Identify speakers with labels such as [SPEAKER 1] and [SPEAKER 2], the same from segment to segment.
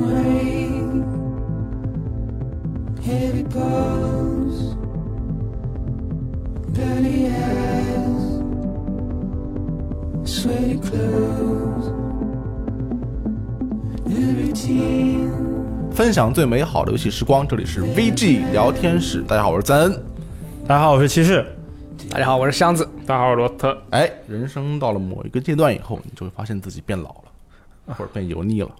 [SPEAKER 1] rain, heavy paws, dirty hands, sweaty clothes, every teen.
[SPEAKER 2] 分享最美好的游戏时光，这里是 VG 聊天室。大家好，我是赞恩。
[SPEAKER 3] 大家好，我是骑士。
[SPEAKER 4] 大家好，我是箱子。
[SPEAKER 5] 大家好，我是罗特。
[SPEAKER 2] 哎，人生到了某一个阶段以后，你就会发现自己变老了，或者变油腻了。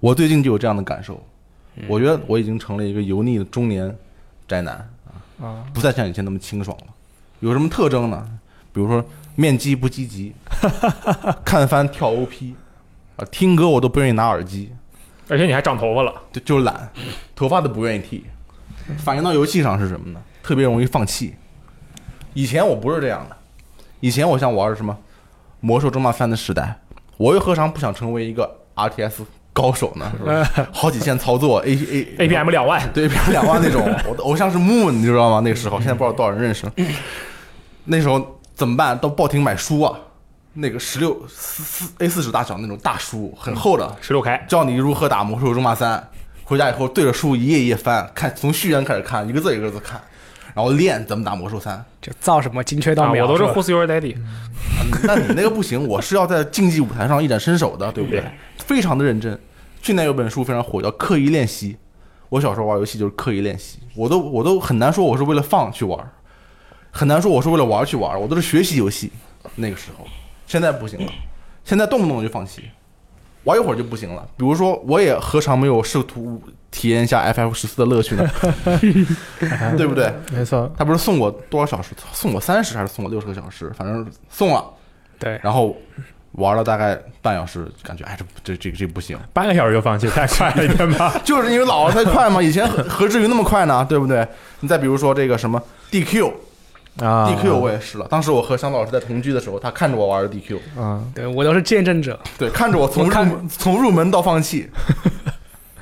[SPEAKER 2] 我最近就有这样的感受，我觉得我已经成了一个油腻的中年宅男啊，不再像以前那么清爽了。有什么特征呢？比如说面基不积极，看番跳 OP，啊，听歌我都不愿意拿耳机，
[SPEAKER 5] 而且你还长头发了，
[SPEAKER 2] 就就懒，头发都不愿意剃。反映到游戏上是什么呢？特别容易放弃。以前我不是这样的，以前我像玩什么《魔兽争霸三》的时代，我又何尝不想成为一个 RTS 高手呢？是吧？好几线操作，A
[SPEAKER 4] 哎
[SPEAKER 2] A
[SPEAKER 5] ，APM 两万，
[SPEAKER 2] 对，比如两万 那种，我的偶像是 Moon，你知道吗？那时候现在不知道多少人认识。那时候怎么办？到报亭买书啊，那个十六四四 A 四纸大小那种大书，很厚的，
[SPEAKER 5] 十六开，
[SPEAKER 2] 教你如何打魔兽争霸三。回家以后对着书一页一页翻，看从序言开始看，一个字一个字看，然后练怎么打魔兽三。
[SPEAKER 4] 就造什么精确
[SPEAKER 5] 啊，
[SPEAKER 4] 到
[SPEAKER 5] 我
[SPEAKER 4] 秒，
[SPEAKER 5] 都是
[SPEAKER 4] 吧
[SPEAKER 5] Who's Your Daddy，
[SPEAKER 2] 那你那个不行，我是要在竞技舞台上一展身手的，对不对
[SPEAKER 5] 对？
[SPEAKER 2] 非常的认真。去年有本书非常火，叫《刻意练习》。我小时候玩游戏就是刻意练习，我都我都很难说我是为了放去玩，很难说我是为了玩去玩，我都是学习游戏。那个时候，现在不行了，现在动不动就放弃，玩一会儿就不行了。比如说，我也何尝没有试图体验一下 FF 十四的乐趣呢？ 对不对？
[SPEAKER 3] 没错，
[SPEAKER 2] 他不是送我多少小时？送我三十还是送我六十个小时？反正送了。
[SPEAKER 4] 对，
[SPEAKER 2] 然后玩了大概半小时，感觉哎，这这这这不行，
[SPEAKER 3] 半个小时就放弃，太快了一点 吧。
[SPEAKER 2] 就是因为老了才快嘛。以前何何至于那么快呢？对不对？你再比如说这个什么 DQ，DQ
[SPEAKER 3] 啊
[SPEAKER 2] 我也试了。当时我和香老师在同居的时候，他看着我玩的 DQ，
[SPEAKER 3] 啊，
[SPEAKER 4] 对我都是见证者。
[SPEAKER 2] 对，看着我从
[SPEAKER 4] 我
[SPEAKER 2] 入
[SPEAKER 4] 看
[SPEAKER 2] 门从入门到放弃。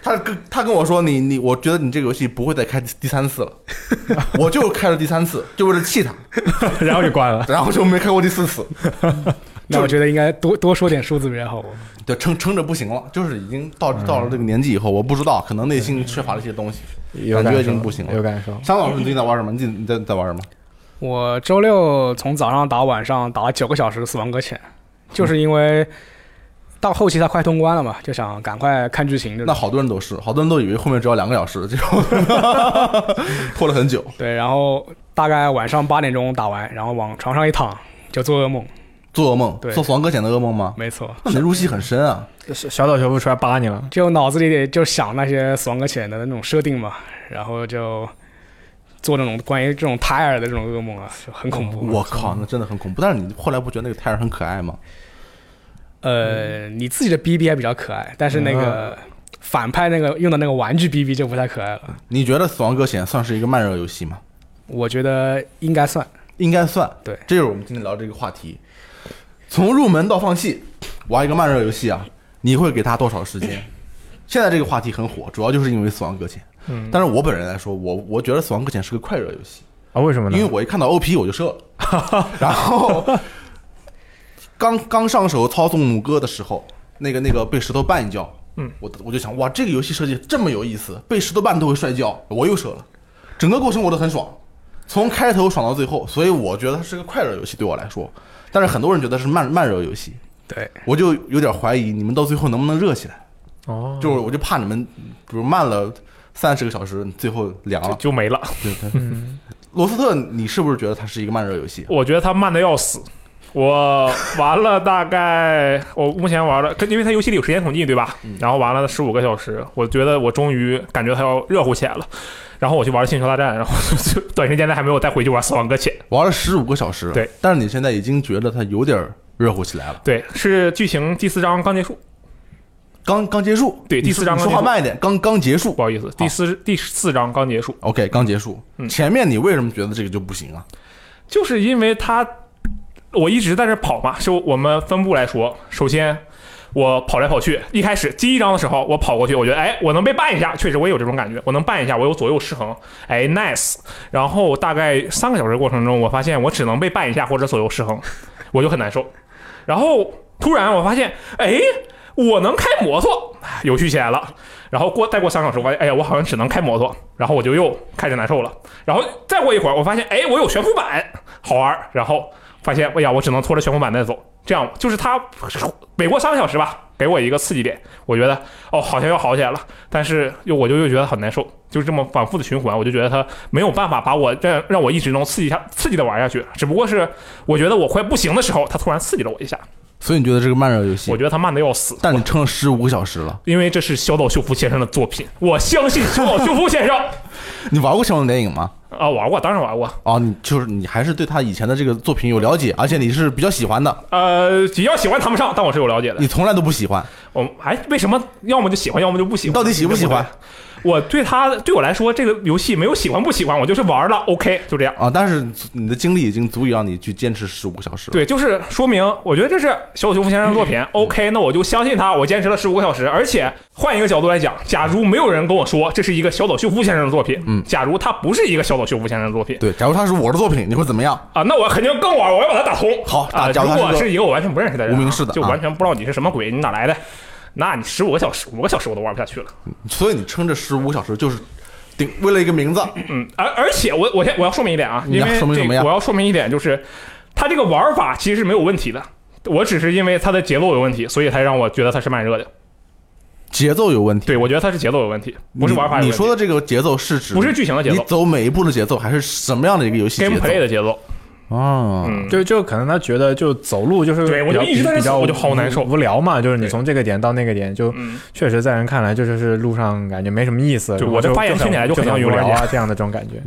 [SPEAKER 2] 他跟他跟我说你你，我觉得你这个游戏不会再开第三次了，我就开了第三次，就为了气他，
[SPEAKER 3] 然后就关了。
[SPEAKER 2] 然后就没开过第四次。
[SPEAKER 4] 那我觉得应该多多说点数字比较好。
[SPEAKER 2] 对，撑撑着不行了，就是已经
[SPEAKER 4] 嗯
[SPEAKER 2] 到到了这个年纪以后，我不知道，可能内心缺乏了一些东西。
[SPEAKER 3] 有
[SPEAKER 2] 感
[SPEAKER 3] 感
[SPEAKER 2] 觉已
[SPEAKER 3] 受
[SPEAKER 2] 经不行了
[SPEAKER 3] 有感受。
[SPEAKER 2] 张老师，你最近在玩什么？你最近在在玩什么？
[SPEAKER 4] 我周六从早上打晚上打了九个小时的《死亡搁浅》，就是因为到后期它快通关了嘛，就想赶快看剧情这
[SPEAKER 2] 那
[SPEAKER 4] 种。
[SPEAKER 2] 好多人都是，好多人都以为后面只要两个小 时，结果拖了很久。
[SPEAKER 4] 对，然后大概晚上八点钟打完，然后往床上一躺就做噩梦，
[SPEAKER 2] 做噩梦，
[SPEAKER 4] 对
[SPEAKER 2] 做死亡搁浅的噩梦吗？
[SPEAKER 4] 没错，
[SPEAKER 2] 那你入戏很深啊！
[SPEAKER 3] 小小岛秀夫出来扒你了，
[SPEAKER 4] 就脑子里就想那些《死亡搁浅》的那种设定嘛，然后就做那种关于这种胎儿的这种噩梦啊，就很 恐怖。
[SPEAKER 2] 我靠，那真的很恐怖。但是你后来不觉得那个泰尔很可爱吗？
[SPEAKER 4] 呃，你自己的 BB 还比较可爱，但是那个反派那个用的那个玩具 BB 就不太可爱了。
[SPEAKER 2] 你觉得死亡搁浅算是一个慢热游戏吗？
[SPEAKER 4] 我觉得应该算
[SPEAKER 2] 应该算。
[SPEAKER 4] 对
[SPEAKER 2] 这就是我们今天聊这个话题。从入门到放弃，玩一个慢热游戏啊，你会给他多少时间？现在这个话题很火，主要就是因为《死亡搁浅》。嗯，但是我本人来说，我我觉得《死亡搁浅》是个快热游戏，
[SPEAKER 3] 啊？为什么呢？
[SPEAKER 2] 因为我一看到 OP 我就射了，然后刚刚上手操纵弩哥的时候，那个那个被石头绊一跤，嗯，我我就想哇，这个游戏设计这么有意思，被石头绊都会摔跤，我又射了，整个过程我都很爽，从开头爽到最后，所以我觉得它是个快乐游戏对我来说，但是很多人觉得是慢慢热游戏，
[SPEAKER 4] 对。
[SPEAKER 2] 我就有点怀疑你们到最后能不能热起来，
[SPEAKER 3] 哦，
[SPEAKER 2] 就是我就怕你们比如慢了三十个小时，你最后凉
[SPEAKER 5] 就
[SPEAKER 2] 了。
[SPEAKER 5] 就没了。
[SPEAKER 2] 对对。罗斯特，你是不是觉得它是一个慢热游戏？
[SPEAKER 5] 我觉得他慢的要死。我玩了大概，我目前玩了，跟因为它游戏里有时间统计，对吧？
[SPEAKER 4] 嗯
[SPEAKER 5] 然后玩了十五个小时，我觉得我终于感觉它要热乎起来了。然后我去玩《星球大战》，然后就短时间内还没有再回去玩《死亡搁浅》。
[SPEAKER 2] 玩了十五个小时，
[SPEAKER 5] 对，
[SPEAKER 2] 但是你现在已经觉得它有点儿热乎起来了，
[SPEAKER 5] 对，是剧情第四章刚结束，
[SPEAKER 2] 刚刚结束，
[SPEAKER 5] 对
[SPEAKER 2] 你
[SPEAKER 5] 第四章
[SPEAKER 2] 你
[SPEAKER 5] 刚
[SPEAKER 2] 说
[SPEAKER 5] 结束
[SPEAKER 2] 话慢一点，刚刚结束
[SPEAKER 5] 不好意思，第四第四章刚结束，
[SPEAKER 2] ，OK，刚结束，
[SPEAKER 5] 嗯
[SPEAKER 2] 前面你为什么觉得这个就不行啊？
[SPEAKER 5] 就是因为他，我一直在这跑嘛。是我们分部来说，首先我跑来跑去，一开始第一章的时候，我跑过去，我觉得哎，我能被绊一下，确实我也有这种感觉，我能绊一下，我有左右失衡，哎，nice。然后大概三个小时过程中，我发现我只能被绊一下或者左右失衡，我就很难受。然后突然我发现，哎，我能开摩托，有趣起来了。然后过再过三个小时，我发现哎呀，我好像只能开摩托，然后我就又开始难受了。然后再过一会儿，我发现哎，我有悬浮板，好玩儿。然后发现哎呀，我只能拖着悬浮板再走。这样就是它每过三个小时吧，给我一个刺激点，我觉得哦，好像要好起来了，但是又我就又觉得很难受，就是这么反复的循环，我就觉得它没有办法把我让让我一直能刺激下刺激的玩下去，只不过是我觉得我快不行的时候，它突然刺激了我一下，
[SPEAKER 2] 所以你觉得这个慢热游戏
[SPEAKER 5] 我？觉得它慢的要死。
[SPEAKER 2] 但你撑了十五个小时了，
[SPEAKER 5] 因为这是小岛秀夫先生的作品，我相信小岛秀夫先生
[SPEAKER 2] 你玩过《小龙电影》吗？
[SPEAKER 5] 啊，玩过，当然玩过，
[SPEAKER 2] 哦，你就是你还是对他以前的这个作品有了解，而且你是比较喜欢的，
[SPEAKER 5] 呃，比较喜欢谈不上，但我是有了解的
[SPEAKER 2] 你。从来都不喜欢。
[SPEAKER 5] 我哎，为什么要么就喜欢，要么就不喜
[SPEAKER 2] 你
[SPEAKER 5] 欢？
[SPEAKER 2] 到底喜不喜欢
[SPEAKER 5] 我对他对我来说，这个游戏没有喜欢不喜欢，我就是玩了，OK，就这样。
[SPEAKER 2] 啊？但是你的经历已经足以让你去坚持十五个小时了。
[SPEAKER 5] 对，就是说明，我觉得这是小岛秀夫先生的作
[SPEAKER 2] 嗯
[SPEAKER 5] 品。OK，那我就相信他，我坚持了十五个小时。而且换一个角度来讲，假如没有人跟我说这是一个小岛秀夫先生的作品，
[SPEAKER 2] 嗯
[SPEAKER 5] 假如他不是一个小岛秀夫先生的作品
[SPEAKER 2] 对，假如他是我的作品，你会怎么样？
[SPEAKER 5] 啊，那我肯定更玩，我要把它打通。
[SPEAKER 2] 好，
[SPEAKER 5] 啊
[SPEAKER 2] 打，假如
[SPEAKER 5] 如
[SPEAKER 2] 他
[SPEAKER 5] 果
[SPEAKER 2] 是
[SPEAKER 5] 是
[SPEAKER 2] 个
[SPEAKER 5] 一个我完全不认识的人啊，
[SPEAKER 2] 无名氏的
[SPEAKER 5] 就
[SPEAKER 2] 啊
[SPEAKER 5] 完全不知道你是什么鬼，你哪来的？那你十五个小时，五个小时我都玩不下去了。
[SPEAKER 2] 所以你撑这十五个小时就是顶为了一个名字，
[SPEAKER 5] 嗯，而而且我我先我要说明一点啊，
[SPEAKER 2] 你
[SPEAKER 5] 因
[SPEAKER 2] 要
[SPEAKER 5] 为
[SPEAKER 2] 说明
[SPEAKER 5] 这
[SPEAKER 2] 什么
[SPEAKER 5] 个
[SPEAKER 2] 呀
[SPEAKER 5] 我要说明一点就是，它这个玩法其实是没有问题的，我只是因为它的节奏有问题，所以才让我觉得它是慢热的。
[SPEAKER 2] 节奏有问题。
[SPEAKER 5] 对，我觉得它是节奏有问题，不是玩法有问
[SPEAKER 2] 你。
[SPEAKER 5] 题。
[SPEAKER 2] 你说的这个节奏是指
[SPEAKER 5] 不是剧情的节
[SPEAKER 2] 你
[SPEAKER 5] 奏
[SPEAKER 2] 走每一步的节奏，还是什么样的一个游戏节奏
[SPEAKER 5] ，gameplay 的节奏。
[SPEAKER 2] 啊？
[SPEAKER 5] 嗯，
[SPEAKER 3] 就就可能他觉得就走路就是
[SPEAKER 5] 对我
[SPEAKER 3] 比较
[SPEAKER 5] 就一直在那
[SPEAKER 3] 比较
[SPEAKER 5] 走我就好难受
[SPEAKER 3] 无聊嘛，就是你
[SPEAKER 5] 对
[SPEAKER 3] 从这个点到那个点，就
[SPEAKER 5] 嗯
[SPEAKER 3] 确实在人看来就就是路上感觉没什么意思。
[SPEAKER 5] 对
[SPEAKER 3] 然后
[SPEAKER 5] 我的发言
[SPEAKER 3] 就
[SPEAKER 5] 听起来就
[SPEAKER 3] 就
[SPEAKER 5] 很像
[SPEAKER 3] 很
[SPEAKER 5] 游
[SPEAKER 3] 无
[SPEAKER 5] 玩
[SPEAKER 3] 聊
[SPEAKER 5] 家
[SPEAKER 3] 啊，这样的这种感觉。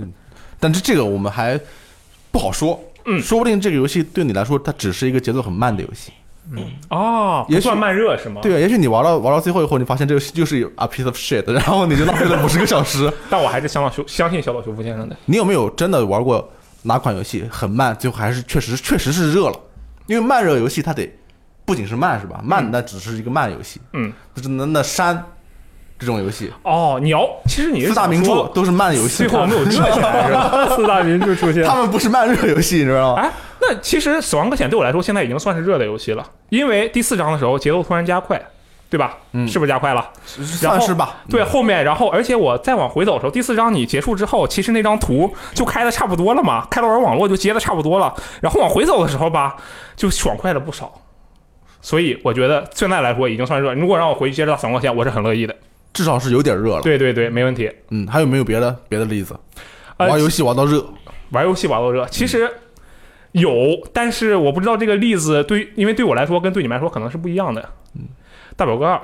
[SPEAKER 2] 但是这个我们还不好说。
[SPEAKER 5] 嗯
[SPEAKER 2] 说不定这个游戏对你来说，它只是一个节奏很慢的游戏。
[SPEAKER 5] 哦，
[SPEAKER 2] 也
[SPEAKER 5] 不
[SPEAKER 2] 许
[SPEAKER 5] 算慢热是吗？
[SPEAKER 2] 对，啊，也许你玩到玩到最后以后，你发现这个游戏就是 a piece of shit，然后你就浪费了五十个小 时。
[SPEAKER 5] 但我还是相当相信小岛秀夫先生的。
[SPEAKER 2] 你有没有真的玩过哪款游戏很慢，最后还是确实确实是热了？因为慢热游戏它得不仅是慢是吧？慢那只是一个慢游戏，
[SPEAKER 5] 嗯，
[SPEAKER 2] 就是那那山这种游戏，
[SPEAKER 5] 哦，你要其实你是
[SPEAKER 2] 四大
[SPEAKER 5] 想
[SPEAKER 2] 名
[SPEAKER 5] 说
[SPEAKER 2] 著都是慢游戏，啊
[SPEAKER 5] 最后没有热起来是吧？
[SPEAKER 3] 四大名著出现
[SPEAKER 2] 他们不是慢热游戏，你知道吗？
[SPEAKER 5] 哎，那其实《死亡搁浅》对我来说现在已经算是热的游戏了，因为第四章的时候节奏突然加快，对吧？
[SPEAKER 2] 嗯
[SPEAKER 5] 是不是加快了？然后
[SPEAKER 2] 算是吧。
[SPEAKER 5] 对，
[SPEAKER 2] 嗯，
[SPEAKER 5] 后面然后而且我再往回走的时候，第四章你结束之后，其实那张图就开的差不多了嘛，开罗尔网络就接的差不多了，然后往回走的时候吧，就爽快了不少。所以我觉得现在来说已经算热。如果让我回去接着打《死亡搁浅》，我是很乐意的。
[SPEAKER 2] 至少是有点热了。
[SPEAKER 5] 对对对，没问题。
[SPEAKER 2] 嗯，还有没有别的别的例子？
[SPEAKER 5] 呃
[SPEAKER 2] 玩游戏玩到热，
[SPEAKER 5] 玩游戏玩到热，其实有，但是我不知道这个例子对，因为对我来说跟对你们来说可能是不一样的。
[SPEAKER 2] 嗯
[SPEAKER 5] 大表哥二，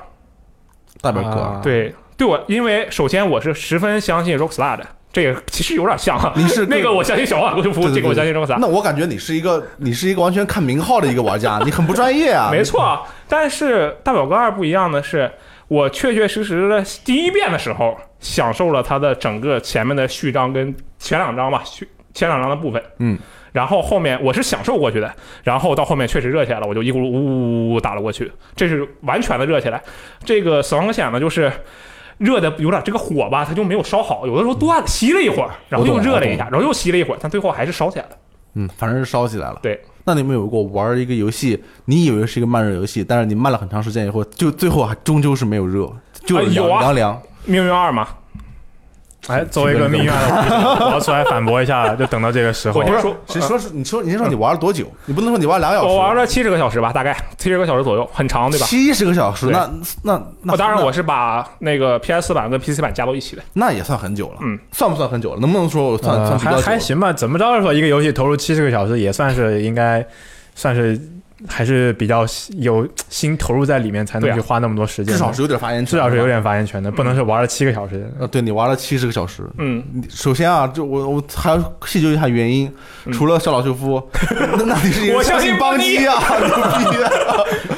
[SPEAKER 2] 代表哥，
[SPEAKER 3] 啊
[SPEAKER 5] 对对我，因为首先我是十分相信 Rockstar 的，这个其实有点像啊。
[SPEAKER 2] 你是
[SPEAKER 5] 那个我相信小王就服，
[SPEAKER 2] 对对对
[SPEAKER 5] 这个我相信 Rockstar，
[SPEAKER 2] 那我感觉你是一个你是一个完全看名号的一个玩家，你很不专业啊。
[SPEAKER 5] 没错啊。但是大表哥二不一样的是，我确确实实的第一遍的时候享受了它的整个前面的序章跟前两章吧，序前两章的部分，
[SPEAKER 2] 嗯。
[SPEAKER 5] 然后后面我是享受过去的，然后到后面确实热起来了，我就一咕噜呜呜呜呜打了过去，这是完全的热起来。这个死亡搁浅呢，就是热的有点这个火吧，它就没有烧好，有的时候断了，熄了一会儿，然后又
[SPEAKER 2] 我懂
[SPEAKER 5] 热了一
[SPEAKER 2] 我
[SPEAKER 5] 下，然后又熄了一会儿，但最后还是烧起来了。
[SPEAKER 2] 嗯，反正是烧起来了。
[SPEAKER 5] 对，
[SPEAKER 2] 那你有没有过玩一个游戏，你以为是一个慢热游戏，但是你慢了很长时间以后，就最后还终究是没有热，就
[SPEAKER 5] 啊
[SPEAKER 2] 是凉
[SPEAKER 5] 有啊
[SPEAKER 2] 凉凉。
[SPEAKER 5] 命运二嘛，
[SPEAKER 3] 哎，作为一个命运爱好者，我要出来反驳一下了，就等到这个时候
[SPEAKER 5] 我。先说，嗯
[SPEAKER 2] 谁说是？你说你先说你玩了多久？你不能说你玩俩小时，
[SPEAKER 5] 我玩了七十个小时吧，大概七十个小时左右，很长，对吧？
[SPEAKER 2] 七十个小时，
[SPEAKER 5] 对
[SPEAKER 2] 那那那
[SPEAKER 5] 哦当然
[SPEAKER 2] 那
[SPEAKER 5] 我是把那个 PS 版跟 PC 版加到一起的。
[SPEAKER 2] 那也算很久了，
[SPEAKER 5] 嗯，
[SPEAKER 2] 算不算很久了？能不能说我算
[SPEAKER 3] 呃
[SPEAKER 2] 算比较
[SPEAKER 3] 还
[SPEAKER 2] 久了
[SPEAKER 3] 还？行吧，怎么着来说，一个游戏投入七十个小时也算是应该算是还是比较有心投入在里面，才
[SPEAKER 5] 对
[SPEAKER 3] 能
[SPEAKER 5] 啊
[SPEAKER 3] 去花那么多时间的。
[SPEAKER 2] 至少是嗯有点发言权，
[SPEAKER 3] 至少是有点发言权的，不能是玩了七个小时。
[SPEAKER 2] 呃，对你玩了七十个小时。
[SPEAKER 5] 嗯，
[SPEAKER 2] 你首先啊，就我我还要细究一下原因，
[SPEAKER 5] 嗯
[SPEAKER 2] 除了小老秀夫， 那那你是一个
[SPEAKER 5] 我相信
[SPEAKER 2] 邦基啊，牛 逼啊！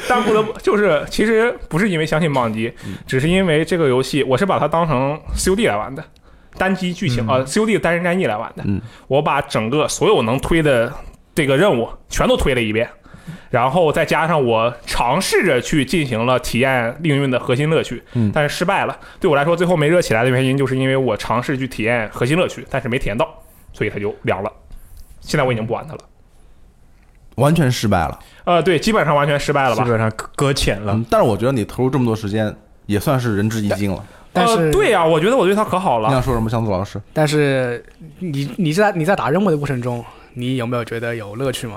[SPEAKER 5] 但不得不就是，其实不是因为相信棒机，
[SPEAKER 2] 嗯
[SPEAKER 5] 只是因为这个游戏，我是把它当成 COD 来玩的，单机剧情
[SPEAKER 3] 嗯
[SPEAKER 5] 啊、呃 COD 单人战役来玩的。
[SPEAKER 2] 嗯
[SPEAKER 5] 我把整个所有能推的这个任务全都推了一遍，然后再加上我尝试着去进行了体验命运的核心乐趣，
[SPEAKER 2] 嗯
[SPEAKER 5] 但是失败了。对我来说，最后没热起来的原因，就是因为我尝试去体验核心乐趣，但是没体验到，所以它就凉了。现在我已经不玩它了。
[SPEAKER 2] 完全失败了。嗯
[SPEAKER 5] 呃，对，基本上完全失败了
[SPEAKER 3] 基
[SPEAKER 5] 吧？
[SPEAKER 3] 本上搁浅了
[SPEAKER 2] 嗯，，但是我觉得你投入这么多时间，也算是仁至义尽了。
[SPEAKER 4] 但是、
[SPEAKER 5] 呃、对呀、我觉得我对他可好
[SPEAKER 2] 你
[SPEAKER 5] 了。
[SPEAKER 2] 想说什么，向子老师？
[SPEAKER 4] 但是你你在你在打任务的过程中，你有没有觉得有乐趣嘛？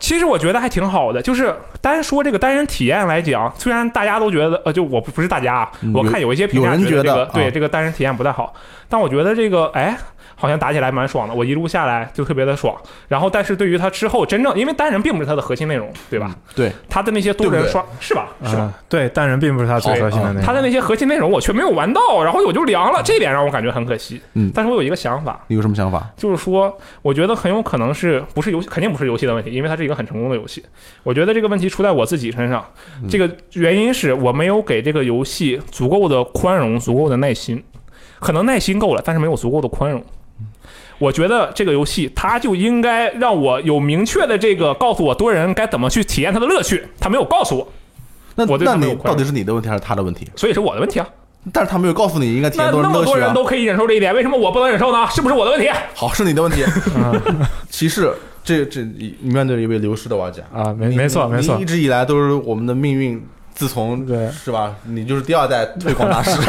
[SPEAKER 5] 其实我觉得还挺好的，就是单说这个单人体验来讲，虽然大家都觉得，呃，就我不不是大家啊
[SPEAKER 2] 嗯，
[SPEAKER 5] 我看有一些评
[SPEAKER 2] 有
[SPEAKER 5] 价
[SPEAKER 2] 人
[SPEAKER 5] 觉
[SPEAKER 2] 觉
[SPEAKER 5] 这
[SPEAKER 2] 得
[SPEAKER 5] 个
[SPEAKER 2] 啊
[SPEAKER 5] 对这个单人体验不太好，但我觉得这个哎。好像打起来蛮爽的，我一路下来就特别的爽。然后，但是对于他之后真正，因为单人并不是他的核心内容，对吧？
[SPEAKER 2] 对，
[SPEAKER 5] 他的那些多
[SPEAKER 2] 对不
[SPEAKER 5] 人
[SPEAKER 2] 嗯对
[SPEAKER 5] 刷是吧？是吧？
[SPEAKER 3] 嗯对，但人并不是他最
[SPEAKER 5] 对
[SPEAKER 3] 核心的那个。
[SPEAKER 2] 哦
[SPEAKER 5] 他的那些核心内容我却没有玩到，然后我就凉了，这点让我感觉很可惜。
[SPEAKER 2] 嗯
[SPEAKER 5] 但是我有一个想法，
[SPEAKER 2] 你有什么想法？
[SPEAKER 5] 就是说，我觉得很有可能是不是游戏，肯定不是游戏的问题，因为它是一个很成功的游戏。我觉得这个问题出在我自己身上，
[SPEAKER 3] 嗯
[SPEAKER 5] 这个原因是我没有给这个游戏足够的宽容、足够的耐心，可能耐心够了，但是没有足够的宽容。我觉得这个游戏它就应该让我有明确的这个告诉我多人该怎么去体验它的乐趣，它没有告诉我，
[SPEAKER 2] 那
[SPEAKER 5] 我对
[SPEAKER 2] 那
[SPEAKER 5] 他没有
[SPEAKER 2] 你
[SPEAKER 5] 宽容
[SPEAKER 2] 到底是你的问题还是他的问题？
[SPEAKER 5] 所以是我的问题啊。
[SPEAKER 2] 但是他没有告诉你应该体
[SPEAKER 5] 那
[SPEAKER 2] 验多
[SPEAKER 5] 那
[SPEAKER 2] 人
[SPEAKER 5] 么
[SPEAKER 2] 乐
[SPEAKER 5] 多
[SPEAKER 2] 趣
[SPEAKER 5] 人
[SPEAKER 2] 啊。
[SPEAKER 5] 都可以忍受这一点，为什么我不能忍受呢？是不是我的问题？啊
[SPEAKER 2] 好，是你的问 题。
[SPEAKER 5] 嗯
[SPEAKER 2] 骑士，这这你面对一位流失的玩家，
[SPEAKER 3] 啊，没
[SPEAKER 2] 哦你
[SPEAKER 3] 没错
[SPEAKER 2] 你
[SPEAKER 3] 没错
[SPEAKER 2] 你一，直以来都是我们的命运。自从
[SPEAKER 3] 对
[SPEAKER 2] 是吧？你就是第二代推广大师，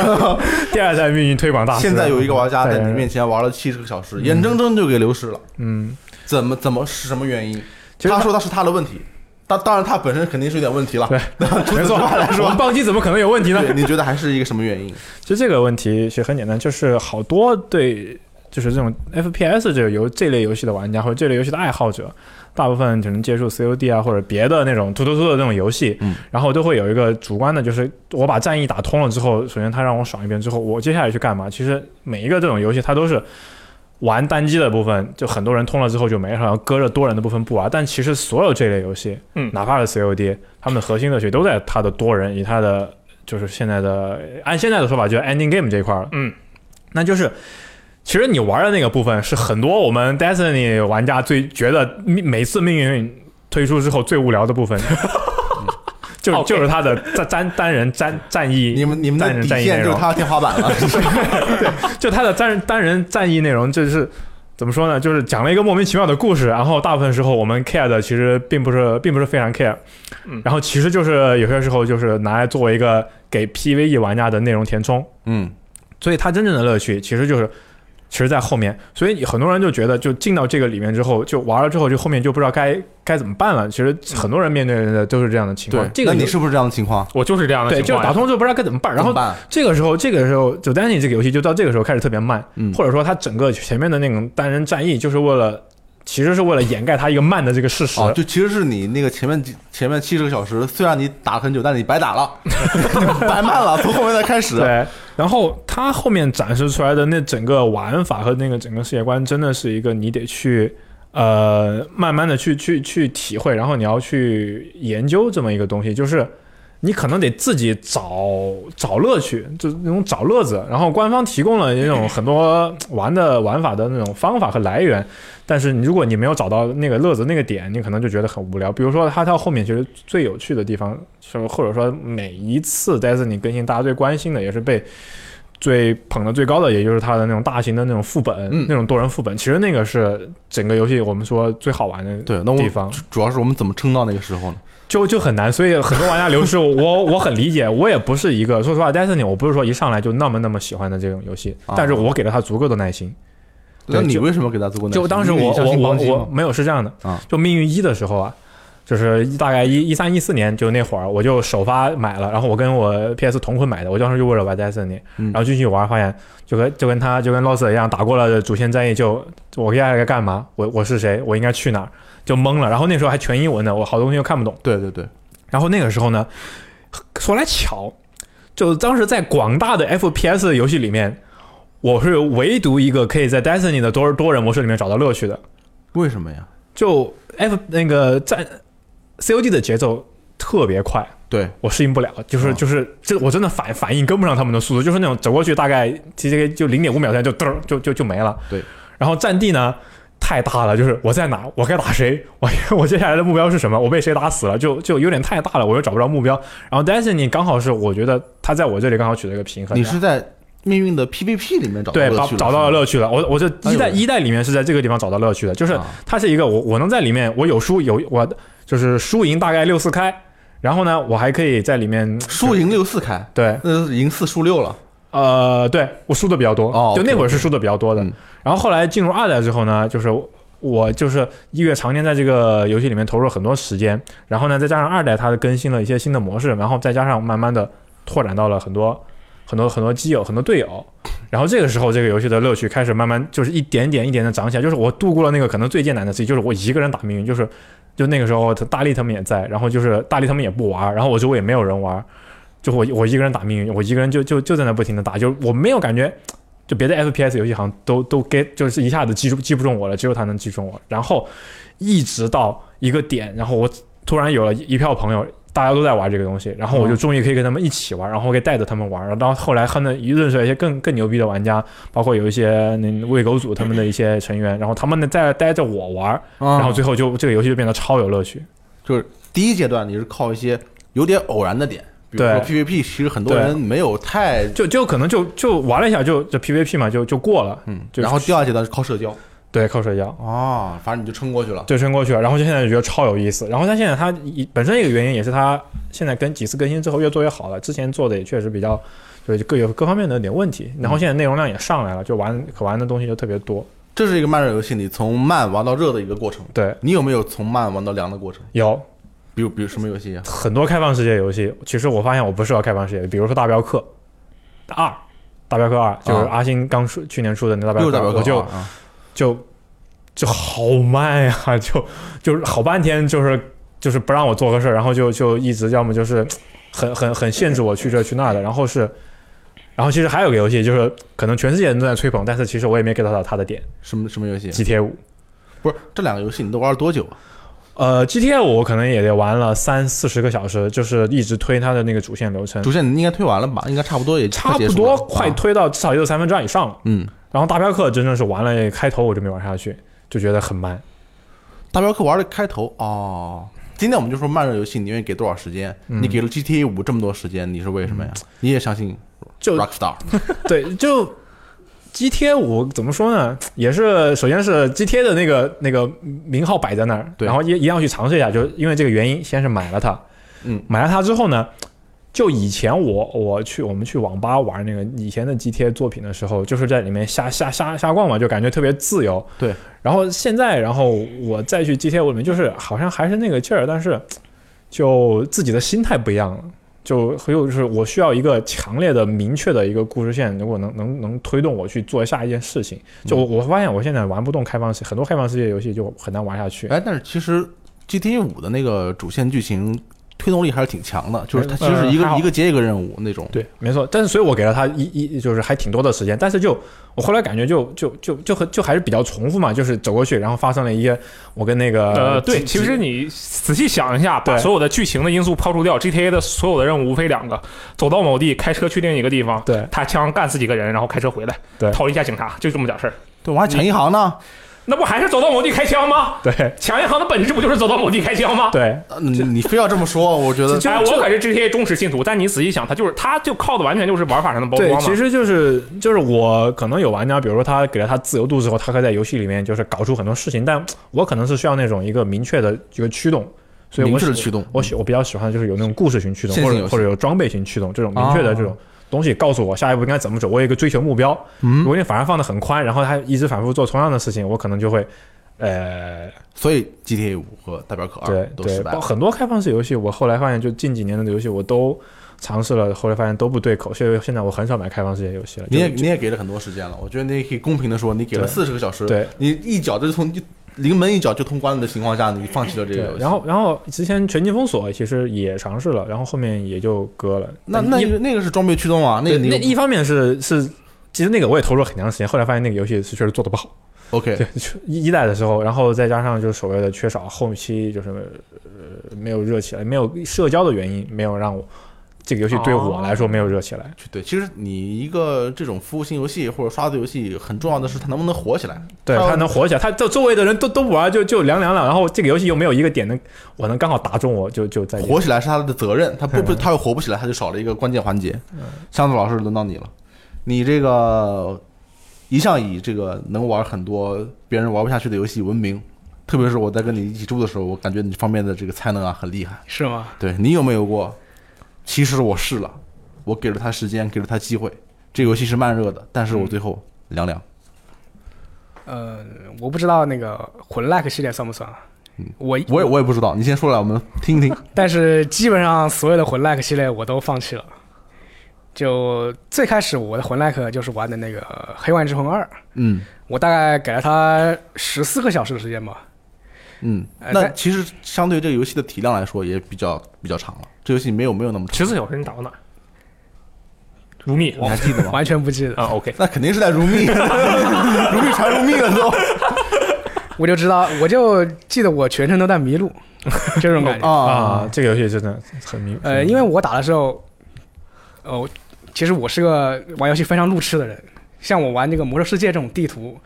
[SPEAKER 3] 第二代命运推 广大师。啊
[SPEAKER 2] 现在有一个玩家在
[SPEAKER 3] 对
[SPEAKER 2] 你面，前玩了七十个小时，眼睁睁就给流失了。
[SPEAKER 3] 嗯，
[SPEAKER 2] 怎么怎么是什么原因？
[SPEAKER 3] 其实
[SPEAKER 2] 他
[SPEAKER 3] 他
[SPEAKER 2] 说他是他的问题，当当然他本身肯定是有点问题了。
[SPEAKER 3] 对，没错，我们 暴击怎么可能有问题呢？
[SPEAKER 2] 对，你觉得还是一个什么原因？
[SPEAKER 3] 其实这个问题其实很简单，就是好多对就是这种 FPS 这个游这类游戏的玩家或者这类游戏的爱好者，大部分可能接触 COD 啊或者别的那种突突突的那种游戏，
[SPEAKER 2] 嗯
[SPEAKER 3] 然后都会有一个主观的，就是我把战役打通了之后，首先它让我爽一遍之后，我接下来去干嘛？其实每一个这种游戏它都是。玩单机的部分，就很多人通了之后就没了，然后搁着多人的部分不玩。但其实所有这类游戏，
[SPEAKER 5] 嗯
[SPEAKER 3] 哪怕是 COD，他们的核心乐趣都在它的多人以它的就是现在的按现在的说法就是 ending game 这一块儿了。
[SPEAKER 5] 嗯，
[SPEAKER 3] 那就是其实你玩的那个部分是很多我们 Destiny 玩家最觉得命每次命运推出之后最无聊的部分。 就
[SPEAKER 5] 哦 OK
[SPEAKER 3] 就是他的单单单人战战役，
[SPEAKER 2] 你们你们
[SPEAKER 3] 单
[SPEAKER 2] 的
[SPEAKER 3] 人战
[SPEAKER 2] 底
[SPEAKER 3] 役内
[SPEAKER 2] 线就
[SPEAKER 3] 容
[SPEAKER 2] 是，他的天花板了。
[SPEAKER 3] 就他的单人单人战役内容，就是怎么说呢？就是讲了一个莫名其妙的故事，然后大部分时候我们 care 的其实并不是并不是非常 care，
[SPEAKER 5] 嗯
[SPEAKER 3] 然后其实就是有些时候就是拿来作为一个给 PVE 玩家的内容填充，
[SPEAKER 2] 嗯，
[SPEAKER 3] 所以它真正的乐趣其实就是，其实在后面。所以很多人就觉得，就进到这个里面之后，就玩了之后，就后面就不知道该该怎么办了。其实很多人面对的都是这样的情况。这个
[SPEAKER 2] 那你
[SPEAKER 3] 游
[SPEAKER 2] 是不是这样的情况？
[SPEAKER 5] 我就是这样的
[SPEAKER 3] 对，
[SPEAKER 5] 情
[SPEAKER 3] 就是
[SPEAKER 5] 况啊
[SPEAKER 3] 打
[SPEAKER 5] 呀。
[SPEAKER 3] 通之后不知道该怎么办。然后
[SPEAKER 2] 怎么办
[SPEAKER 3] 这个时候，这个时候就 Danny 这个游戏就到这个时候开始特别慢，
[SPEAKER 2] 嗯
[SPEAKER 3] 或者说它整个前面的那种单人战役就是为了。其实是为了掩盖它一个慢的这个事实，
[SPEAKER 2] 哦，就其实是你那个前面几前面七十个小时，虽然你打了很久，但是你白打 了，白慢了，从后面再开始。
[SPEAKER 3] 对，然后它后面展示出来的那整个玩法和那个整个世界观，真的是一个你得去呃慢慢的去去去体会，然后你要去研究这么一个东西，就是。你可能得自己找找乐趣，就是那种找乐子。然后官方提供了那种很多玩的玩法的那种方法和来源，但是你如果你没有找到那个乐子那个点，你可能就觉得很无聊。比如说它到后面其实最有趣的地方，就是或者说每一次 Destiny 更新，大家最关心的也是被最捧的最高的，也就是它的那种大型的那种副本，
[SPEAKER 2] 嗯
[SPEAKER 3] 那种多人副本。其实那个是整个游戏我们说最好玩的
[SPEAKER 2] 对，那我
[SPEAKER 3] 地方，
[SPEAKER 2] 主要是我们怎么撑到那个时候呢？
[SPEAKER 3] 就就很难。所以很多玩家流失，我我很理解，我也不是一个说实话，Destiny 我不是说一上来就那么那么喜欢的这种游戏
[SPEAKER 2] 啊，
[SPEAKER 3] 但是我给了它足够的耐心。
[SPEAKER 2] 那
[SPEAKER 3] 对
[SPEAKER 2] 你
[SPEAKER 3] 就
[SPEAKER 2] 为什么给他做过那个？
[SPEAKER 3] 就当时
[SPEAKER 2] 因为
[SPEAKER 3] 我
[SPEAKER 2] 你相
[SPEAKER 3] 我
[SPEAKER 2] 信
[SPEAKER 3] 我
[SPEAKER 2] 邦基
[SPEAKER 3] 我
[SPEAKER 2] 吗
[SPEAKER 3] 没有是这样的
[SPEAKER 2] 啊
[SPEAKER 3] 就命运一的时候啊，就是一大概一一三一四年就那会儿，我就首发买了，然后我跟我 PS 同捆买的，我当时就为了玩 Destiny，、
[SPEAKER 2] 嗯
[SPEAKER 3] 然后进去玩发现就跟就跟他就跟 Lost 一样，打过了主线战役就我接下来该干嘛，我我是谁，我应该去哪儿，就懵了。然后那时候还全英文呢，我好多东西又看不懂。
[SPEAKER 2] 对对对，
[SPEAKER 3] 然后那个时候呢，说来巧，就当时在广大的 FPS 游戏里面。我是唯独一个可以在 Destiny 的多多人模式里面找到乐趣的，
[SPEAKER 2] 为什么呀？
[SPEAKER 3] 就 F 那个战 COD 的节奏特别快，
[SPEAKER 2] 对，
[SPEAKER 3] 我适应不了，就是、
[SPEAKER 2] 哦
[SPEAKER 3] 就是这我真的反反应跟不上他们的速度，就是那种走过去大概直接就零点五秒之内就噔儿就就就没了。
[SPEAKER 2] 对，
[SPEAKER 3] 然后战地呢太大了，就是我在哪，我该打谁，我 我接下来的目标是什么，我被谁打死了，就就有点太大了，我又找不着目标。然后 Destiny 刚好是我觉得他在我这里刚好取得一个平衡，
[SPEAKER 2] 你是在命运的 PVP 里面找到
[SPEAKER 3] 对，
[SPEAKER 2] 乐
[SPEAKER 3] 把
[SPEAKER 2] 趣
[SPEAKER 3] 找到了乐趣了。我我这一代
[SPEAKER 2] 哎呦
[SPEAKER 3] 一代里面是在这个地方找到乐趣的，就是
[SPEAKER 2] 啊
[SPEAKER 3] 它是一个我我能在里面我有输有我就是输赢大概六四开，然后呢我还可以在里面
[SPEAKER 2] 是吗输赢六四开，
[SPEAKER 3] 对
[SPEAKER 2] 那就是赢四输六了。
[SPEAKER 3] 呃，对我输的比较多，
[SPEAKER 2] 哦
[SPEAKER 3] 就那
[SPEAKER 2] OK，
[SPEAKER 3] 会儿是输的比较多的。
[SPEAKER 2] 嗯
[SPEAKER 3] 然后后来进入二代之后呢，就是我就是一月常年在这个游戏里面投入了很多时间，然后呢，再加上二代它更新了一些新的模式，然后再加上慢慢的拓展到了很多很多很多基友、很多队友，然后这个时候这个游戏的乐趣开始慢慢就是一点点一点的涨起来。就是我度过了那个可能最艰难的时期，就是我一个人打命运，就是就那个时候他大力他们也在，然后就是大力他们也不玩，然后我周围也没有人玩，就我我一个人打命运，我一个人就就就在那不停的打，就是我没有感觉。就别的 FPS 游戏好像都都 get 就是一下子击中击不中我了，只有他能击中我。然后一直到一个点，然后我突然有了一票朋友，大家都在玩这个东西，然后我就终于可以跟他们一起玩，然后我可以带着他们玩。然后到后来，他们认识了一些更更牛逼的玩家，包括有一些那喂狗组他们的一些成员，然后他们呢再带着我玩，然
[SPEAKER 2] 然
[SPEAKER 3] 后最后就这个游戏就变得超有乐趣。
[SPEAKER 2] 啊第一阶段你是靠一些有点偶然的点，比如
[SPEAKER 3] 对
[SPEAKER 2] 说 PVP，其实很多
[SPEAKER 3] 对
[SPEAKER 2] 人没有太
[SPEAKER 3] 就就可能就就玩了一下就就 PVP 嘛，就就过了，
[SPEAKER 2] 嗯，
[SPEAKER 3] 就是
[SPEAKER 2] 然后第二阶段是靠社交
[SPEAKER 3] 对，靠睡觉。
[SPEAKER 2] 哦，反正你就撑过去了。
[SPEAKER 3] 对，撑过去了，然后就现在就觉得超有意思。然后他现在他一本身一个原因也是他现在跟几次更新之后越做越好了，之前做的也确实比较就是各有各方面的有点问题。然后现在内容量也上来了，就玩可玩的东西就特别多。
[SPEAKER 2] 这是一个慢热游戏，你从慢玩到热的一个过程。
[SPEAKER 3] 对，
[SPEAKER 2] 你有没有从慢玩到凉的过程？
[SPEAKER 3] 有
[SPEAKER 2] 比如，比如什么游戏啊？
[SPEAKER 3] 很多开放世界游戏，其实我发现我不适合开放世界，比如说大镖客二，大镖客二就是
[SPEAKER 2] 啊
[SPEAKER 3] 阿星刚出去年出的那大镖
[SPEAKER 2] 又
[SPEAKER 3] 客
[SPEAKER 2] 是大镖
[SPEAKER 3] 二，
[SPEAKER 2] 客
[SPEAKER 3] 我就
[SPEAKER 2] 啊啊
[SPEAKER 3] 就就好慢呀、 就就是好半天，就是就是不让我做个事儿，然后就就一直要么就是很很很限制我去这去那的，然后是，然后其实还有个游戏就是可能全世界人都在吹捧，但是其实我也没 get 到它的点
[SPEAKER 2] 什么什么游戏？
[SPEAKER 3] ，GTA 五。
[SPEAKER 2] 不是这两个游戏你都玩了多久啊？
[SPEAKER 3] 呃，GTA 五我可能也得玩了三四十个小时，就是一直推它的那个主线流程，
[SPEAKER 2] 主线你应该推完了吧？应该差不多也
[SPEAKER 3] 差
[SPEAKER 2] 结
[SPEAKER 3] 不
[SPEAKER 2] 束了
[SPEAKER 3] 多快
[SPEAKER 2] 啊
[SPEAKER 3] 推到至少也有三分之二以上了。
[SPEAKER 2] 嗯，
[SPEAKER 3] 然后大镖客真正是玩了开头我就没玩下去，就觉得很慢。
[SPEAKER 2] 大镖客玩的开头哦。今天我们就说慢热游戏，你愿意给多少时间？
[SPEAKER 3] 嗯
[SPEAKER 2] 你给了 GTA 五这么多时间，你是为什么呀？你也相信
[SPEAKER 3] 就
[SPEAKER 2] Rockstar？
[SPEAKER 3] 对，就 GTA 五怎么说呢？也是首先是 GTA 的那个那个名号摆在那儿，
[SPEAKER 2] 对
[SPEAKER 3] 然后一一定要去尝试一下，就因为这个原因，先是买了它，
[SPEAKER 2] 嗯，
[SPEAKER 3] 买了它之后呢，就以前我我去我们去网吧玩那个以前的 GTA 作品的时候，就是在里面瞎瞎瞎瞎逛嘛，就感觉特别自由，
[SPEAKER 2] 对。
[SPEAKER 3] 然后现在，然后我再去 GTA 五里面，就是好像还是那个劲儿，但是就自己的心态不一样了。就很有就是我需要一个强烈的、明确的一个故事线，如果能能能推动我去做下一件事情，就我我发现我现在玩不动开放世很多开放世界游戏就很难玩下去。
[SPEAKER 2] 哎，但是其实 GTA 五的那个主线剧情推动力还是挺强的，就是它其实是一个、
[SPEAKER 3] 呃还好
[SPEAKER 2] 一个接一个任务那种。
[SPEAKER 3] 对，没错。但是所以我给了他一一就是还挺多的时间，但是就我后来感觉就就就就很就还是比较重复嘛，就是走过去，然后发生了一些我跟那个
[SPEAKER 5] 呃，对，
[SPEAKER 3] 几
[SPEAKER 5] 其实你仔细想一下，把
[SPEAKER 3] 对
[SPEAKER 5] 所有的剧情的因素抛除掉，GTA 的所有的任务无非两个：走到某地，开车去另一个地方，
[SPEAKER 3] 对
[SPEAKER 5] 他枪干死几个人，然后开车回来，
[SPEAKER 3] 对
[SPEAKER 5] 逃离一下警察，就这么点事儿。
[SPEAKER 2] 对，我
[SPEAKER 3] 嗯
[SPEAKER 2] 还抢银行呢。
[SPEAKER 5] 那不还是走到某地开枪吗？
[SPEAKER 3] 对
[SPEAKER 5] 抢银行的本质不就是走到某地开枪吗？
[SPEAKER 3] 对
[SPEAKER 2] 呃你你非要这么说，我觉得
[SPEAKER 5] 哎，我可是 GTA 忠实信徒，但你仔细想，他就是他就靠的完全就是玩法上的包
[SPEAKER 3] 对，
[SPEAKER 5] 装
[SPEAKER 3] 其
[SPEAKER 5] 嘛。
[SPEAKER 3] 实就是就是我可能有玩家，比如说他给了他自由度之后，他可以在游戏里面就是搞出很多事情，但我可能是需要那种一个明确的一个驱动，所以我
[SPEAKER 2] 明确的
[SPEAKER 3] 喜
[SPEAKER 2] 驱动
[SPEAKER 3] 我喜我比较喜欢就是有那种故事型驱
[SPEAKER 2] 嗯
[SPEAKER 3] 动，
[SPEAKER 2] 线
[SPEAKER 3] 或
[SPEAKER 2] 性游
[SPEAKER 3] 者
[SPEAKER 2] 戏哦
[SPEAKER 3] 或者有装备型驱动这种明确的这种。东西告诉我下一步应该怎么走，我有一个追求目标。
[SPEAKER 2] 嗯
[SPEAKER 3] 如果你反而放的很宽，然后他一直反复做同样的事情，我可能就会，呃，
[SPEAKER 2] 所以 GTA 五和大镖客二
[SPEAKER 3] 对
[SPEAKER 2] 都
[SPEAKER 3] 对
[SPEAKER 2] 失，败
[SPEAKER 3] 包
[SPEAKER 2] 了。
[SPEAKER 3] 很多开放式游戏，我后来发现，就近几年的游戏我都尝试了，后来发现都不对口，所以现在我很少买开放世界游戏了。
[SPEAKER 2] 你也
[SPEAKER 3] 就
[SPEAKER 2] 你也给了很多时间了，我觉得你也可以公平的说，你给了
[SPEAKER 3] 对
[SPEAKER 2] 四十个小时，
[SPEAKER 3] 对
[SPEAKER 2] 你一脚就从一临门一脚就通关了的情况下，你放弃了这个游
[SPEAKER 3] 对，
[SPEAKER 2] 戏。
[SPEAKER 3] 然后然后之前全境封锁其实也尝试了，然后后面也就割了。
[SPEAKER 2] 那那
[SPEAKER 3] 一
[SPEAKER 2] 个那个是装备驱动啊，那个
[SPEAKER 3] 对
[SPEAKER 2] 你
[SPEAKER 3] 那一方面是是，其实那个我也投入了很长时间，后来发现那个游戏是确实做的不好。
[SPEAKER 2] OK
[SPEAKER 3] 对，就一一代的时候，然后再加上就是所谓的缺少后期就是呃没有热起来，没有社交的原因，没有让我这个游戏对我来说没有热起来。
[SPEAKER 2] 对，其实你一个这种服务型游戏或者刷子游戏，很重要的是它能不能火起来。
[SPEAKER 3] 对
[SPEAKER 2] 还有
[SPEAKER 3] 他能火起来，他周周围的人都都玩就就凉凉了，然后这个游戏又没有一个点能我能刚好打中我，就就在
[SPEAKER 2] 火起来是他的责任，他不不，他又火不起来，他就少了一个关键环节。箱子老师，轮到你了，你这个一向以这个能玩很多别人玩不下去的游戏闻名，特别是我在跟你一起住的时候，我感觉你这方面的这个才能啊很厉害。
[SPEAKER 4] 是吗？
[SPEAKER 2] 对你有没有过？其实我试了，我给了他时间，给了他机会，这个游戏是慢热的，但是我最后凉凉。
[SPEAKER 4] 呃，我不知道那个魂 like 系列算不算啊
[SPEAKER 2] 嗯？
[SPEAKER 4] 我
[SPEAKER 2] 我也我也不知道，你先说来我们听一听。
[SPEAKER 4] 但是基本上所有的魂 like 系列我都放弃了。就最开始我的魂 like 就是玩的那个《黑暗之魂二》，
[SPEAKER 2] 嗯
[SPEAKER 4] 我大概给了它十四个小时的时间吧。
[SPEAKER 2] 嗯，
[SPEAKER 4] 呃
[SPEAKER 2] 那
[SPEAKER 4] 但
[SPEAKER 2] 其实相对这个游戏的体量来说也比较比较长了。这游戏没有没有那么长，
[SPEAKER 5] 十四小时你打到哪儿？如蜜
[SPEAKER 2] 你还记得吗？
[SPEAKER 4] 完全不记得，
[SPEAKER 5] 啊，OK，
[SPEAKER 2] 那肯定是在如蜜， 如蜜传如蜜了都
[SPEAKER 4] 我就知道，我就记得我全程都在 迷路，这种感觉。
[SPEAKER 3] 啊
[SPEAKER 2] 啊！，
[SPEAKER 3] 这个游戏真的很迷。
[SPEAKER 4] 呃，因为我打的时候，呃，我其实我是个玩游戏非常路痴的人，像我玩这个《魔兽世界》这种地图，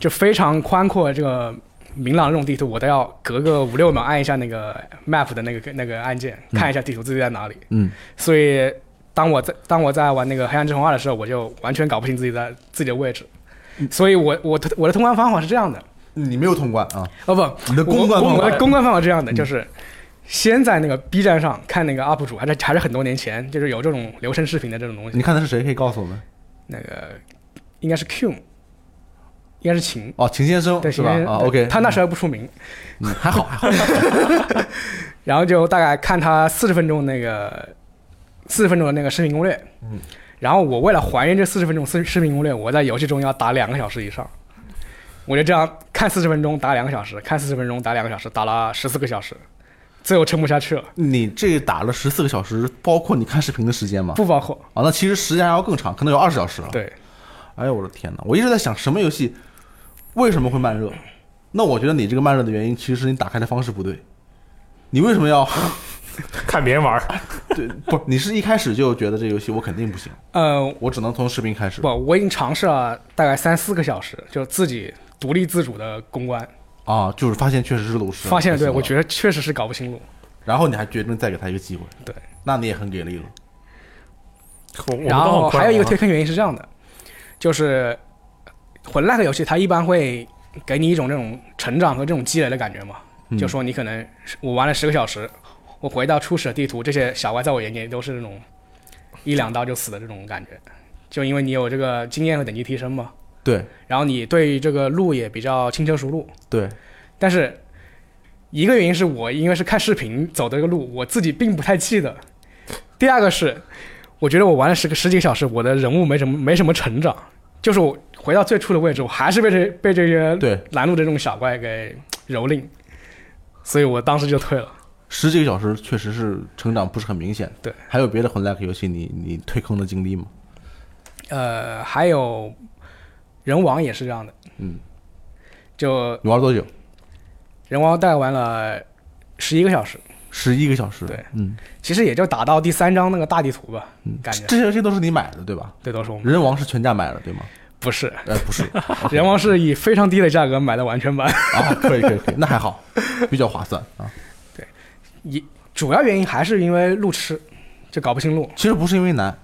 [SPEAKER 4] 就非常宽阔、这个明朗的这种地图，我都要隔个五六秒按一下那个 map 的那个那个按键，看一下地图自己在哪里。
[SPEAKER 2] 嗯，
[SPEAKER 4] 所以当我在当我在玩那个《黑暗之魂二》的时候，我就完全搞不清自己在自己的位置。所以我我我的通关方法是这样的，
[SPEAKER 2] 你没有通关啊，
[SPEAKER 4] 哦不，
[SPEAKER 2] 你的公关
[SPEAKER 4] 我
[SPEAKER 2] 方嗯
[SPEAKER 4] 我
[SPEAKER 2] 法
[SPEAKER 4] 的公关方法是这样的，就是先在那个 B 站上看那个 UP 主，还是还是很多年前，就是有这种流程视频的这种东西
[SPEAKER 2] 你。看的是谁？可以告诉我们
[SPEAKER 4] 那个应该是 Q，应该是秦，
[SPEAKER 2] 哦，秦先生
[SPEAKER 4] 对
[SPEAKER 2] 是吧？
[SPEAKER 4] 秦
[SPEAKER 2] 啊，OK，
[SPEAKER 4] 他那时候还不出名，
[SPEAKER 2] 嗯还好还好，
[SPEAKER 4] 然后就大概看他四十分钟那个四十分钟的那个视频攻略，嗯，然后我为了还原这四十分钟视视频攻略，我在游戏中要打两个小时以上，我就这样看四十分钟打两个小时，看四十分钟打两个小时，打了十四个小时，最后撑不下去了，
[SPEAKER 2] 你这打了十四个小时，包括你看视频的时间吗？
[SPEAKER 4] 不包括
[SPEAKER 2] 啊，那其实时间还要更长，可能有二十小时了。
[SPEAKER 4] 对。
[SPEAKER 2] 哎呦我的天哪！我一直在想什么游戏为什么会慢热？那我觉得你这个慢热的原因，其实是你打开的方式不对。你为什么要？
[SPEAKER 5] 看别人玩儿，
[SPEAKER 2] 对，不是你是一开始就觉得这游戏我肯定不行，
[SPEAKER 4] 呃，
[SPEAKER 2] 我只能从视频开始
[SPEAKER 4] 不，我已经尝试了大概三四个小时，就自己独立自主的公关，
[SPEAKER 2] 啊，就是发现确实是鲁
[SPEAKER 5] 啊
[SPEAKER 2] 师，
[SPEAKER 4] 发现对我
[SPEAKER 2] 得，
[SPEAKER 4] 觉得确实是搞不清路。
[SPEAKER 2] 然后你还决定再给他一个机会，
[SPEAKER 4] 对，
[SPEAKER 2] 那你也很给力了。
[SPEAKER 5] 我我们
[SPEAKER 4] 然
[SPEAKER 5] 都
[SPEAKER 4] 后
[SPEAKER 5] 好快
[SPEAKER 4] 还有一个
[SPEAKER 5] 啊
[SPEAKER 4] 推坑原因是这样的，就是魂 like 游戏它一般会给你一种这种成长和这种积累的感觉嘛，
[SPEAKER 2] 嗯
[SPEAKER 4] 就说你可能是我玩了十个小时，我回到初始的地图，这些小怪在我眼里都是那种一两刀就死的这种感觉，就因为你有这个经验和等级提升嘛，
[SPEAKER 2] 对
[SPEAKER 4] 然后你对这个路也比较轻车熟路，
[SPEAKER 2] 对，
[SPEAKER 4] 但是一个原因是我因为是看视频走的这个路，我自己并不太记得。第二个是，我觉得我玩了十个十几个小时，我的人物没什么没什么成长，就是我回到最初的位置，我还是被这被这些
[SPEAKER 2] 对
[SPEAKER 4] 拦路的这种小怪给蹂躏，所以我当时就退了。
[SPEAKER 2] 十几个小时确实是成长不是很明显。
[SPEAKER 4] 对，
[SPEAKER 2] 还有别的魂 like 游戏你你退坑的经历吗？
[SPEAKER 4] 呃，还有人王也是这样的，
[SPEAKER 2] 嗯，
[SPEAKER 4] 就
[SPEAKER 2] 你玩了多久？
[SPEAKER 4] 人王大概玩了十一个小时，
[SPEAKER 2] 十一个小时。
[SPEAKER 4] 对，
[SPEAKER 2] 嗯，
[SPEAKER 4] 其实也就打到第三章那个大地图吧，感觉
[SPEAKER 2] 这些游戏都是你买的对吧？
[SPEAKER 4] 对，都是我们
[SPEAKER 2] 人王是全价买的对吗？
[SPEAKER 4] 不是。
[SPEAKER 2] 哎，不是，
[SPEAKER 4] 人王是以非常低的价格买的完全版，
[SPEAKER 2] 啊，可以可以可以，那还好，比较划算啊。
[SPEAKER 4] 一主要原因还是因为路痴，就搞不清路。
[SPEAKER 2] 其实不是因为难，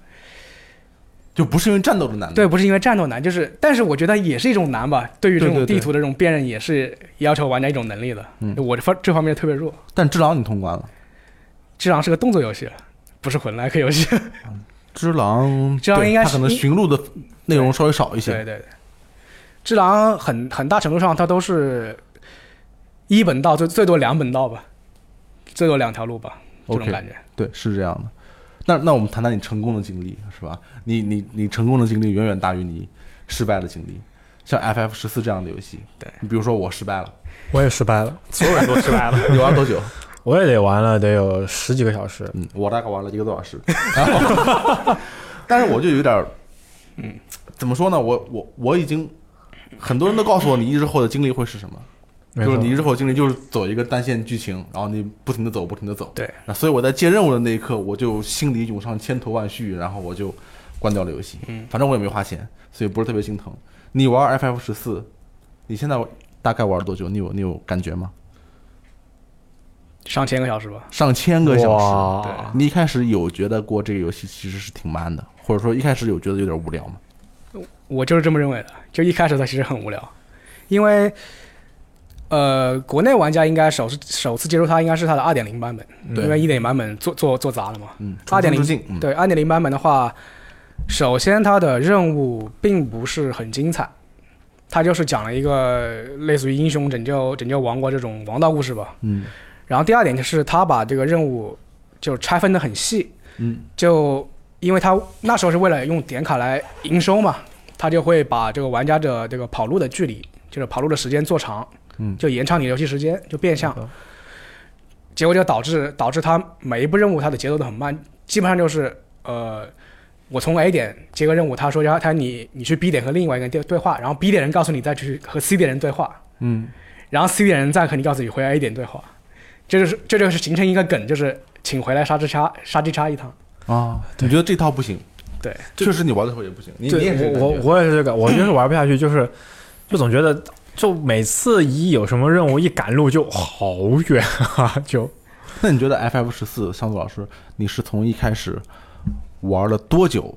[SPEAKER 2] 就不是因为战斗的难度。
[SPEAKER 4] 对，不是因为战斗难，就是，但是我觉得也是一种难吧。对于这
[SPEAKER 2] 对
[SPEAKER 4] 种
[SPEAKER 2] 对对
[SPEAKER 4] 地图的这种辨认，也是要求玩家一种能力的。
[SPEAKER 2] 嗯
[SPEAKER 4] 我这方这方面特别弱。
[SPEAKER 2] 但只狼你通关了，
[SPEAKER 4] 智狼是个动作游戏，不是混 like 游戏。
[SPEAKER 2] 只狼
[SPEAKER 4] 只狼
[SPEAKER 2] 对
[SPEAKER 4] 应该
[SPEAKER 2] 它
[SPEAKER 4] 是
[SPEAKER 2] 可能
[SPEAKER 4] 一
[SPEAKER 2] 寻路的内容稍微少一些。
[SPEAKER 4] 对对对，智狼很很大程度上它都是一本道，最最多两本道吧，最多两条路吧，这种
[SPEAKER 2] OK
[SPEAKER 4] 感觉。
[SPEAKER 2] 对，是这样的。那那我们谈谈你成功的经历是吧？你你你成功的经历远远大于你失败的经历。像 FF 十四这样的游戏，
[SPEAKER 4] 对
[SPEAKER 2] 你比如说我失败了，
[SPEAKER 3] 我也失败了，
[SPEAKER 5] 所有人都失败 了。
[SPEAKER 2] 你玩了多久？
[SPEAKER 3] 我也得玩了得有十几个小时。
[SPEAKER 2] 嗯，我大概玩了一个多小时，然后 但是我就有点儿，嗯，怎么说呢？我我我已经很多人都告诉我，你一日后的经历会是什么？
[SPEAKER 3] 没
[SPEAKER 2] 就是
[SPEAKER 3] 错
[SPEAKER 2] 你日后经历就是走一个单线剧情，然后你不停的走，不停的走。
[SPEAKER 4] 对，
[SPEAKER 2] 那所以我在接任务的那一刻，我就心里涌上千头万绪，然后我就关掉了游戏。
[SPEAKER 4] 嗯，
[SPEAKER 2] 反正我也没花钱，所以不是特别心疼。你玩 FF 十四，你现在大概玩了多久？你有你有感觉吗？
[SPEAKER 4] 上千个小时吧。
[SPEAKER 2] 上千个小时。
[SPEAKER 3] 哇
[SPEAKER 4] 对
[SPEAKER 2] 你一开始有觉得过这个游戏其实是挺慢的，或者说一开始有觉得有点无聊吗？
[SPEAKER 4] 我就是这么认为的。就一开始它其实很无聊，因为呃，国内玩家应该首次首次接触它应该是它的二点零版本，
[SPEAKER 2] 嗯对
[SPEAKER 4] 因为一点版本做做做砸了嘛。
[SPEAKER 2] 嗯，
[SPEAKER 4] 二点
[SPEAKER 2] 重出
[SPEAKER 4] 零
[SPEAKER 2] 致敬，嗯，
[SPEAKER 4] 对，二点零版本的话，首先，它的任务并不是很精彩，它就是讲了一个类似于英雄拯救拯救王国这种王道故事吧。
[SPEAKER 2] 嗯
[SPEAKER 4] 然后第二点就是，他把这个任务就拆分的很细，
[SPEAKER 2] 嗯
[SPEAKER 4] 就因为他那时候是为了用点卡来营收嘛，他就会把这个玩家的这个跑路的距离，就是跑路的时间做长，
[SPEAKER 2] 嗯
[SPEAKER 4] 就延长你的游戏时间，就变相。结果就导致导致他每一步任务它的节奏都很慢，基本上就是呃，我从 A 点接个任务，他说要他你你去 B 点和另外一个人对对话，然后 B 点人告诉你再去和 C 点人对话，
[SPEAKER 2] 嗯，
[SPEAKER 4] 然后 C 点人再和你告诉你回 A 点对话，这就是这就是形成一个梗，就是请回来杀之叉杀之叉一趟。
[SPEAKER 2] 啊，你觉得这套不行？
[SPEAKER 4] 对，
[SPEAKER 2] 确实你玩的时候也不行。你你也是
[SPEAKER 3] 对，
[SPEAKER 2] 这
[SPEAKER 3] 我
[SPEAKER 2] 感
[SPEAKER 3] 我
[SPEAKER 2] 觉
[SPEAKER 3] 我也是这个，我就是玩不下去，就是就总觉得，就每次一有什么任务一赶路就好远啊， 就
[SPEAKER 2] 那你觉得 F F 十四，向佐老师，你是从一开始玩了多久，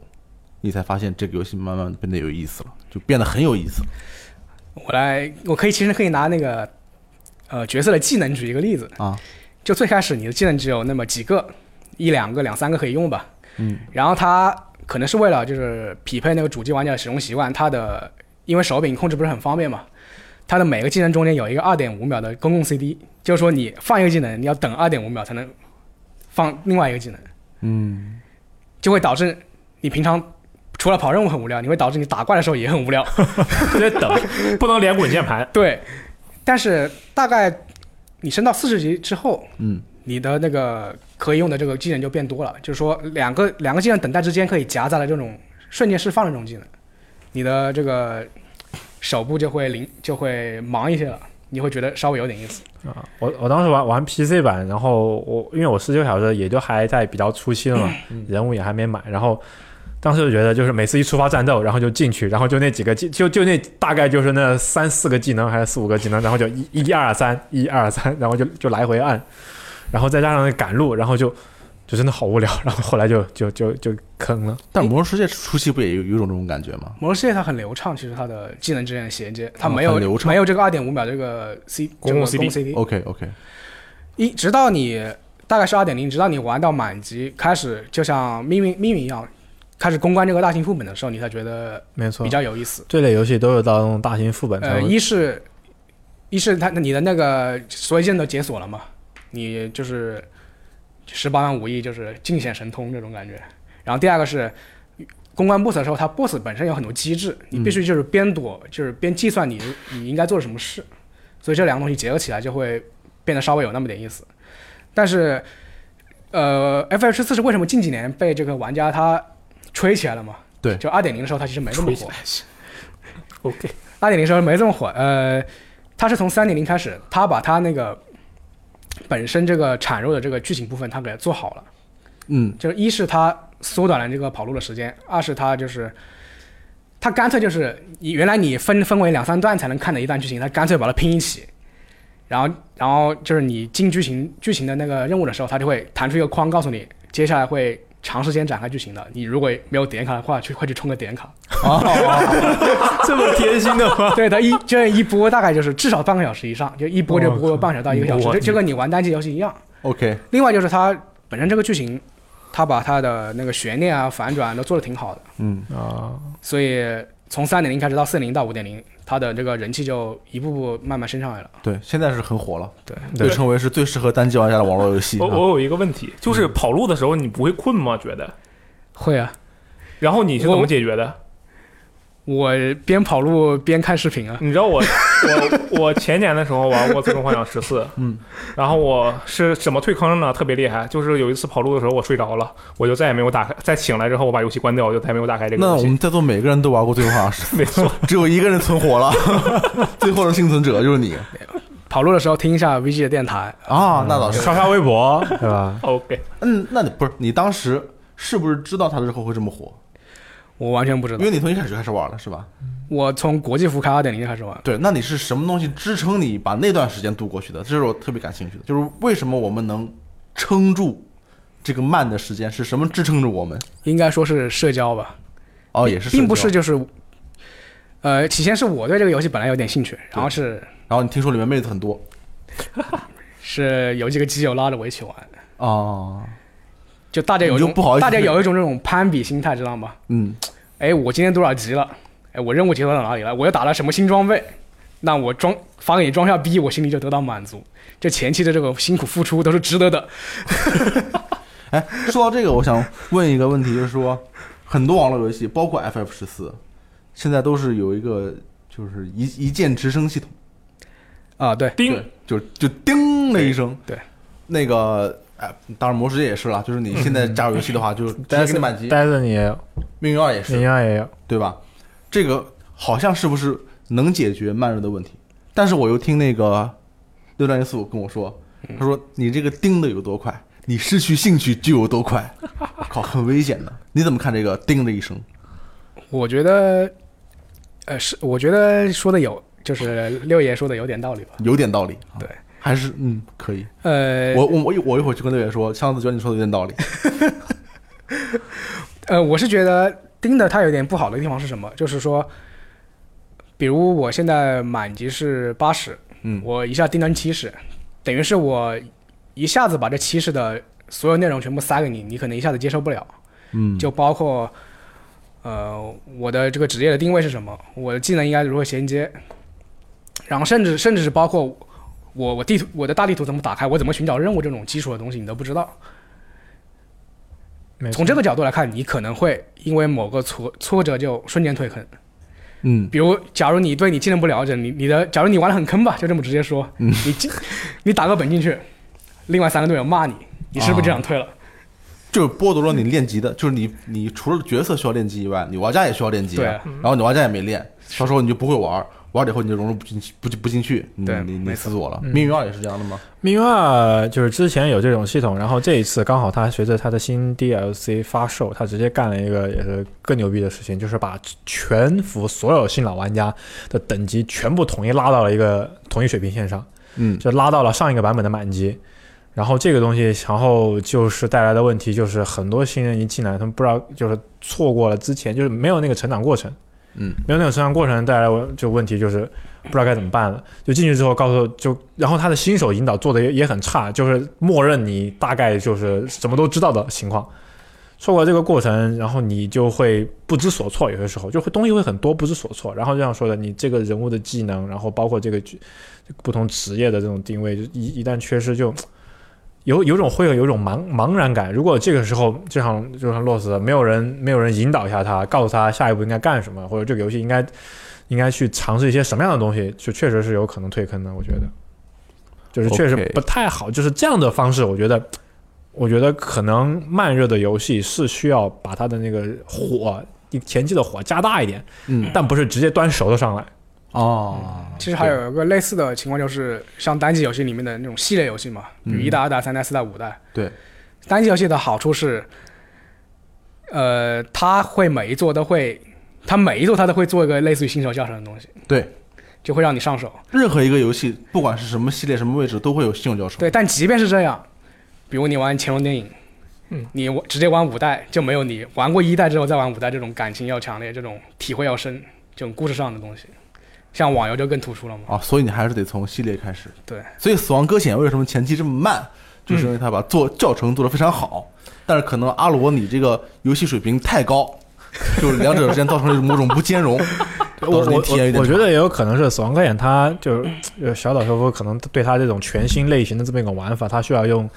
[SPEAKER 2] 你才发现这个游戏慢慢变得有意思了，就变得很有意思了？
[SPEAKER 4] 我来，我可以其实可以拿那个呃角色的技能举一个例子
[SPEAKER 2] 啊，
[SPEAKER 4] 就最开始你的技能只有那么几个，一两个、两三个可以用吧。
[SPEAKER 2] 嗯，
[SPEAKER 4] 然后它可能是为了就是匹配那个主机玩家的使用习惯，它的因为手柄控制不是很方便嘛，它的每个技能中间有一个二点五秒的公共 CD，就是说你放一个技能，你要等二点五秒才能放另外一个技能，
[SPEAKER 2] 嗯，
[SPEAKER 4] 就会导致你平常除了跑任务很无聊，你会导致你打怪的时候也很无 聊。
[SPEAKER 5] 得 等，不能连滚键盘。
[SPEAKER 4] 对，但是大概你升到四十级之后，
[SPEAKER 2] 嗯，
[SPEAKER 4] 你的那个可以用的这个技能就变多了，就是说两个两个技能等待之间可以夹杂的这种瞬间释放的这种技能，你的这个手部就会灵就会忙一些了，你会觉得稍微有点意思。
[SPEAKER 3] 啊，我我当时玩玩 PC 版，然后我因为我十九小时也就还在比较初期了嘛，
[SPEAKER 2] 嗯
[SPEAKER 3] 人物也还没买，然后当时就觉得就是每次一触发战斗，然后就进去，然后就那几个技，就就那大概就是那三四个技能还是四五个技能，然后就一一二三一二三，然后就就来回按，然后再加上那赶路，然后就就真的好无聊，然后后来就就就就坑了。
[SPEAKER 2] 但魔兽世界初期不也有有一种这种感觉吗？
[SPEAKER 4] 魔兽世界它很流畅，其实它的技能之间的衔接，它
[SPEAKER 2] 哦
[SPEAKER 4] 没有、
[SPEAKER 2] 很流畅
[SPEAKER 4] 没有这个二点五秒这个 C
[SPEAKER 5] 公
[SPEAKER 4] 这个
[SPEAKER 5] 共 CD
[SPEAKER 4] 公 CD，
[SPEAKER 2] OK OK，
[SPEAKER 4] 一直到你大概是二点零，直到你玩到满级开始，就像命运命运一样，开始攻关这个大型副本的时候，你才觉得
[SPEAKER 3] 没错
[SPEAKER 4] 比较有意思。
[SPEAKER 3] 这类游戏都有到那种大型副本才
[SPEAKER 4] 呃，
[SPEAKER 3] 会
[SPEAKER 4] 一是一是它你的那个所有技能都解锁了嘛，你就是十八万武艺就是尽显神通这种感觉。然后第二个是公关 BOSS 的时候，它 BOSS 本身有很多机制，你必须
[SPEAKER 3] 嗯
[SPEAKER 4] 就是边躲、就是边计算你你应该做什么事，所以这两个东西结合起来就会变得稍微有那么点意思。但是，呃，F F 十四是为什么近几年被这个玩家他吹起来了嘛？
[SPEAKER 2] 对
[SPEAKER 4] 就二点零的时候它其实没那么
[SPEAKER 5] 吹
[SPEAKER 4] 火，
[SPEAKER 5] OK，
[SPEAKER 4] 二点零时候没这么火，呃，它是从三点零开始，它把它那个本身这个产肉的这个剧情部分它给做好了，
[SPEAKER 2] 嗯，
[SPEAKER 4] 就是一是它缩短了这个跑路的时间，二是它就是它干脆就是你原来你分分为两三段才能看的一段剧情，它干脆把它拼一起。然后，然后就是你进剧情剧情的那个任务的时候，它就会弹出一个框，告诉你接下来会长时间展开剧情的。你如果没有点卡的话，去快去充个点 卡。哦
[SPEAKER 3] 这么贴心的吗？
[SPEAKER 4] 对的，一这一波大概就是至少半个小时以上，就一波就不过半小时到一个小时，
[SPEAKER 5] 我
[SPEAKER 4] 这这跟你玩单机游戏一样。
[SPEAKER 2] OK，
[SPEAKER 4] 另外就是它本身这个剧情，它把它的那个悬念啊、反转都做的挺好的，
[SPEAKER 2] 嗯
[SPEAKER 3] 啊，
[SPEAKER 4] 所以从三点零开始到四零到五点零，它的这个人气就一步步慢慢升上来了。
[SPEAKER 2] 对，现在是很火了，
[SPEAKER 4] 对，
[SPEAKER 2] 被称为是最适合单机玩家的网络游戏。
[SPEAKER 5] 我
[SPEAKER 2] 啊
[SPEAKER 5] 我有一个问题，
[SPEAKER 4] 嗯
[SPEAKER 5] 就是跑路的时候你不会困吗？觉得？
[SPEAKER 4] 会啊，
[SPEAKER 5] 然后你是怎
[SPEAKER 4] 我
[SPEAKER 5] 么解决的？
[SPEAKER 4] 我边跑路边看视频啊，
[SPEAKER 5] 你知道我我我前年的时候玩过《最终幻想十四》，
[SPEAKER 2] 嗯，
[SPEAKER 5] 然后我是怎么退坑呢？特别厉害，就是有一次跑路的时候我睡着了，我就再也没有打开，再醒来之后我把游戏关掉，我就再也没有打开这个
[SPEAKER 2] 那
[SPEAKER 5] 游
[SPEAKER 2] 我
[SPEAKER 5] 戏。
[SPEAKER 2] 们在座每个人都玩过《最后幻想十
[SPEAKER 5] 没错，
[SPEAKER 2] 只有一个人存活了， 最后的幸存者就是你
[SPEAKER 4] 跑路的时候听一下 VG 的电台，
[SPEAKER 2] 啊！那倒是，
[SPEAKER 3] 刷刷微博 对吧？
[SPEAKER 5] OK，
[SPEAKER 2] 嗯，那你不是你当时是不是知道他之后会这么火？
[SPEAKER 4] 我完全不知
[SPEAKER 2] 因
[SPEAKER 4] 道，
[SPEAKER 2] 为你从一开始就开始玩了是吧？
[SPEAKER 4] 我从国际服开二点零开始玩。
[SPEAKER 2] 对，那你是什么东西支撑你把那段时间度过去的？这是我特别感兴趣的，就是为什么我们能撑住这个慢的时间，是什么支撑着我们？
[SPEAKER 4] 应该说是社交吧。
[SPEAKER 2] 哦，也是，
[SPEAKER 4] 并不是。就是，呃，起先是我对这个游戏本来有点兴趣，然后是
[SPEAKER 2] 然后你听说里面妹子很多
[SPEAKER 4] 是有几个基友拉着我一起玩，
[SPEAKER 2] 哦，
[SPEAKER 4] 就大家有一
[SPEAKER 2] 你就
[SPEAKER 4] 种
[SPEAKER 2] 不好意思
[SPEAKER 4] 大家有一种这种攀比心态，知道吗？
[SPEAKER 2] 嗯，
[SPEAKER 4] 哎，我今天多少级了？哎，我任务结束到哪里了？我又打了什么新装备？那我装发给你装下逼，我心里就得到满足。这前期的这个辛苦付出都是值得的。
[SPEAKER 2] 哎，说到这个，我想问一个问题，就是说，很多网络游戏，包括 FF 十四，现在都是有一个就是一一键直升系统，
[SPEAKER 4] 啊，对，
[SPEAKER 5] 叮
[SPEAKER 2] 对，就就叮的一声，
[SPEAKER 4] 对对
[SPEAKER 2] 那个。哎，当然，魔兽世界也是啦。就是你现在
[SPEAKER 4] 嗯
[SPEAKER 2] 加入游戏的话，就是直接给你满级。
[SPEAKER 3] 呆着你也有，
[SPEAKER 2] 命运二也
[SPEAKER 4] 哎
[SPEAKER 2] 是，
[SPEAKER 3] 零二也有，
[SPEAKER 2] 对吧？这个好像是不是能解决慢热的问题？但是我又听那个六战一四五跟我说，
[SPEAKER 4] 嗯
[SPEAKER 2] 他说你这个盯的有多快，你失去兴趣就有多快， 靠，很危险的。你怎么看这个叮的一声？
[SPEAKER 4] 我觉得，呃，是我觉得说的有，就是六爷说的有点道理吧。
[SPEAKER 2] 有点道理，啊
[SPEAKER 4] 对，
[SPEAKER 2] 还是嗯可以。
[SPEAKER 4] 呃，
[SPEAKER 2] 我我我一我一会儿去跟六爷说，上次觉得你说的有点 道理。
[SPEAKER 4] 呃，我是觉得盯的它有点不好的地方是什么？就是说，比如我现在满级是八十，
[SPEAKER 2] 嗯
[SPEAKER 4] 我一下盯成七十，等于是我一下子把这七十的所有内容全部塞给你，你可能一下子接受不了。
[SPEAKER 2] 嗯，
[SPEAKER 4] 就包括，呃，我的这个职业的定位是什么，我的技能应该如何衔接，然后甚至甚至是包括我我地图我的大地图怎么打开，我怎么寻找任务这种基础的东西你都不知道。
[SPEAKER 3] 没错
[SPEAKER 4] 从这个角度来看，你可能会因为某个挫挫折就瞬间退坑。
[SPEAKER 2] 嗯
[SPEAKER 4] 比如，假如你对你技能不了解，你你的假如你玩的很坑吧，就这么直 接说，你进你打个本进去，另外三个队友骂你，你是不是就想退
[SPEAKER 3] 嗯
[SPEAKER 4] 了？
[SPEAKER 2] 就是剥夺了你练级的，就是你你除了角色需要练级以外，你玩家也需要练级
[SPEAKER 4] 对
[SPEAKER 2] 啊，然后你玩家也没练，到时候你就不会玩，玩了以后你就融入不进去，不不进去，你
[SPEAKER 4] 对
[SPEAKER 2] 你
[SPEAKER 4] 没
[SPEAKER 2] 你
[SPEAKER 4] 错
[SPEAKER 2] 死我了。
[SPEAKER 3] 嗯
[SPEAKER 2] 命运二也是这样的吗？
[SPEAKER 3] 命运二啊就是之前有这种系统，然后这一次刚好它随着它的新 DLC 发售，它直接干了一个也是更牛逼的事情，就是把全服所有新老玩家的等级全部统一拉到了一个同一水平线上，
[SPEAKER 2] 嗯，
[SPEAKER 3] 就拉到了上一个版本的满级。然后这个东西，然后就是带来的问题就是很多新人一进来，他们不知道就是错过了之前就是没有那个成长过程，
[SPEAKER 2] 嗯，
[SPEAKER 3] 没有那种成长过程带来我就问题就是不知道该怎么办了。就进去之后告诉就，然后他的新手引导做的也也很差，就是默认你大概就是什么都知道的情况。错过这个过程，然后你就会不知所措，有些时候就会东西会很多不知所措。然后就像说的，你这个人物的技能，然后包括这个剧不同职业的这种定位，就一一旦缺失就。有有种会有有种茫茫然感。如果这个时候就像就像 Lost，的没有人没有人引导一下他，告诉他下一步应该干什么，或者这个游戏应该应该去尝试一些什么样的东西，就确实是有可能退坑的。我觉得，就是确实
[SPEAKER 2] OK
[SPEAKER 3] 不太好就是这样的方式，我觉得。我觉得可能慢热的游戏是需要把它的那个火前期的火加大一点，
[SPEAKER 2] 嗯
[SPEAKER 3] 但不是直接端熟的上来。
[SPEAKER 2] 哦，
[SPEAKER 4] 其实还有一个类似的情况，就是像单机游戏里面的那种系列游戏嘛，比如一代、二代、三代、四代、五代。
[SPEAKER 2] 对，
[SPEAKER 4] 单机游戏的好处是，呃，它会每一座都会，它每一座它都会做一个类似于新手教程的东西，
[SPEAKER 2] 对，
[SPEAKER 4] 就会让你上手。
[SPEAKER 2] 任何一个游戏，不管是什么系列、什么位置，都会有信用教授。
[SPEAKER 4] 对，但即便是这样，比如你玩乾隆电影，
[SPEAKER 5] 嗯，
[SPEAKER 4] 你玩直接玩五代就没有你玩过一代之后再玩五代这种感情要强烈、这种体会要深、这种故事上的东西，像网游就更突出了嘛。
[SPEAKER 2] 啊，所以你还是得从系列开始。
[SPEAKER 4] 对，
[SPEAKER 2] 所以《死亡搁浅》为什么前期这么慢，就是因为他把做教程做得非常好，但是可能阿罗你这个游戏水平太高，就是两者之间造成了某种不兼容，
[SPEAKER 3] 我
[SPEAKER 2] 导致
[SPEAKER 3] 我
[SPEAKER 2] 你体验有点
[SPEAKER 3] 我觉
[SPEAKER 2] 差
[SPEAKER 3] 得也有可能是《死亡搁浅》，它就是呃小岛秀夫可能对他这种全新类型的这么一个玩法，他需要用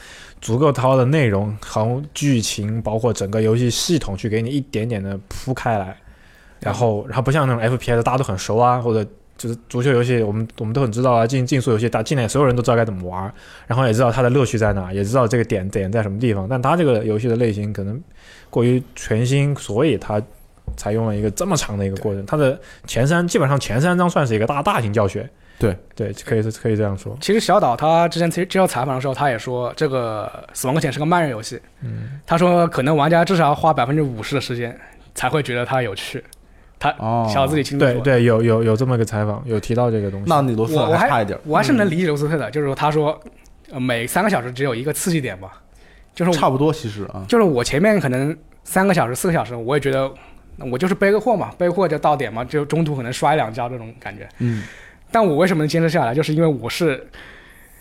[SPEAKER 3] 足够高的内容和剧情，包括整个游戏系统去给你一点点的铺开来，然后然后不像那种 FPS 大家都很熟啊，或者。就是足球游戏，我们我们都很知道啊，竞竞速游戏，打进来所有人都知道该怎么玩，然后也知道它的乐趣在哪，也知道这个点点在什么地方。但它这个游戏的类型可能过于全新，所以它采用了一个这么长的一个过程。它的前三基本上前三章算是一个大大型教学。
[SPEAKER 2] 对
[SPEAKER 3] 对，可以可以这样说。
[SPEAKER 4] 其实小岛他之前接接受采访的时候，他也说这个《死亡搁浅》是个慢热游戏。嗯，他说可能玩家至少要花百分之五十的时间才会觉得它有趣。他
[SPEAKER 2] 哦
[SPEAKER 4] 小岛自己亲自说
[SPEAKER 3] 对
[SPEAKER 4] 的。
[SPEAKER 3] 对，有有有这么个采访，有提到这个东西。
[SPEAKER 2] 那你罗斯
[SPEAKER 4] 我我
[SPEAKER 2] 还
[SPEAKER 4] 还
[SPEAKER 2] 差一点，
[SPEAKER 4] 我还是能理解罗斯特的，就是说他说、呃每三个小时只有一个刺激点吧，就是我
[SPEAKER 2] 差不多其实啊，
[SPEAKER 4] 就是我前面可能三个小时、四个小时，我也觉得那我就是背个货嘛，背货就到点嘛，就中途可能摔两跤这种感觉。
[SPEAKER 2] 嗯，
[SPEAKER 4] 但我为什么能坚持下来，就是因为我是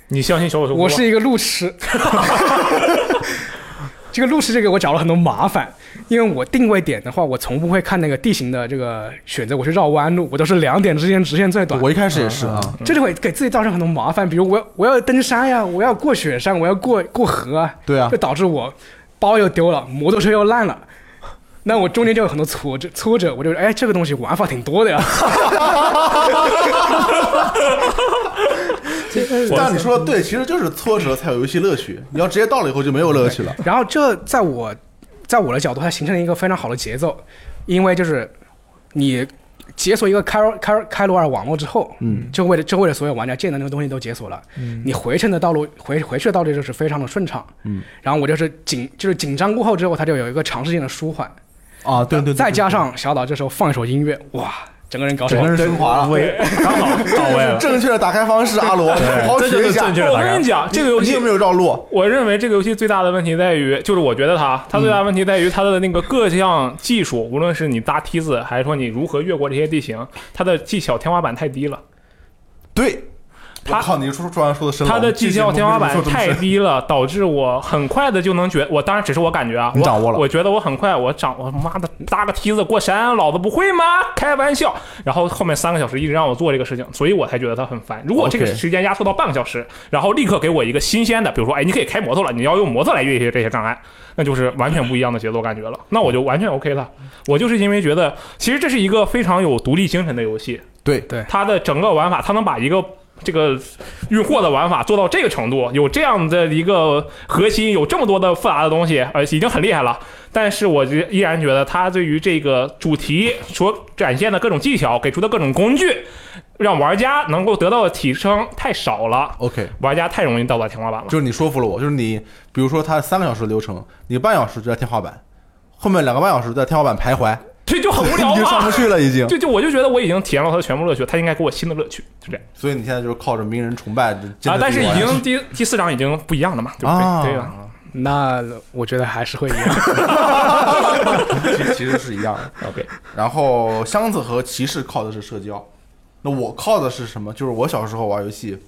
[SPEAKER 5] 你相信小手术？
[SPEAKER 4] 我是一个路痴， 这个路试这个我找了很多麻烦，因为我定位点的话，我从不会看那个地形的这个选择，我去绕弯路，我都是两点之间直线最短。
[SPEAKER 2] 我一开始也是啊，
[SPEAKER 4] 这就会给自己造成很多麻烦，比如我要我要登山呀，我要过雪山，我要过过河啊，
[SPEAKER 2] 对啊
[SPEAKER 4] 就，导致我包又丢了，摩托车又烂了。那我中间就有很多挫折，挫折，我就哎，这个东西玩法挺多的呀。
[SPEAKER 2] 但你说的对，其实就是挫折才有游戏乐趣。你要直接到了以后就没有乐趣了。
[SPEAKER 4] 然后这在我，在我的角度，它形成了一个非常好的节奏，因为就是你解锁一个开罗开罗开罗尔网络之后，
[SPEAKER 2] 嗯，
[SPEAKER 4] 就为了就为了所有玩家见的那个东西都解锁了，嗯、你回程的道路回回去的道路就是非常的顺畅，
[SPEAKER 2] 嗯，
[SPEAKER 4] 然后我就是紧就是紧张过后之后，它就有一个长时间的舒缓，
[SPEAKER 2] 啊，对对，对
[SPEAKER 4] 再加上小岛这时候放一首音乐，哇，整个人搞
[SPEAKER 2] 整个人升华了，
[SPEAKER 5] 哎
[SPEAKER 3] 喂，刚好 到位了。
[SPEAKER 2] 正确的打开方式，阿罗，好好
[SPEAKER 3] 这就
[SPEAKER 2] 学一
[SPEAKER 3] 是
[SPEAKER 2] 下
[SPEAKER 3] 正。确的
[SPEAKER 5] 我
[SPEAKER 3] 答
[SPEAKER 5] 跟
[SPEAKER 3] 案
[SPEAKER 5] 你。讲，这个游
[SPEAKER 2] 你
[SPEAKER 5] 戏
[SPEAKER 2] 有没有绕路？
[SPEAKER 5] 我认为这个游戏最大的问题在于，就是我觉得它，它
[SPEAKER 2] 嗯
[SPEAKER 5] 最大的问题在于它的那个各项技术，无论是你搭梯子，还是说你如何越过这些地形，它的技巧天花板太低了。
[SPEAKER 2] 对，
[SPEAKER 5] 他
[SPEAKER 2] 我靠，你说突然说的深了，
[SPEAKER 5] 它的技巧天花板
[SPEAKER 2] 我们这
[SPEAKER 5] 太
[SPEAKER 2] 节目为什么说这么深
[SPEAKER 5] 低了，导致我很快的就能觉，我当然只是我感觉啊，
[SPEAKER 2] 你
[SPEAKER 5] 我
[SPEAKER 2] 掌握 了
[SPEAKER 5] 我觉得我很快我掌我妈的搭个梯子过山，老子不会吗？开玩笑。然后后面三个小时一直让我做这个事情，所以我才觉得它很烦。如果这个
[SPEAKER 2] 哦 OK
[SPEAKER 5] 时间压缩到半个小时，然后立刻给我一个新鲜的，比如说哎，你可以开摩托了，你要用摩托来越些这些障碍，那就是完全不一样的节奏感觉了。那我就完全 OK 了。我就是因为觉得，其实这是一个非常有独立精神的游戏，
[SPEAKER 2] 对
[SPEAKER 5] 它的整个玩法，它能把一个这个运货的玩法做到这个程度，有这样的一个核心，有这么多的复杂的东西，而且已经很厉害了。但是我觉依然觉得它对于这个主题所展现的各种技巧，给出的各种工具，让玩家能够得到的提升太少了，
[SPEAKER 2] OK，
[SPEAKER 5] 玩家太容易到达天花 板了。
[SPEAKER 2] 就是你说服了我，就是你，比如说他三个小时的流程，你半小时就在天花板，后面两个半小时在天花板徘徊，
[SPEAKER 5] 这就很 无聊
[SPEAKER 2] 你就上
[SPEAKER 5] 嘛
[SPEAKER 2] 不。去了已经。
[SPEAKER 5] 就就我就觉得我已经体验到它的全部乐趣，它应该给我新的乐趣，就这样
[SPEAKER 2] 所以你现在就是靠着名人崇拜就坚
[SPEAKER 5] 啊
[SPEAKER 2] 持。
[SPEAKER 5] 但是已
[SPEAKER 2] 玩下去
[SPEAKER 5] 经第第四章已经不一样了嘛，对不
[SPEAKER 2] 啊
[SPEAKER 5] 对？对啊，
[SPEAKER 4] 那我觉得还是会一样。
[SPEAKER 2] 其 实其实是一样的。
[SPEAKER 5] OK
[SPEAKER 2] 然后箱子和骑士靠的是社交，那我靠的是什么？就是我小时候玩游戏，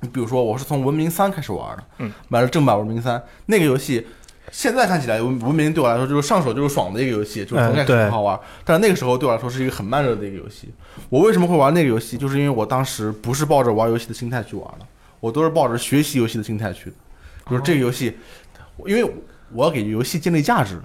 [SPEAKER 2] 你比如说我是从文明三开始玩的，
[SPEAKER 5] 嗯，
[SPEAKER 2] 买了正版文明三那个游戏。现在看起来，文文明对我来说就是上手就是爽的一个游戏，就是从
[SPEAKER 3] 嗯
[SPEAKER 2] 开始
[SPEAKER 3] 对
[SPEAKER 2] 很好玩。但是那个时候对我来说是一个很慢热的一个游戏。我为什么会玩那个游戏？就是因为我当时不是抱着玩游戏的心态去玩的，我都是抱着学习游戏的心态去的。就是这个游戏，因为我要给游戏建立价值，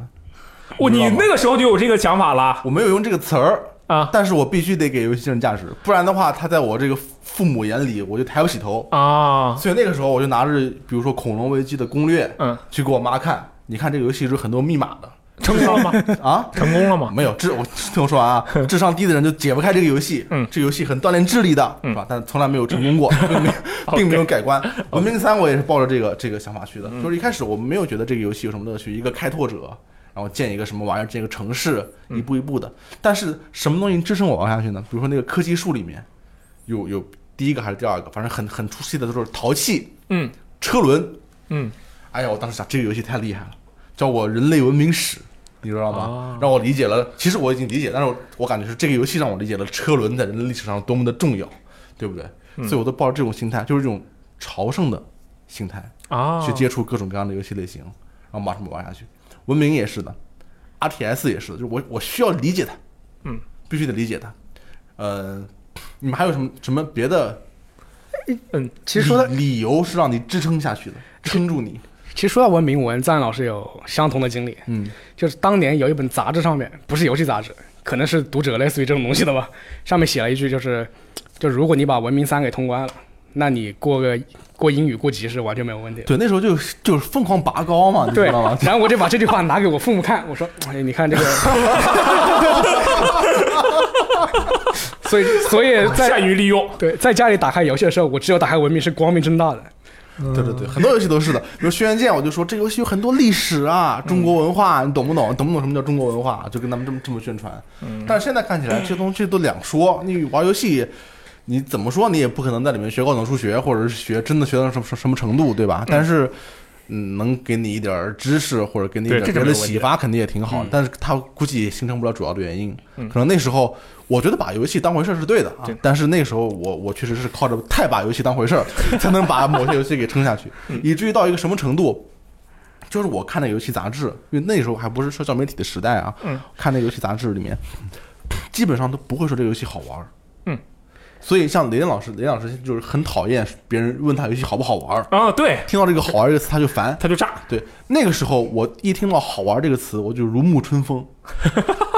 [SPEAKER 5] 我
[SPEAKER 2] 你知
[SPEAKER 5] 你
[SPEAKER 2] 道吗
[SPEAKER 5] 那个时候就有这个想法了
[SPEAKER 2] 我没有用这个词儿，
[SPEAKER 5] 啊
[SPEAKER 2] 但是我必须得给游戏竞争价值，不然的话，他在我这个父母眼里，我就抬不起头。
[SPEAKER 5] 啊！
[SPEAKER 2] 所以那个时候，我就拿着比如说《恐龙危机》的攻略
[SPEAKER 5] 嗯，
[SPEAKER 2] 去给我妈看，你看这个游戏是很多密码的
[SPEAKER 5] 成功了吗？。
[SPEAKER 2] 啊
[SPEAKER 5] 成功了吗？
[SPEAKER 2] 没有智，我听我说完 啊，智商低的人就解不开这个游戏。
[SPEAKER 5] 嗯
[SPEAKER 2] 这游戏很锻炼智力的，是吧？但从来没有成 功过，并没有并没有改观。文明三我也是抱着这个这个想法去的，
[SPEAKER 5] 嗯
[SPEAKER 2] 就是一开始我没有觉得这个游戏有什么乐趣，一个开拓者，然后建一个什么玩意儿，建一个城市，
[SPEAKER 5] 嗯
[SPEAKER 2] 一步一步的。但是什么东西支撑我玩下去呢？比如说那个科技树里面有有第一个还是第二个，反正很很出戏的都是陶器
[SPEAKER 5] 嗯
[SPEAKER 2] 车轮。
[SPEAKER 5] 嗯，
[SPEAKER 2] 哎呀，我当时想这个游戏太厉害了，叫我人类文明史。你知道吗
[SPEAKER 4] 哦
[SPEAKER 5] 啊？
[SPEAKER 2] 让我理解了，其实我已经理解，但是我我感觉是这个游戏让我理解了车轮在人类历史上多么的重要，对不对？
[SPEAKER 4] 嗯
[SPEAKER 2] 所以我都抱着这种心态，就是这种朝圣的心态
[SPEAKER 5] 啊，
[SPEAKER 4] 哦
[SPEAKER 2] 去接触各种各样的游戏类型，然后马上玩下去。文明也是的，RTS 也是的，就是我我需要理解它，
[SPEAKER 5] 嗯，
[SPEAKER 2] 必须得理解它。呃，你们还有什么什么别的
[SPEAKER 5] 嗯，
[SPEAKER 4] 其实说到
[SPEAKER 2] 理理由是让你支撑下去的，撑住你？
[SPEAKER 4] 其实说到文明，我跟赞老师有相同的经历。
[SPEAKER 2] 嗯，
[SPEAKER 4] 就是当年有一本杂志上面，不是游戏杂志，可能是读者类似于这种东西的吧，上面写了一句，就是，就如果你把文明三给通关了，那你过个过英语过级是完全没有问题的。
[SPEAKER 2] 对，那时候就就是疯狂拔高嘛，你
[SPEAKER 4] 对，
[SPEAKER 2] 知道吗？
[SPEAKER 4] 然后我就把这句话拿给我父母看，我说：“哎，你看 这个。”所以，所以在
[SPEAKER 5] 善于利用。
[SPEAKER 4] 对在家里打开游戏的时候，我只有打开文明是光明正大的。
[SPEAKER 2] 对对对，很多游戏都是的，比如《轩辕剑》，我就说这游戏有很多历史啊，中国文化，你懂不懂？懂不懂什么叫中国文化？就跟咱们这么这么宣传。
[SPEAKER 5] 嗯
[SPEAKER 2] 但是现在看起来，这东西都两说。你玩游戏，你怎么说，你也不可能在里面学高等数学，或者是学真的学到什么什么程度，对吧？但是，嗯，能给你一点儿知识，或者给你一
[SPEAKER 5] 对
[SPEAKER 2] 点儿
[SPEAKER 5] 这
[SPEAKER 2] 别
[SPEAKER 5] 种
[SPEAKER 2] 的
[SPEAKER 5] 没有问
[SPEAKER 2] 启
[SPEAKER 5] 题嗯
[SPEAKER 2] 发，肯定也挺好。但是它估计形成不了主要的原因。可能那时候，我觉得把游戏当回事儿是对的啊
[SPEAKER 5] 对。
[SPEAKER 2] 但是那时候我我确实是靠着
[SPEAKER 5] 嗯
[SPEAKER 2] 太把游戏当回事儿，才能把某些游戏给撑下去，以至于到一个什么程度，就是我看那游戏杂志，因为那时候还不是社交媒体的时代啊，
[SPEAKER 5] 嗯
[SPEAKER 2] 看那游戏杂志里面，基本上都不会说这个游戏好玩儿，
[SPEAKER 5] 嗯，
[SPEAKER 2] 所以像雷电老师，雷电老师就是很讨厌别人问他游戏好不好玩儿，
[SPEAKER 5] 啊，对，
[SPEAKER 2] 听到这个好玩儿这个词他就烦，
[SPEAKER 5] 他就炸，
[SPEAKER 2] 对，那个时候我一听到“好玩”这个词，我就如沐春 风。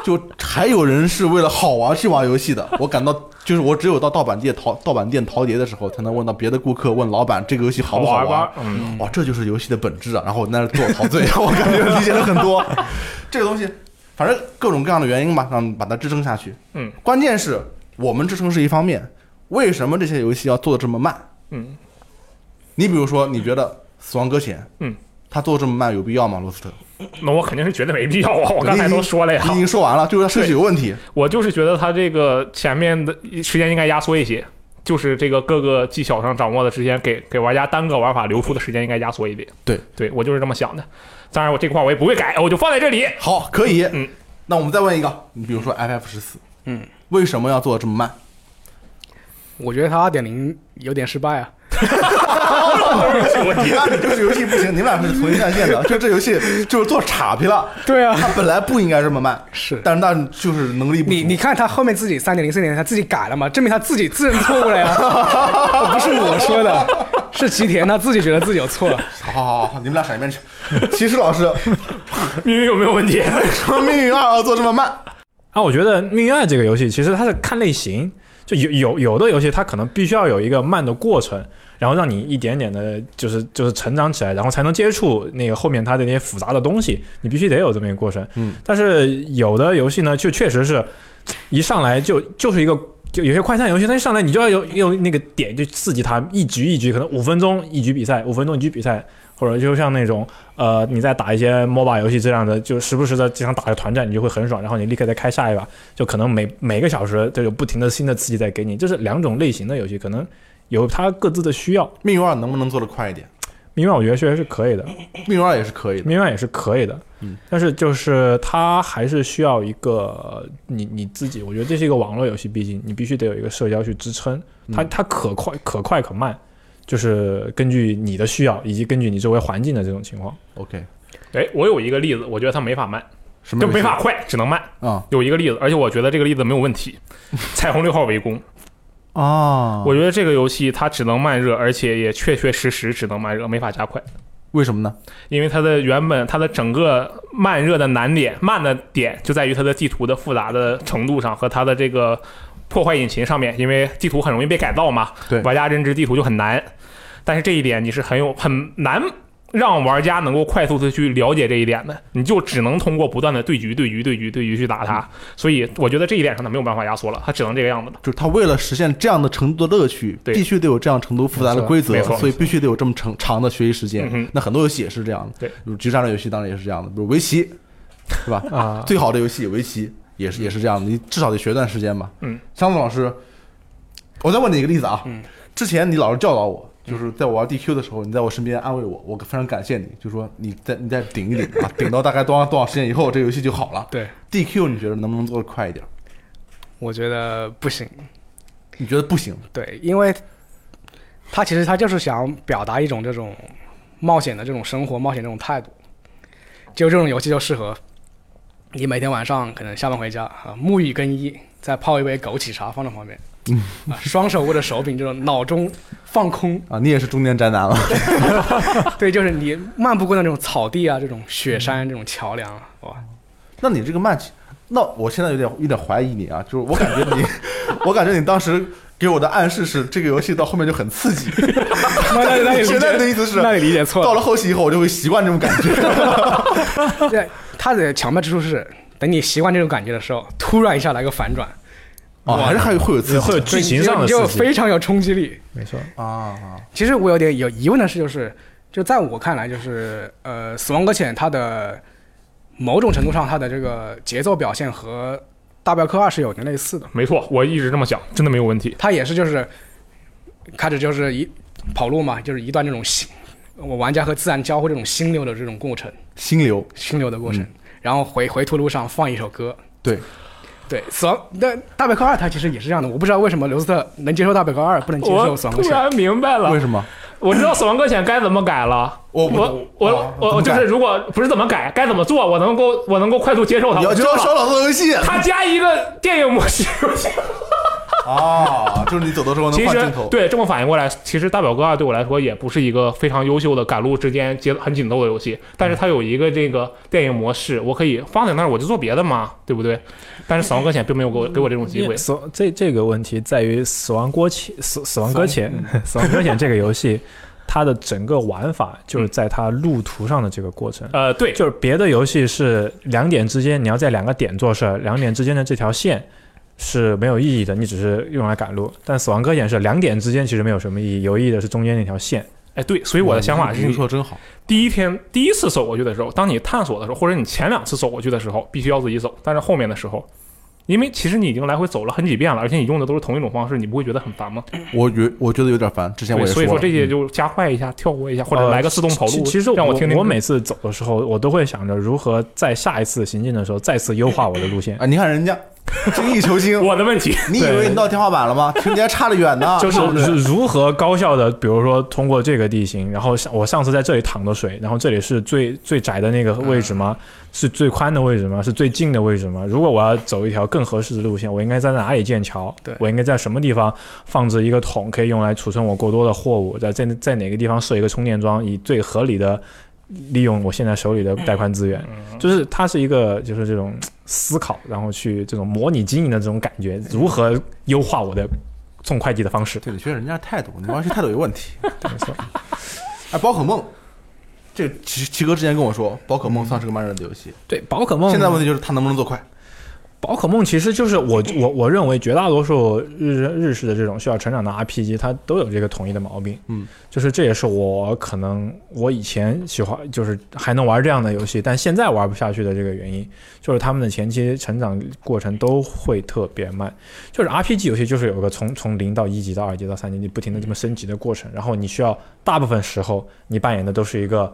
[SPEAKER 2] 就还有人是为了好玩去玩游戏的，我感到就是我只有到盗版店淘盗版店淘碟的时候，才能问到别的顾客问老板这个游戏好不玩。
[SPEAKER 5] 吧？嗯，
[SPEAKER 2] 哇，这就是游戏的本质啊！然后我在那儿做陶醉， 我感觉理解了很多。这个东西，反正各种各样的原因吧，让把它支撑下去。
[SPEAKER 5] 嗯，
[SPEAKER 2] 关键是我们支撑是一方面，为什么这些游戏要做的这么慢？
[SPEAKER 5] 嗯，
[SPEAKER 2] 你比如说，你觉得《死亡搁浅》，
[SPEAKER 5] 嗯，
[SPEAKER 2] 它做这么慢有必要吗？罗斯特，
[SPEAKER 5] 那我肯定是觉得没必要啊！我刚才都说了呀
[SPEAKER 2] 你，已经说完了，就是它设计有问题。
[SPEAKER 5] 我就是觉得他这个前面的时间应该压缩一些，就是这个各个技巧上掌握的时间给给玩家单个玩法留出的时间应该压缩一点。
[SPEAKER 2] 对，
[SPEAKER 5] 对我就是这么想的。当然，我这块我也不会改，我就放在这里。
[SPEAKER 2] 好，可以。
[SPEAKER 5] 嗯，
[SPEAKER 2] 那我们再问一个，你比如说 FF 十四，
[SPEAKER 4] 嗯，
[SPEAKER 2] 为什么要做的这么慢？
[SPEAKER 4] 我觉得他二点零有点失败啊。
[SPEAKER 2] 那你这个游戏不行，你们俩是重新上线的，就这游戏就是做岔皮了。
[SPEAKER 4] 对啊，
[SPEAKER 2] 它本来不应该这么慢，
[SPEAKER 4] 是
[SPEAKER 2] 但是那就是能力不足。
[SPEAKER 4] 你你看他后面自己三点零、四点零，他自己改了嘛，证明他自己自认错误 了呀。不是我说的，是吉田他自己觉得自己有错了。
[SPEAKER 2] 好好好好，你们俩闪一边去。骑士老师，
[SPEAKER 5] 命运有没有问题？
[SPEAKER 2] 说命运二要做这么慢，
[SPEAKER 3] 啊，我觉得《命运二》这个游戏其实它是看类型，就有有有的游戏它可能必须要有一个慢的过程，然后让你一点点的，就是就是成长起来，然后才能接触那个后面它的那些复杂的东西，你必须得有这么一个过程。
[SPEAKER 2] 嗯，
[SPEAKER 3] 但是有的游戏呢，就确实是一上来就就是一个。就有些快餐游戏，它一上来你就要有有那个点就刺激它，一局一局，可能五分钟一局比赛，五分钟一局比赛，或者就像那种呃，你在打一些 MOBA 游戏这样的，就时不时的经常打个团战，你就会很爽，然后你立刻再开下一把，就可能每每个小时都有不停的新的刺激在给你。这是两种类型的游戏，可能有它各自的需要。
[SPEAKER 2] 命运二能不能做得快一点？
[SPEAKER 3] 明白，我觉得确实是可以的，
[SPEAKER 2] 命运二也是可以的。
[SPEAKER 3] 明白也是可以的，
[SPEAKER 2] 嗯，
[SPEAKER 3] 但是就是它还是需要一个你你自己，我觉得这是一个网络游戏，毕竟你必须得有一个社交去支撑，它
[SPEAKER 2] 嗯
[SPEAKER 3] 它可快可快可慢，就是根据你的需要以及根据你周围环境的这种情况。
[SPEAKER 2] OK，
[SPEAKER 5] 哎，我有一个例子，我觉得他没法慢，
[SPEAKER 2] 什么
[SPEAKER 5] 就
[SPEAKER 2] 游戏
[SPEAKER 5] 没法快，只能慢。
[SPEAKER 2] 啊
[SPEAKER 5] 有一个例子，而且我觉得这个例子没有问题。彩虹六号围攻，
[SPEAKER 2] 啊
[SPEAKER 4] 哦
[SPEAKER 5] 我觉得这个游戏它只能慢热，而且也确确实实只能慢热，没法加快。
[SPEAKER 2] 为什么呢？
[SPEAKER 5] 因为它的原本它的整个慢热的难点，慢的点就在于它的地图的复杂的程度上和它的这个破坏引擎上面，因为地图很容易被改造嘛，
[SPEAKER 2] 对
[SPEAKER 5] 玩家认知地图就很难。但是这一点你是很有很难让玩家能够快速的去了解这一点的，你就只能通过不断的对局、对局、对局、对局去打它。所以我觉得这一点上它没有办法压缩了，它只能这个样子了。
[SPEAKER 2] 就是他为了实现这样的程度的乐趣，
[SPEAKER 5] 对
[SPEAKER 2] 必须得有这样程度复杂的规则
[SPEAKER 5] 没错没，错
[SPEAKER 2] 所以必须得有这么长长的学习时间
[SPEAKER 5] 嗯。哼
[SPEAKER 2] 那很多游戏也是这样的，
[SPEAKER 5] 对，
[SPEAKER 2] 比如即时战略游戏当然也是这样的，比如围 棋，是吧？
[SPEAKER 3] 啊
[SPEAKER 2] 最好的游戏围棋也是也是这样的，你至少得学段时间吧。
[SPEAKER 5] 嗯，
[SPEAKER 2] 张总老师，我再问你一个例子啊，之前你老是教导我。
[SPEAKER 5] 嗯
[SPEAKER 2] 就是在我玩 DQ 的时候，你在我身边安慰我，我非常感谢你。就说你再你再顶一顶啊，顶到大概多长多长时间以后，这游戏就好了。
[SPEAKER 4] 对，
[SPEAKER 2] DQ 你觉得能不能做得快一点？
[SPEAKER 4] 我觉得不行。
[SPEAKER 2] 你觉得不行？
[SPEAKER 4] 对，因为他其实他就是想表达一种这种冒险的这种生活、冒险这种态度，就这种游戏就适合你每天晚上可能下班回家啊，沐浴更衣，再泡一杯枸杞茶放在旁边，啊，双手握着手柄，这种脑中放空，
[SPEAKER 2] 啊，你也是中年宅男了。
[SPEAKER 4] 对，就是你漫步过那种草地啊，这种雪山、这种桥梁啊，哇，
[SPEAKER 2] 那你这个慢，那我现在有点有点怀疑你啊，就是我感觉你， 我感觉你当时给我的暗示是这个游戏到后面就很刺 激，
[SPEAKER 4] 那那 那你理
[SPEAKER 2] 现在的意
[SPEAKER 4] 解，
[SPEAKER 2] 思是
[SPEAKER 4] 那你理解错了
[SPEAKER 2] 到。了后期以后我就会习惯这种感 觉。
[SPEAKER 4] 对，它的巧妙之处是，等你习惯这种感觉的时候，突然一下来个反转，
[SPEAKER 2] 啊，还是还有会有刺
[SPEAKER 3] 会
[SPEAKER 2] 激
[SPEAKER 3] 有剧情上的
[SPEAKER 4] 你就
[SPEAKER 3] 刺
[SPEAKER 4] 你就
[SPEAKER 3] 激，
[SPEAKER 4] 非常有冲击力。
[SPEAKER 3] 没错。
[SPEAKER 2] 啊，
[SPEAKER 4] 其实我有点有疑问的是，就是就在我看来，就是呃，《死亡搁浅》它的某种程度上，它的这个节奏表现和《大镖客二》是有点类似的，
[SPEAKER 5] 没错，我一直这么想，真的没有问题。
[SPEAKER 4] 它也是就是开始就是一跑路嘛，就是一段这种心，我玩家和自然交互这种心流的这种过程，
[SPEAKER 2] 心流
[SPEAKER 4] 心流的过程，然后回回途路上放一首歌，
[SPEAKER 2] 嗯对，
[SPEAKER 4] 对，死亡但大镖客二它其实也是这样的，我不知道为什么刘斯特能接受大镖客二，不能接受
[SPEAKER 5] 我
[SPEAKER 4] 死亡搁
[SPEAKER 5] 突
[SPEAKER 4] 浅。
[SPEAKER 5] 然明白了
[SPEAKER 2] 为，什么？
[SPEAKER 5] 我知道死亡搁浅该怎么改了。
[SPEAKER 2] 我
[SPEAKER 5] 我我
[SPEAKER 2] 啊
[SPEAKER 5] 我
[SPEAKER 2] 怎
[SPEAKER 5] 就
[SPEAKER 2] 么
[SPEAKER 5] 是
[SPEAKER 2] 改
[SPEAKER 5] 如果不是怎么改，该怎么做，我能够我能够快速接受它。
[SPEAKER 2] 你要
[SPEAKER 5] 我知道
[SPEAKER 2] 教小
[SPEAKER 5] 了，
[SPEAKER 2] 老做游 戏
[SPEAKER 5] 他加一个电影 模式，
[SPEAKER 2] 啊，就是你走的时候能
[SPEAKER 5] 其
[SPEAKER 2] 换
[SPEAKER 5] 实
[SPEAKER 2] 镜头。
[SPEAKER 5] 对这么反应过来，其实大表哥二啊对我来说也不是一个非常优秀的赶路之间节很紧凑的游戏，但是它有一个这个电影模式，我可以放在那儿我就做别的嘛，对不对？但是死亡搁浅并没有给我给我这种机会。
[SPEAKER 3] 死这这个问题在于《死亡搁浅》死《死亡搁浅》
[SPEAKER 5] 嗯
[SPEAKER 3] 《死亡搁浅》这个游 戏，它的整个玩法就是在它路途上的这个过程。
[SPEAKER 5] 呃，对，
[SPEAKER 3] 就是别的游戏是两点之间你要在两个点做事儿，两点之间的这条线是没有意义的，你只是用来赶路。但《死亡搁浅》是两点之间其实没有什么意义，有意义的是中间那条线。
[SPEAKER 5] 哎对，所以我的想法
[SPEAKER 2] 嗯
[SPEAKER 5] 是
[SPEAKER 2] 你说得真好，
[SPEAKER 5] 第一天第一次走过去的时候，当你探索的时候，或者你前两次走过去的时候，必须要自己走。但是后面的时候，因为其实你已经来回走了很几遍了，而且你用的都是同一种方式，你不会觉得很烦吗？
[SPEAKER 2] 我觉我觉得有点烦，之前我
[SPEAKER 5] 对，
[SPEAKER 2] 也
[SPEAKER 5] 所以
[SPEAKER 2] 说
[SPEAKER 5] 说
[SPEAKER 2] 了
[SPEAKER 5] 这些就加快一下、跳过一下，或者
[SPEAKER 3] 呃
[SPEAKER 5] 来个自动跑路，
[SPEAKER 3] 其其实
[SPEAKER 5] 让
[SPEAKER 3] 我
[SPEAKER 5] 听听。
[SPEAKER 3] 我每次走的时候，我都会想着如何在下一次行进的时候再次优化我的路线。
[SPEAKER 2] 啊，你看人家精益求精，
[SPEAKER 5] 我的问题，
[SPEAKER 2] 你以为你到天花板了 吗？其实你还差得远呢。
[SPEAKER 3] 就是
[SPEAKER 2] 对不对
[SPEAKER 3] 如如何高效的，比如说通过这个地形，然后像我上次在这里淌的水，然后这里是最最窄的那个位置吗？是最宽的位置吗？是最近的位置吗？如果我要走一条更合适的路线，我应该在哪里建桥？
[SPEAKER 4] 对
[SPEAKER 3] 我应该在什么地方放置一个桶，可以用来储存我过多的货物？在在在哪个地方设一个充电桩，以最合理的利用我现在手里的带宽资源？就是它是一个就是这种思考，然后去这种模拟经营的这种感觉，如何优化我的送快递的方式？
[SPEAKER 2] 对，你学人家态度，你玩游戏态度有问 题。
[SPEAKER 3] 没错，
[SPEAKER 2] 哎，宝可梦，这个齐齐哥之前跟我说，宝可梦算是个慢热的游戏。
[SPEAKER 3] 对宝可梦
[SPEAKER 2] 现在问题就是它能不能做快？
[SPEAKER 3] 宝可梦其实就是我我我认为绝大多数日日式的这种需要成长的 RPG，它都有这个统一的毛病。
[SPEAKER 2] 嗯，
[SPEAKER 3] 就是这也是我可能我以前喜欢，就是还能玩这样的游戏，但现在玩不下去的这个原因，就是他们的前期成长过程都会特别慢。就是 RPG 游戏就是有个从从零到一级到二级到三级，你不停的这么升级的过程，然后你需要大部分时候你扮演的都是一个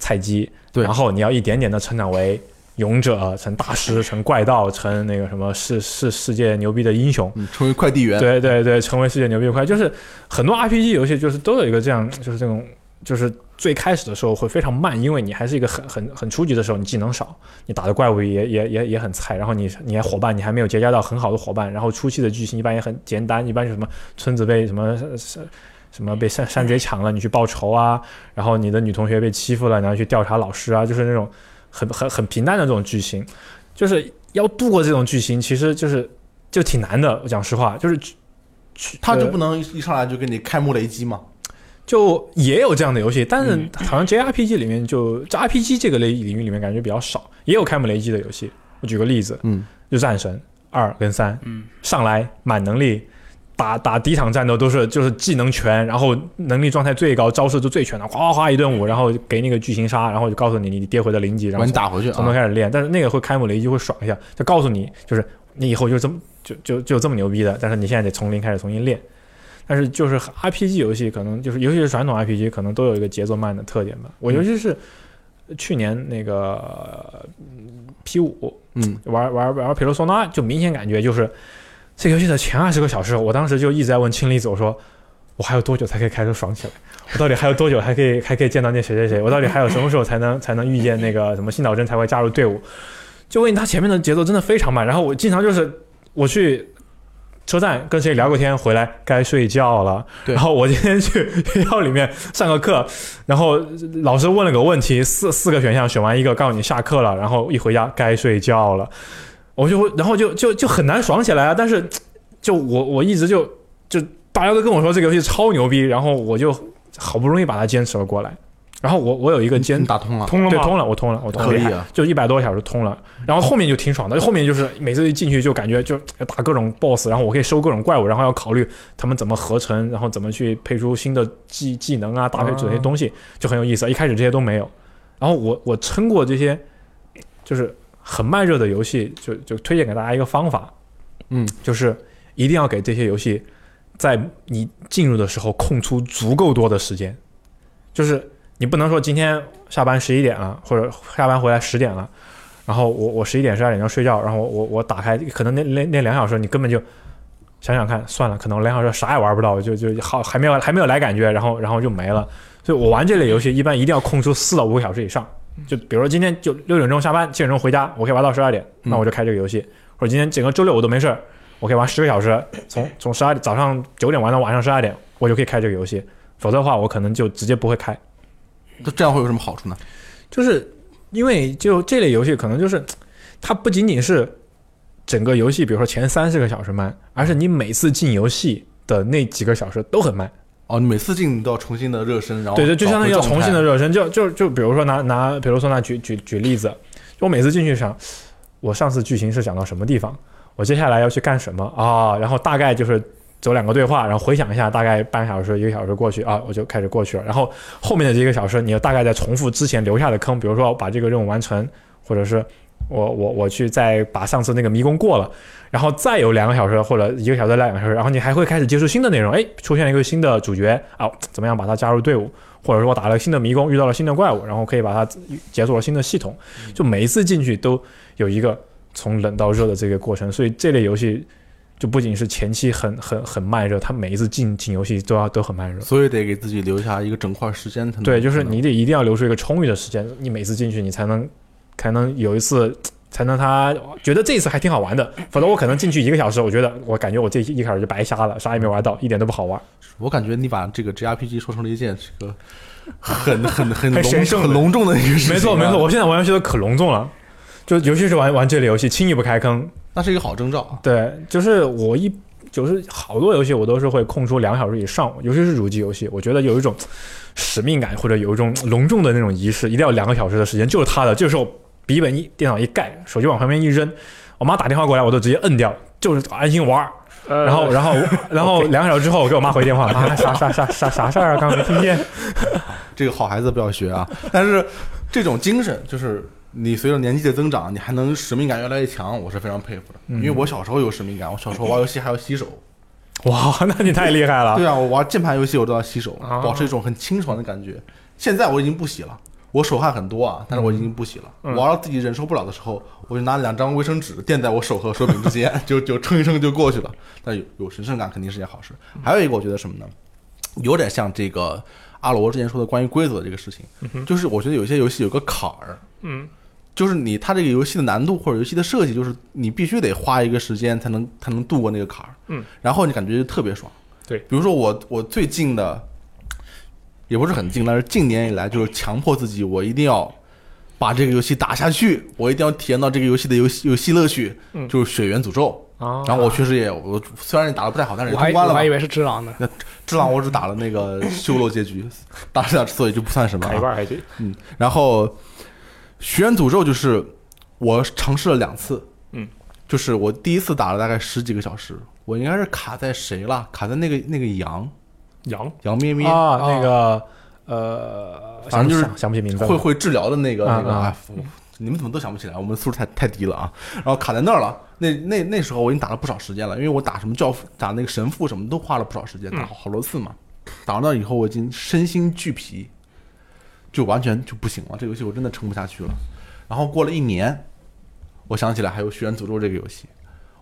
[SPEAKER 3] 菜鸡，
[SPEAKER 2] 对
[SPEAKER 3] 然后你要一点点的成长为勇者、成大师、成怪盗、成那个什么世世世界牛逼的英雄。
[SPEAKER 2] 嗯，成为快递员。
[SPEAKER 3] 对对对，成为世界牛逼快，就是很多 RPG 游戏就是都有一个这样，就是这种，就是最开始的时候会非常慢，因为你还是一个很很很初级的时候，你技能少，你打的怪物也也也也很菜，然后你你还伙伴，你还没有结交到很好的伙伴，然后初期的剧情一般也很简单，一般是什么村子被什么什什么被山
[SPEAKER 2] 嗯
[SPEAKER 3] 山贼抢了，你去报仇啊，然后你的女同学被欺负了，你要去调查老师啊，就是那种很很很平淡的这种剧情，就是要度过这种剧情，其实就是。就挺难的，我讲实话，就是呃
[SPEAKER 2] 他就不能一上来就给你开幕雷击嘛？
[SPEAKER 3] 就也有这样的游戏，但是
[SPEAKER 5] 嗯
[SPEAKER 3] 好像 JRPG 里面就 JRPG 这个类领域里面感觉比较少，也有开门雷击的游戏。我举个例子，
[SPEAKER 2] 嗯，
[SPEAKER 3] 就战神二跟三，
[SPEAKER 4] 嗯，
[SPEAKER 3] 上来满能力。打打第一场战斗都是就是技能全，然后能力状态最高，招式就最全的，哗哗哗一顿舞，然后给你个巨型杀，然后就告诉你你跌回到零级，然
[SPEAKER 2] 把
[SPEAKER 3] 后
[SPEAKER 2] 你打回去啊
[SPEAKER 3] 从头！开始练。但是那个会开幕雷击会爽一下，就告诉你，就是你以后就这么就就就这么牛逼的，但是你现在得从零开始重新练。但是就是 RPG 游戏可能就是，尤其是传统 RPG 可能都有一个节奏慢的特点吧。我尤其是去年那个 P 五
[SPEAKER 2] 嗯，
[SPEAKER 3] 玩玩玩《皮罗索纳》，就明显感觉就是这游戏的前二十个小时，我当时就一直在问青离子，我说我还有多久才可以开始爽起来？我到底还有多久还可以还可以见到那谁谁谁？我到底还有什么时候才能才能遇见那个什么新岛真才会加入队伍？就问他前面的节奏真的非常慢，然后我经常就是 我去。车站跟谁聊过天，回来该睡觉了。
[SPEAKER 2] 对
[SPEAKER 3] 然后我今天去学校里面上个课，然后老师问了个问题，四四个选项选完一个，告诉你下课了，然后一回家该睡觉了，我就会，然后就就就很难爽起来啊。但是，就我我一直就就大家都跟我说这个游戏超牛逼，然后我就好不容易把它坚持了过来。然后我我有一个坚
[SPEAKER 2] 你打通了，
[SPEAKER 5] 通了
[SPEAKER 3] 对
[SPEAKER 5] 吗？
[SPEAKER 3] 通了，我通了，我通了，
[SPEAKER 2] 可以啊
[SPEAKER 3] 就一百多个小时通了。然后后面就挺爽的，后面就是每次一进去就感觉就要打各种 BOSS，然后我可以收各种怪物，然后要考虑他们怎么合成，然后怎么去配出新的技技能啊，搭配这些东西、就很有意思。一开始这些都没有，然后我我撑过这些，就是很慢热的游戏，就就推荐给大家一个方法，
[SPEAKER 2] 嗯，
[SPEAKER 3] 就是一定要给这些游戏在你进入的时候空出足够多的时间，就是你不能说今天下班十一点了，或者下班回来十点了，然后我我十一点十二点要睡觉，然后我我我打开，可能那那那两小时你根本就想想看，算了，可能两小时啥也玩不到，就就好还没有还没有来感觉，然后然后就没了。所以我玩这类游戏一般一定要空出四到五个小时以上。就比如说今天就六点钟下班，七点钟回家，我可以玩到十二点，
[SPEAKER 2] 嗯
[SPEAKER 3] 那我就开这个游戏。或者今天整个周六我都没事儿，我可以玩十个小时，从从十二点早上九点玩到晚上十二点，我就可以开这个游戏。否则的话，我可能就直接不会开。
[SPEAKER 2] 那这样会有什么好处呢？
[SPEAKER 3] 就是因为就这类游戏，可能就是它不仅仅是整个游戏，比如说前三十个小时慢，而是你每次进游戏的那几个小时都很慢。
[SPEAKER 2] 哦，你每次进都要重新的热身，然后
[SPEAKER 3] 对对，就相当于要重新
[SPEAKER 2] 找
[SPEAKER 3] 的
[SPEAKER 2] 回状态
[SPEAKER 3] 热身。就就就比如说拿拿，比如说拿举举举例子，就我每次进去想，我上次剧情是讲到什么地方，我接下来要去干什么啊、然后大概就是。走两个对话，然后回想一下，大概半小时、一个小时过去啊，我就开始过去了。然后后面的这一个小时，你就大概在重复之前留下的坑，比如说把这个任务完成，或者是我我我去再把上次那个迷宫过了，然后再有两个小时或者一个小时、两个小时，然后你还会开始接触新的内容，哎，出现了一个新的主角啊，怎么样把他加入队伍，或者说我打了新的迷宫，遇到了新的怪物，然后可以把它解锁了新的系统，就每一次进去都有一个从冷到热的这个过程，所以这类游戏。就不仅是前期很很很慢热，它每一次进进游戏都要都很慢热。
[SPEAKER 2] 所以得给自己留下一个整块时间才能。
[SPEAKER 3] 对，就是
[SPEAKER 2] 才能
[SPEAKER 3] 你得一定要留出一个充裕的时间，你每次进去你才能才能有一次，才能他觉得这一次还挺好玩的，否则我可能进去一个小时，我觉得我感觉我这一开始就白瞎了，啥也没玩到，一点都不好玩。
[SPEAKER 2] 我感觉你把这个 JRPG 说成了一件这个很很 很
[SPEAKER 3] 很神
[SPEAKER 2] 隆
[SPEAKER 3] 圣的
[SPEAKER 2] 很隆重的一个事情、啊
[SPEAKER 3] 没错没错，，我现在玩游戏都可隆重了，就尤其是玩玩这类游戏，轻易不开坑。
[SPEAKER 2] 那是一个好征兆。啊
[SPEAKER 3] 对，就是我一就是好多游戏我都是会空出两小时以上，尤其是主机游戏，我觉得有一种使命感或者有一种隆重的那种仪式，一定要两个小时的时间，就是他的，就是我笔记本一电脑一盖，手机往旁边一扔，我妈打电话过来我都直接摁掉，就是安心玩儿。
[SPEAKER 5] 呃
[SPEAKER 3] 然后，然后，然后两个小时之后，我给我妈回电话，啊，啥啥啥啥啥事儿啊？刚刚没听见。
[SPEAKER 2] 这个好孩子不要学啊！ 但是这种精神，就是你随着年纪的增长，你还能使命感越来越强，我是非常佩服的。因为我小时候有使命感，我小时候玩游戏还要洗手。
[SPEAKER 3] 哇，那你太厉害了。
[SPEAKER 2] 对啊，我玩键盘游戏我都要洗手，
[SPEAKER 5] 啊
[SPEAKER 2] 保持一种很清爽的感觉。现在我已经不洗了。我手汗很多啊，但是我已经不洗了。
[SPEAKER 5] 嗯
[SPEAKER 2] 玩到自己忍受不了的时候，我就拿两张卫生纸垫在我手和手柄之间，就就撑一撑就过去了。但有有神圣感肯定是件好事。
[SPEAKER 5] 嗯
[SPEAKER 2] 还有一个，我觉得什么呢？有点像这个阿罗之前说的关于规则这个事情，就是我觉得有些游戏有个坎儿，
[SPEAKER 5] 嗯，
[SPEAKER 2] 就是你它这个游戏的难度或者游戏的设计，就是你必须得花一个时间才能才能度过那个坎儿，
[SPEAKER 5] 嗯，
[SPEAKER 2] 然后你感觉就特别爽，
[SPEAKER 5] 对
[SPEAKER 2] 比如说我我最近的也不是很近，但是近年以来就是强迫自己，我一定要把这个游戏打下去，我一定要体验到这个游戏的游戏游戏乐趣，
[SPEAKER 5] 嗯
[SPEAKER 2] 就是《血缘诅咒》
[SPEAKER 5] 啊，
[SPEAKER 2] 然后我确实也我虽然打的不太好，但是也
[SPEAKER 4] 我还
[SPEAKER 2] 通关了
[SPEAKER 4] 我
[SPEAKER 2] 嘛
[SPEAKER 4] 还以。为是智狼呢。
[SPEAKER 2] 智狼我只打了那个修罗结局，打了两次所以就不算什么、
[SPEAKER 5] 砍一
[SPEAKER 2] 啊。
[SPEAKER 5] 半还行，
[SPEAKER 2] 嗯，然后《许愿诅咒》就是我尝试了两次，
[SPEAKER 5] 嗯，
[SPEAKER 2] 就是我第一次打了大概十几个小时，我应该是卡在谁了？卡在那个那个羊
[SPEAKER 5] 羊
[SPEAKER 2] 羊咩咩、
[SPEAKER 3] 啊，那个，呃，
[SPEAKER 2] 反正就是
[SPEAKER 3] 想不起想不起名字了。
[SPEAKER 5] 嗯
[SPEAKER 2] 会会治疗的那个那个
[SPEAKER 3] 嗯嗯
[SPEAKER 2] 啊，我你们怎么都想不起来？我们素质太太低了啊！然后卡在那儿了。那那那时候我已经打了不少时间了，因为我打什么教父、打那个神父什么都花了不少时间，打
[SPEAKER 5] 嗯
[SPEAKER 2] 好好多次嘛。打到那以后，我已经身心俱疲，就完全就不行了。这游戏我真的撑不下去了。然后过了一年，我想起来还有《血缘诅咒》这个游戏，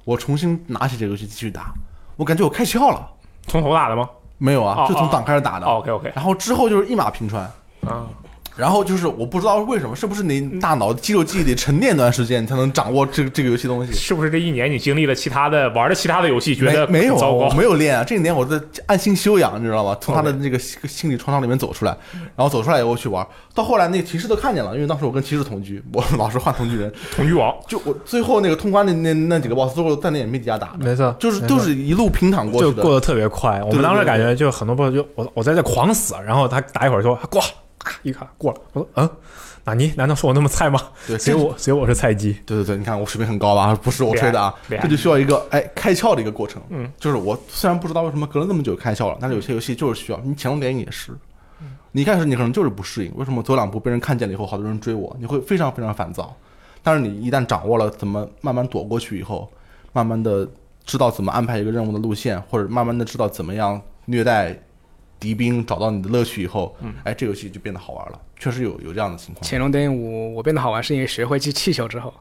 [SPEAKER 2] 我重新拿起这个游戏继续打，我感觉我开窍了。
[SPEAKER 5] 从头打的吗？
[SPEAKER 2] 没有啊，
[SPEAKER 5] 哦
[SPEAKER 2] 是从
[SPEAKER 5] 哦
[SPEAKER 2] 档开始打的。
[SPEAKER 5] 哦，OK，OK
[SPEAKER 2] 然后之后就是一马平川，
[SPEAKER 5] 啊，
[SPEAKER 2] 然后就是我不知道为什么，是不是你大脑肌肉记忆得沉淀一段时间，你才能掌握这个这个游戏东西？
[SPEAKER 5] 是不是这一年你经历了其他的玩了其他的游戏，觉得
[SPEAKER 2] 没没有
[SPEAKER 5] 很糟
[SPEAKER 2] 我
[SPEAKER 5] 糕？
[SPEAKER 2] 没有练啊，这一年我在按心修养，你知道吗？从他的那个心心理创伤里面走出来，然后走出来以后去玩，到后来那个骑士都看见了，因为当时我跟骑士同居，我 老是换同居人，
[SPEAKER 5] 同居王
[SPEAKER 2] 就我最后那个通关的那那几个 boss 都是在那眼皮底下打的，
[SPEAKER 3] 没错，
[SPEAKER 2] 就是
[SPEAKER 3] 没
[SPEAKER 2] 都
[SPEAKER 3] 错
[SPEAKER 2] 是一路平躺过
[SPEAKER 3] 就
[SPEAKER 2] 去的
[SPEAKER 3] 过。得特别快。我
[SPEAKER 2] 对
[SPEAKER 3] 们当时
[SPEAKER 2] 对
[SPEAKER 3] 感觉就很多朋友就我我在这狂死，然后他打一会儿说过啊一卡过了，我说嗯，纳尼难道说我那么菜吗？
[SPEAKER 2] 对，
[SPEAKER 3] 只 有我只有我是菜鸡。
[SPEAKER 2] 对对对，你看我水平很高吧？ 不是我吹的啊，
[SPEAKER 5] 厉害厉害
[SPEAKER 2] 这就需要一个哎开窍的一个过程。
[SPEAKER 5] 嗯，
[SPEAKER 2] 就是我虽然不知道为什么隔了那么久开窍了，但是有些游戏就是需要。你《乾隆电影》也是，你一开始你可能就是不适应，为什么走两步被人看见了以后，好多人追我，你会非常非常烦躁。但是你一旦掌握了怎么慢慢躲过去以后，慢慢的知道怎么安排一个任务的路线，或者慢慢的知道怎么样虐待敌兵，找到你的乐趣以后，
[SPEAKER 5] 嗯
[SPEAKER 2] 哎，这游戏就变得好玩了。确实有有这样的情况。
[SPEAKER 4] 潜龙谍影五，我变得好玩是因为学会骑气球之后，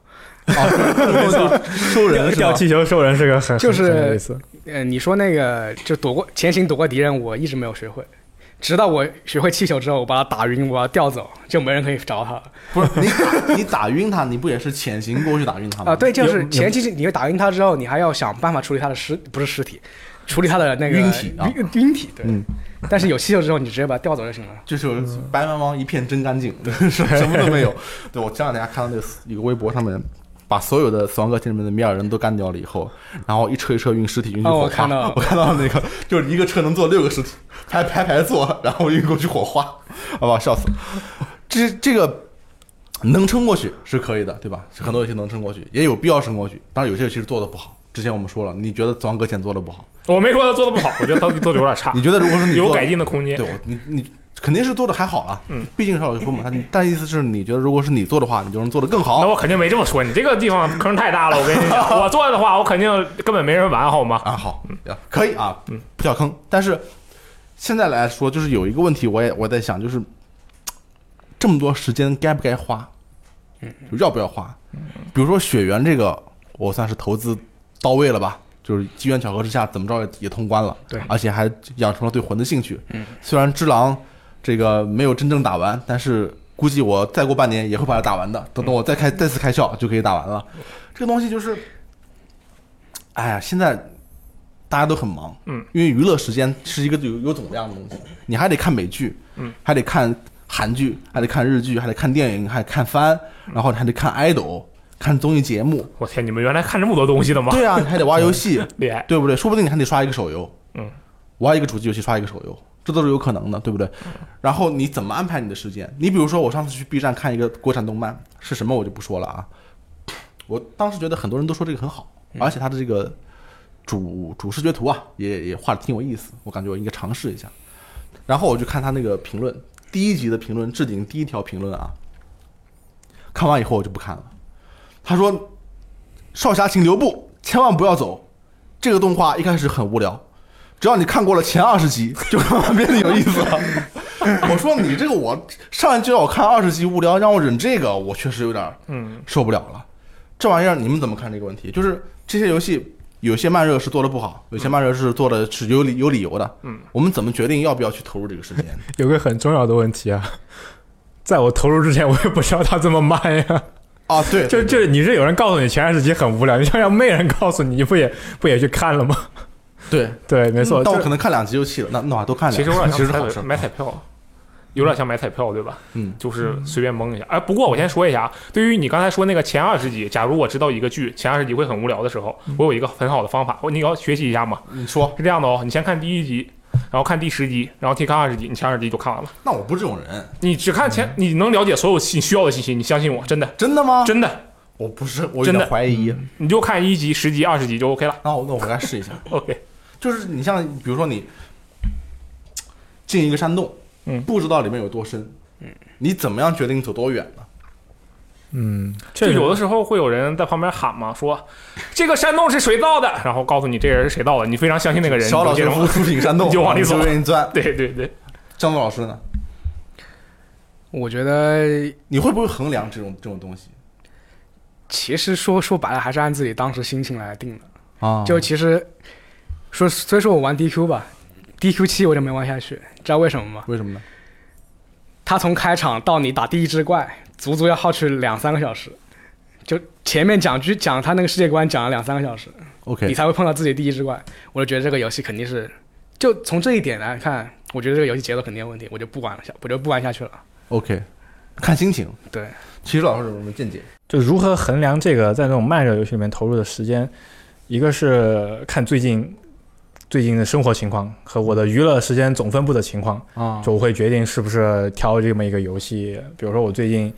[SPEAKER 2] 收人是
[SPEAKER 3] 吊
[SPEAKER 2] 吧？
[SPEAKER 3] 气球兽人是个很
[SPEAKER 4] 就是
[SPEAKER 3] 很有意思。
[SPEAKER 4] 呃，你说那个就躲过前行躲过敌人，我一直没有学会，直到我学会气球之后，我把它打晕，我要调走，就没人可以找他了
[SPEAKER 2] 不是你打你打晕他，你不也是潜行过去打晕他吗？
[SPEAKER 4] 啊。对，就是
[SPEAKER 3] 有
[SPEAKER 4] 前期你打晕他之后，你还要想办法处理他的尸，不是尸体，处理他的那个
[SPEAKER 2] 晕体啊
[SPEAKER 4] 晕晕体。对，
[SPEAKER 2] 嗯
[SPEAKER 4] 但是有气球之后，你直接把它调走就行了。
[SPEAKER 2] 就是白茫茫一片真干净， 什什么都没有。对我前两天还看到那个一个微博上面，把所有的《死亡搁浅》里面的米尔人都干掉了以后，然后一车一车运尸体运去
[SPEAKER 4] 哦
[SPEAKER 2] 火
[SPEAKER 4] 我
[SPEAKER 2] 化。
[SPEAKER 4] 看到了
[SPEAKER 2] 我看到那个就是一个车能坐六个尸体，排排排坐，然后运过去火化，好吧，笑死了。这这个能撑过去是可以的，对吧？很多游戏能撑过去，也有必要撑过去。当然，有些游戏是做的不好。之前我们说了，你觉得《死亡搁浅》做的不好？
[SPEAKER 5] 我没说他做的不好，我觉得他做的有点差
[SPEAKER 2] 你，觉得如果说你
[SPEAKER 5] 有
[SPEAKER 2] 做得
[SPEAKER 5] 改进的空间
[SPEAKER 2] 对。我，你你肯定是做的还好了，
[SPEAKER 5] 嗯，
[SPEAKER 2] 毕竟是有风嘛。但但意思是，你觉得如果是你做的话，你就能做的更
[SPEAKER 5] 那
[SPEAKER 2] 好
[SPEAKER 5] 我肯定没这么说，你这个地方坑太大了。我跟你 讲，我做的话，我肯定根本没人玩，好吗？
[SPEAKER 2] 啊？好，可以啊，不跳坑。但是现在来说，就是有一个问题，我也我在想，就是这么多时间该不该花，要不要花？比如说血缘这个，我算是投资到位了吧？就是机缘巧合之下，怎么着也也通关了，
[SPEAKER 4] 对
[SPEAKER 2] 而且还养成了对魂的兴趣。嗯，虽然只狼这个没有真正打完，但是估计我再过半年也会把它打完的。等等我再开再次开窍就可以打完了。这个东西就是，哎呀，现在大家都很忙，
[SPEAKER 5] 嗯，
[SPEAKER 2] 因为娱乐时间是一个有有总量的东西，你还得看美剧，
[SPEAKER 5] 嗯，
[SPEAKER 2] 还得看韩剧，还得看日剧，还得看电影，还得看番，
[SPEAKER 5] 嗯
[SPEAKER 2] 然后还得看 idol，看综艺节目，
[SPEAKER 5] 我天，你们原来看这么多东西的吗？
[SPEAKER 2] 对啊，你 还得玩游戏，
[SPEAKER 5] 厉害，
[SPEAKER 2] 对不对？说不定你还得刷一个手游，
[SPEAKER 5] 嗯，
[SPEAKER 2] 玩一个主机游戏刷一个手游，这都是有可能的，对不对？然后你怎么安排你的时间？你比如说，我上次去 B 站看一个国产动漫，是什么我就不说了啊。我当时觉得很多人都说这个很好，而且它的这个主主视觉图啊，也也画的挺有意思，我感觉我应该尝试一下。然后我就看他那个评论，第一集的评论，置顶第一条评论啊，看完以后我就不看了。他说：“少侠，请留步，千万不要走，这个动画一开始很无聊，只要你看过了前二十集， 就慢慢变得有意思了。我说你这个我上一季让我看二十集无聊，让我忍这个，我确实有点
[SPEAKER 5] 嗯，
[SPEAKER 2] 受不了了。这玩意儿你们怎么看这个问题？就是这些游戏有些慢热是做的不好，有些慢热是做的是有理有理由的。
[SPEAKER 5] 嗯，
[SPEAKER 2] 我们怎么决定要不要去投入这个时间？
[SPEAKER 3] 有个很重要的问题啊，在我投入之前，我也不知道它这么慢呀。
[SPEAKER 2] 啊，对，
[SPEAKER 3] 就就你是有人告诉你前二十集很无聊，你想想没人告诉你，你不也不也去看了吗？
[SPEAKER 2] 对，
[SPEAKER 3] 对，没错。
[SPEAKER 2] 嗯但我
[SPEAKER 3] 就
[SPEAKER 2] 可能看两集就弃了，那那我多看
[SPEAKER 5] 其
[SPEAKER 2] 两
[SPEAKER 5] 实
[SPEAKER 2] 集，
[SPEAKER 5] 有点
[SPEAKER 2] 其实好
[SPEAKER 5] 像
[SPEAKER 2] 事
[SPEAKER 5] 彩。买彩票，有点像买彩票，对吧？
[SPEAKER 2] 嗯，
[SPEAKER 5] 就是随便蒙一下。哎，不过我先说一下，啊，对于你刚才说那个前二十集，假如我知道一个剧前二十集会很无聊的时候，
[SPEAKER 2] 嗯
[SPEAKER 5] 我有一个很好的方法，我你要学习一下嘛。
[SPEAKER 2] 你说，
[SPEAKER 5] 是这样的哦，你先看第一集，然后看第十集，然后去看二十集，你前二十集就看完了。
[SPEAKER 2] 那我不是这种人，
[SPEAKER 5] 你只看前，你能了解所有信需要的信息，你相信我，真的
[SPEAKER 2] 真的吗？
[SPEAKER 5] 真的，
[SPEAKER 2] 我不是，我有
[SPEAKER 5] 真
[SPEAKER 2] 点
[SPEAKER 5] 的
[SPEAKER 2] 怀疑。
[SPEAKER 5] 你就看一集、十集、二十集就 OK 了。
[SPEAKER 2] 那我那我回来试一下。
[SPEAKER 5] OK，
[SPEAKER 2] 就是你像比如说你进一个山洞，
[SPEAKER 5] 嗯
[SPEAKER 2] 不知道里面有多深，嗯，你怎么样决定走多远呢？
[SPEAKER 3] 嗯，
[SPEAKER 5] 就
[SPEAKER 3] 确实
[SPEAKER 5] 有的时候会有人在旁边喊嘛，说这个山洞是谁造的，然后告诉你这人是谁造的，你非常相信那个人，
[SPEAKER 2] 小老
[SPEAKER 5] 你就
[SPEAKER 2] 师
[SPEAKER 5] 接着
[SPEAKER 2] 夫
[SPEAKER 5] 往
[SPEAKER 2] 出品山洞，
[SPEAKER 5] 你 就往里走
[SPEAKER 2] 你就愿意钻。
[SPEAKER 5] 对对对，
[SPEAKER 2] 张总老师呢？
[SPEAKER 4] 我觉得
[SPEAKER 2] 你会不会衡量这种这种东西
[SPEAKER 4] 其实说说白了，还是按自己当时心情来定的。
[SPEAKER 2] 啊
[SPEAKER 4] 就其实说，虽说我玩 DQ 吧，DQ 七我就没玩下去，知道为什么吗？
[SPEAKER 2] 为什么呢？
[SPEAKER 4] 他从开场到你打第一只怪，足足要耗去两三个小时。就前面讲句讲他那个世界观讲了两三个小时，你
[SPEAKER 2] OK，
[SPEAKER 4] 才会碰到自己第一只怪。我就觉得这个游戏肯定是，就从这一点来看，我觉得这个游戏节奏肯定有问题，我就不玩了下，我就不玩下去了。
[SPEAKER 2] OK，看心情。
[SPEAKER 4] 对，
[SPEAKER 2] 其实老师有什么见解？
[SPEAKER 3] 就如何衡量这个在这种慢热游戏里面投入的时间，一个是看最近最近的生活情况和我的娱乐时间总分布的情况，
[SPEAKER 2] 啊
[SPEAKER 3] 就我会决定是不是挑这么一个游戏。比如说我最近，比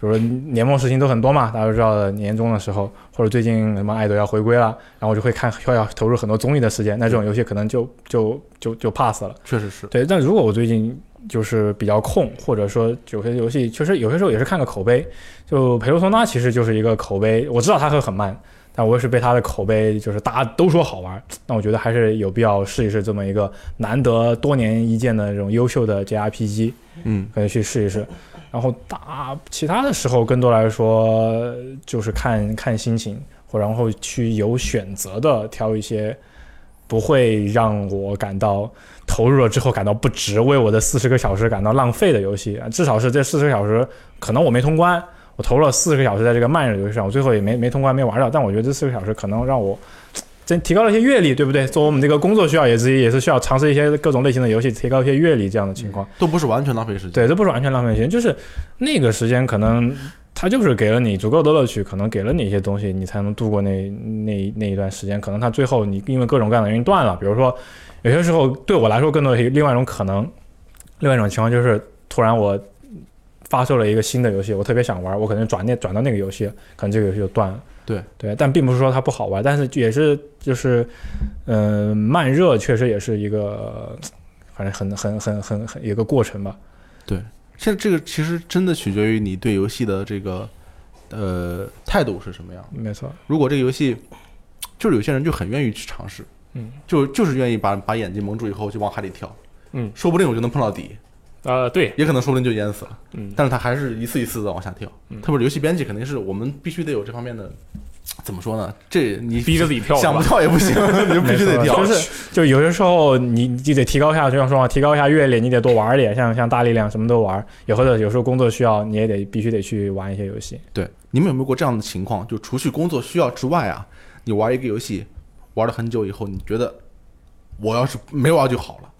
[SPEAKER 3] 如说年末事情都很多嘛，大家都知道的，年终的时候，或者最近什么爱豆要回归了，然后我就会看要要投入很多综艺的时间，那这种游戏可能就就就就 pass 了。
[SPEAKER 2] 确实是，
[SPEAKER 3] 对，但如果我最近就是比较空，或者说有些游戏确实有些时候也是看个口碑，就《陪路松拉》其实就是一个口碑，我知道它会很慢，但我也是被它的口碑就是大家都说好玩，那我觉得还是有必要试一试这么一个难得多年一见的这种优秀的 JRPG，
[SPEAKER 2] 嗯，
[SPEAKER 3] 可以去试一试。然后大其他的时候更多来说就是看看心情，或然后去有选择的挑一些不会让我感到投入了之后感到不值，为我的四十个小时感到浪费的游戏。啊至少是这四十个小时，可能我没通关，我投入了四十个小时在这个慢热游戏上，我最后也没没通关没玩到。但我觉得这四个小时可能让我。真提高了一些阅历，对不对？作为我们这个工作需要，也是也是需要尝试一些各种类型的游戏，提高一些阅历这样的情况。
[SPEAKER 2] 都不是完全浪费时间。
[SPEAKER 3] 对，这不是完全浪费时间，就是那个时间可能他就是给了你足够的乐趣，可能给了你一些东西，你才能度过那那那一段时间。可能他最后你因为各种各样的原因断了，比如说有些时候对我来说更多的是另外一种可能，另外一种情况就是突然我发售了一个新的游戏，我特别想玩，我可能转那转到那个游戏，可能这个游戏就断了。
[SPEAKER 2] 对
[SPEAKER 3] 对，但并不是说它不好玩，但是也是就是，嗯、慢热确实也是一个，反正很很很很很一个过程吧。
[SPEAKER 2] 现在这个其实真的取决于你对游戏的这个呃态度是什么样。
[SPEAKER 3] 没错，
[SPEAKER 2] 如果这个游戏就是有些人就很愿意去尝试，
[SPEAKER 3] 嗯，
[SPEAKER 2] 就就是愿意把把眼睛蒙住以后就往海里跳，
[SPEAKER 5] 嗯
[SPEAKER 2] 说不定我就能碰到底，
[SPEAKER 5] 呃，对，
[SPEAKER 2] 也可能说不定就淹死了，
[SPEAKER 5] 嗯
[SPEAKER 2] 但是他还是一次一次的往下跳。
[SPEAKER 5] 嗯
[SPEAKER 2] 特别是游戏编辑，肯定是我们必须得有这方面的，怎么说呢？这你
[SPEAKER 5] 逼着自己跳是
[SPEAKER 2] 想不
[SPEAKER 5] 吧？
[SPEAKER 2] 跳也不行， 你 就必须得
[SPEAKER 3] 没
[SPEAKER 2] 跳
[SPEAKER 3] 错。就是就有些时候你你得提高一下，就像说嘛，哦提高一下阅历，你得多玩一点，像像大力量什么都玩，也或者有时候工作需要，你也得必须得去玩一些游戏。
[SPEAKER 2] 对，你们有没有过这样的情况？就除去工作需要之外啊，你玩一个游戏玩了很久以后，你觉得我要是没玩就好了，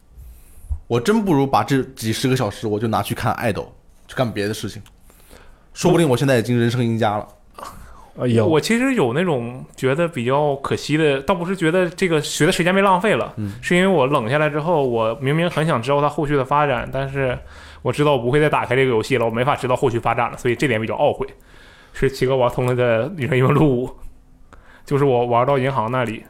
[SPEAKER 2] 我真不如把这几十个小时我就拿去看爱豆，去干别的事情，说不定我现在已经人生赢家了。
[SPEAKER 3] 呃，有
[SPEAKER 5] 我其实有那种觉得比较可惜的，倒不是觉得这个学的时间被浪费了，
[SPEAKER 2] 嗯
[SPEAKER 5] 是因为我冷下来之后，我明明很想知道它后续的发展，但是我知道我不会再打开这个游戏了，我没法知道后续发展了，所以这点比较懊悔。是奇哥玩通了的《女神异闻录五》，就是我玩到银行那里，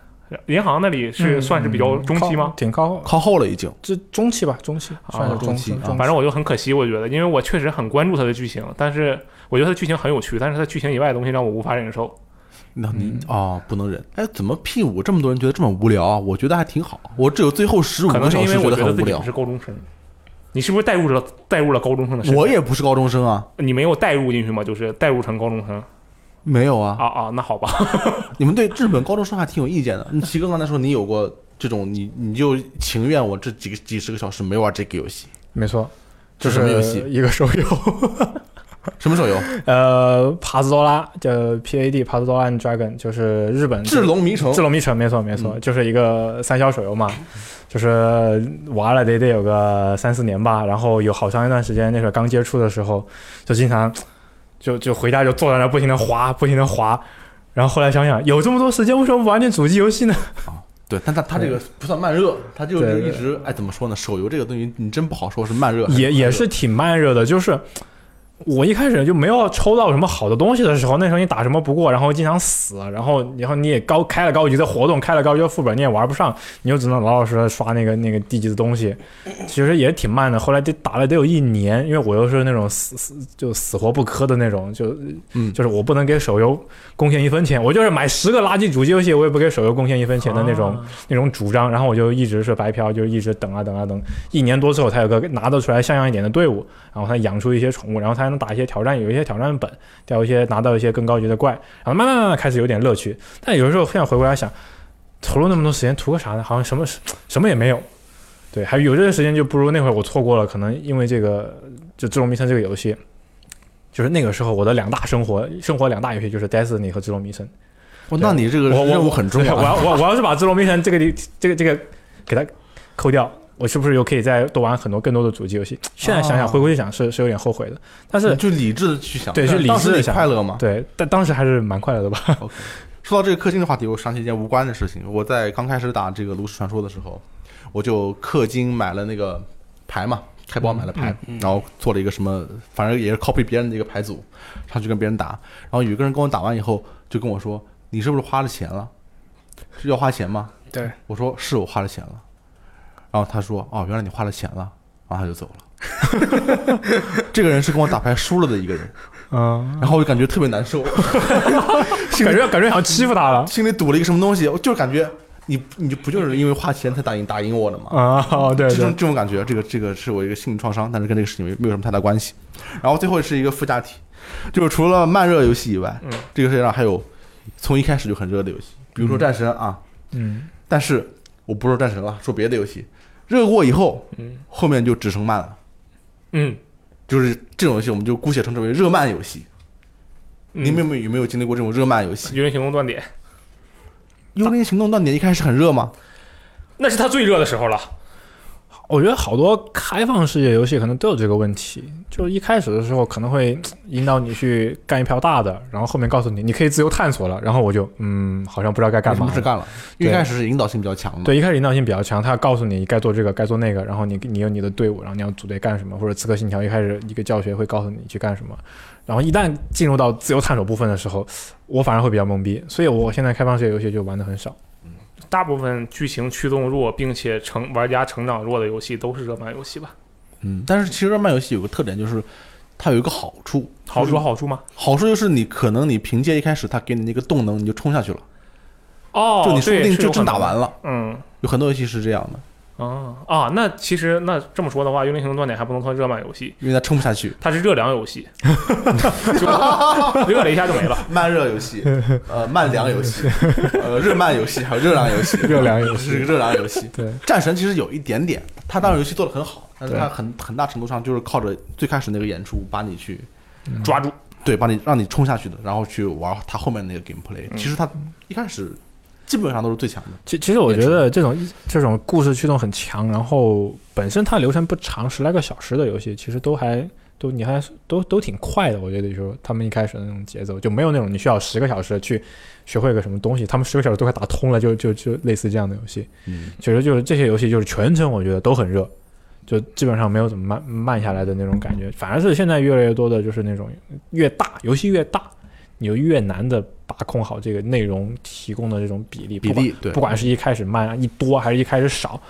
[SPEAKER 5] 银行那里是算是比较中期吗？？
[SPEAKER 3] 挺高，
[SPEAKER 2] 嗯靠后了已经，
[SPEAKER 3] 这中期吧，中期算是
[SPEAKER 2] 中期
[SPEAKER 3] 期。
[SPEAKER 2] 啊
[SPEAKER 3] 中
[SPEAKER 5] 反正我就很可惜，我觉得，因为我确实很关注它的剧情，但是我觉得它剧情很有趣，但是它剧情以外的东西让我无法忍受。
[SPEAKER 2] 那你
[SPEAKER 3] 嗯
[SPEAKER 2] 哦不能忍。哎，怎么 P 五这么多人觉得这么无聊啊？我觉得还挺好，我只有最后十五
[SPEAKER 5] 可能
[SPEAKER 2] 个
[SPEAKER 5] 是
[SPEAKER 2] 小
[SPEAKER 5] 因
[SPEAKER 2] 时
[SPEAKER 5] 为我
[SPEAKER 2] 得
[SPEAKER 5] 觉得
[SPEAKER 2] 很
[SPEAKER 5] 自
[SPEAKER 2] 无
[SPEAKER 5] 己
[SPEAKER 2] 聊
[SPEAKER 5] 不是。高中生，你是不是带入了带入了高中生的身份？
[SPEAKER 2] 我也不是高中生啊，
[SPEAKER 5] 你没有带入进去吗？就是带入成高中生
[SPEAKER 2] 没有啊。
[SPEAKER 5] 啊啊，那好吧，
[SPEAKER 2] 你们对日本高中生还挺有意见的。你齐哥刚才说你有过这种，你你就情愿我这几个几十个小时没玩这个游戏，
[SPEAKER 3] 没错，
[SPEAKER 2] 这
[SPEAKER 3] 就是
[SPEAKER 2] 什么游戏？
[SPEAKER 3] 一个手游，
[SPEAKER 2] 什么手游？
[SPEAKER 3] 呃，帕兹多拉叫 PAD 帕兹多拉 and Dragon，就是日本
[SPEAKER 2] 智龙迷城
[SPEAKER 3] 智。龙迷城，没错没错，就是一个三消手游嘛，就是玩了得得有个三四年吧，然后有好长一段时间，那时候刚接触的时候，就经常就就回家就坐在那儿不停的滑，不停的滑，然后后来想想有这么多时间，为什么不玩点主机游戏呢？
[SPEAKER 2] 对，但他他这个不算慢热，他就
[SPEAKER 3] 对
[SPEAKER 2] 是
[SPEAKER 3] 对
[SPEAKER 2] 一直哎，怎么说呢？手游这个东西，你真不好说是慢热还
[SPEAKER 3] 也
[SPEAKER 2] 不慢热
[SPEAKER 3] 也是挺慢热的，就是。我一开始就没有抽到什么好的东西的时候，那时候你打什么不过，然后经常死，然后然后你也高开了高级的活动，开了高级的副本，你也玩不上，你就只能老老实实刷那个那个低级的东西，其实也挺慢的。后来得打了得有一年，因为我又是那种死死就死活不磕的那种，就
[SPEAKER 2] 嗯
[SPEAKER 3] 就是我不能给手游贡献一分钱，我就是买十个垃圾主机游戏，我也不给手游贡献一分钱的那种、
[SPEAKER 5] 啊
[SPEAKER 3] 那种主张，然后我就一直是白嫖，就一直等啊等啊等，一年多之后才有个拿得出来像样一点的队伍，然后才养出一些宠物，然后才能打一些挑战，有一些挑战本，掉一些拿到一些更高级的怪，然后慢慢慢慢开始有点乐趣。但有的时候现在回过来想，投入那么多时间图个啥呢？好像什么什么也没有。对，还有这个时间就不如那会儿我错过了，可能因为这个就《智龙迷城》这个游戏，就是那个时候我的两大生活生活两大游戏就是《Destiny》和《智龙迷城》。
[SPEAKER 2] 哦那你这个
[SPEAKER 3] 我我
[SPEAKER 2] 任务很重
[SPEAKER 3] 对
[SPEAKER 2] 要
[SPEAKER 3] 我
[SPEAKER 2] 啊。
[SPEAKER 3] 要我我要是把《智龙迷城》这个地这个这个给它扣掉，我是不是又可以再多玩很多更多的主机游戏？现在想想，
[SPEAKER 2] 哦
[SPEAKER 3] 回过去想是是有点后悔的，但是
[SPEAKER 2] 就理智的去想，
[SPEAKER 3] 对
[SPEAKER 2] 但
[SPEAKER 3] 就理
[SPEAKER 2] 当时
[SPEAKER 3] 智地
[SPEAKER 2] 你
[SPEAKER 3] 想
[SPEAKER 2] 快乐嘛。
[SPEAKER 3] 对，但当时还是蛮快乐的吧。
[SPEAKER 2] OK，说到这个氪金的话题，我想起一件无关的事情。我在刚开始打这个炉石传说的时候，我就氪金买了那个牌嘛，开包买了牌，然后做了一个什么，反正也是 copy 别人的一个牌组，上去跟别人打。然后有一个人跟我打完以后，就跟我说：“你是不是花了钱了？是要花钱吗
[SPEAKER 4] 对，？”
[SPEAKER 2] 我说：“是我花了钱了。”然后他说：“哦，原来 你花了钱了。”然后他就走了。这个人是跟我打牌输了的一个人，
[SPEAKER 3] 啊，
[SPEAKER 2] 然后我就感觉特别难受，
[SPEAKER 3] 感觉感觉好像欺负他了
[SPEAKER 2] 心里堵了一个什么东西，我就是感觉你你不就是因为花钱才打赢打赢我的吗？
[SPEAKER 3] 啊，哦对
[SPEAKER 2] 这种
[SPEAKER 3] 对，
[SPEAKER 2] 这种感觉，这个这个是我一个心理创伤，但是跟这个事情没没有什么太大关系。然后最后是一个附加题，就是除了慢热游戏以外，
[SPEAKER 5] 嗯
[SPEAKER 2] 这个世界上还有从一开始就很热的游戏，比如说战神啊，
[SPEAKER 3] 嗯
[SPEAKER 2] 但是我不说战神了，说别的游戏，热过以后，
[SPEAKER 5] 嗯
[SPEAKER 2] 后面就只剩慢了，
[SPEAKER 5] 嗯，
[SPEAKER 2] 就是这种游戏我们就姑且称之为热慢游戏。你
[SPEAKER 3] 嗯
[SPEAKER 2] 们有
[SPEAKER 5] 你们
[SPEAKER 2] 没有有没有经历过这种热慢游戏？
[SPEAKER 5] 幽灵行动断点，
[SPEAKER 2] 《幽灵行动》到底一开始很热吗？
[SPEAKER 5] 那是他最热的时候了。
[SPEAKER 3] 我觉得好多开放世界游戏可能都有这个问题，就是一开始的时候可能会嘖引导你去干一票大的，然后后面告诉你你可以自由探索了，然后我就嗯，好像不知道该干
[SPEAKER 2] 没什
[SPEAKER 3] 嘛
[SPEAKER 2] 么
[SPEAKER 3] 了
[SPEAKER 2] 事。干了？因为一开始是引导性比较强的。
[SPEAKER 3] 对，一开始引导性比较强，他告诉你该做这个，该做那个，然后你你有你的队伍，然后你要组队干什么，或者《刺客信条》一开始一个教学会告诉你去干什么，然后一旦进入到自由探索部分的时候，我反而会比较懵逼，所以我现在开放世界游戏就玩的很少。
[SPEAKER 5] 大部分剧情驱动弱，并且成玩家成长弱的游戏都是热门游戏吧？
[SPEAKER 2] 嗯，但是其实热慢游戏有个特点就是，它有一个好处，
[SPEAKER 5] 好
[SPEAKER 2] 就是
[SPEAKER 5] 处好处吗？
[SPEAKER 2] 好处就是你可能你凭借一开始他给你那个动能，你就冲下去了，
[SPEAKER 5] 哦，
[SPEAKER 2] 就你说不
[SPEAKER 5] 对
[SPEAKER 2] 定
[SPEAKER 5] 是
[SPEAKER 2] 就
[SPEAKER 5] 有可
[SPEAKER 2] 真打
[SPEAKER 5] 能
[SPEAKER 2] 完了。
[SPEAKER 5] 嗯。
[SPEAKER 2] 有很多游戏是这样的，
[SPEAKER 5] 啊啊，那其实那这么说的话，《幽灵行动：断点》还不能算热门游戏，
[SPEAKER 2] 因为它冲不下去。
[SPEAKER 5] 它是热凉游戏， 就热了一下就没了。
[SPEAKER 2] 慢热游戏，呃，慢凉游戏，呃，热慢游戏，还有 热凉游戏，
[SPEAKER 3] 热凉游戏
[SPEAKER 2] 是个热凉游戏。
[SPEAKER 3] 对，
[SPEAKER 2] 战神其实有一点点，它当然游戏做的很好，但是它很很大程度上就是靠着最开始那个演出把你去
[SPEAKER 5] 抓住，
[SPEAKER 2] 对，把你让你冲下去的，然后去玩它后面那个 gameplay。其实
[SPEAKER 3] 嗯
[SPEAKER 2] 它一开始基本上都是最强的。
[SPEAKER 3] 其其实我觉得这种这种故事驱动很强，然后本身它流程不长，十来个小时的游戏，其实都还都你还都都挺快的。我觉得就是他们一开始的那种节奏，就没有那种你需要十个小时去学会个什么东西，他们十个小时都快打通了，就就就类似这样的游戏。
[SPEAKER 2] 嗯，
[SPEAKER 3] 其实就是这些游戏就是全程我觉得都很热，就基本上没有怎么慢慢下来的那种感觉，反而是现在越来越多的就是那种越大游戏越大，你就越难的把控好这个内容提供的这种比例
[SPEAKER 2] 比
[SPEAKER 3] 不管
[SPEAKER 2] 例对
[SPEAKER 3] 不管是一开始慢啊一多，还是一开始少，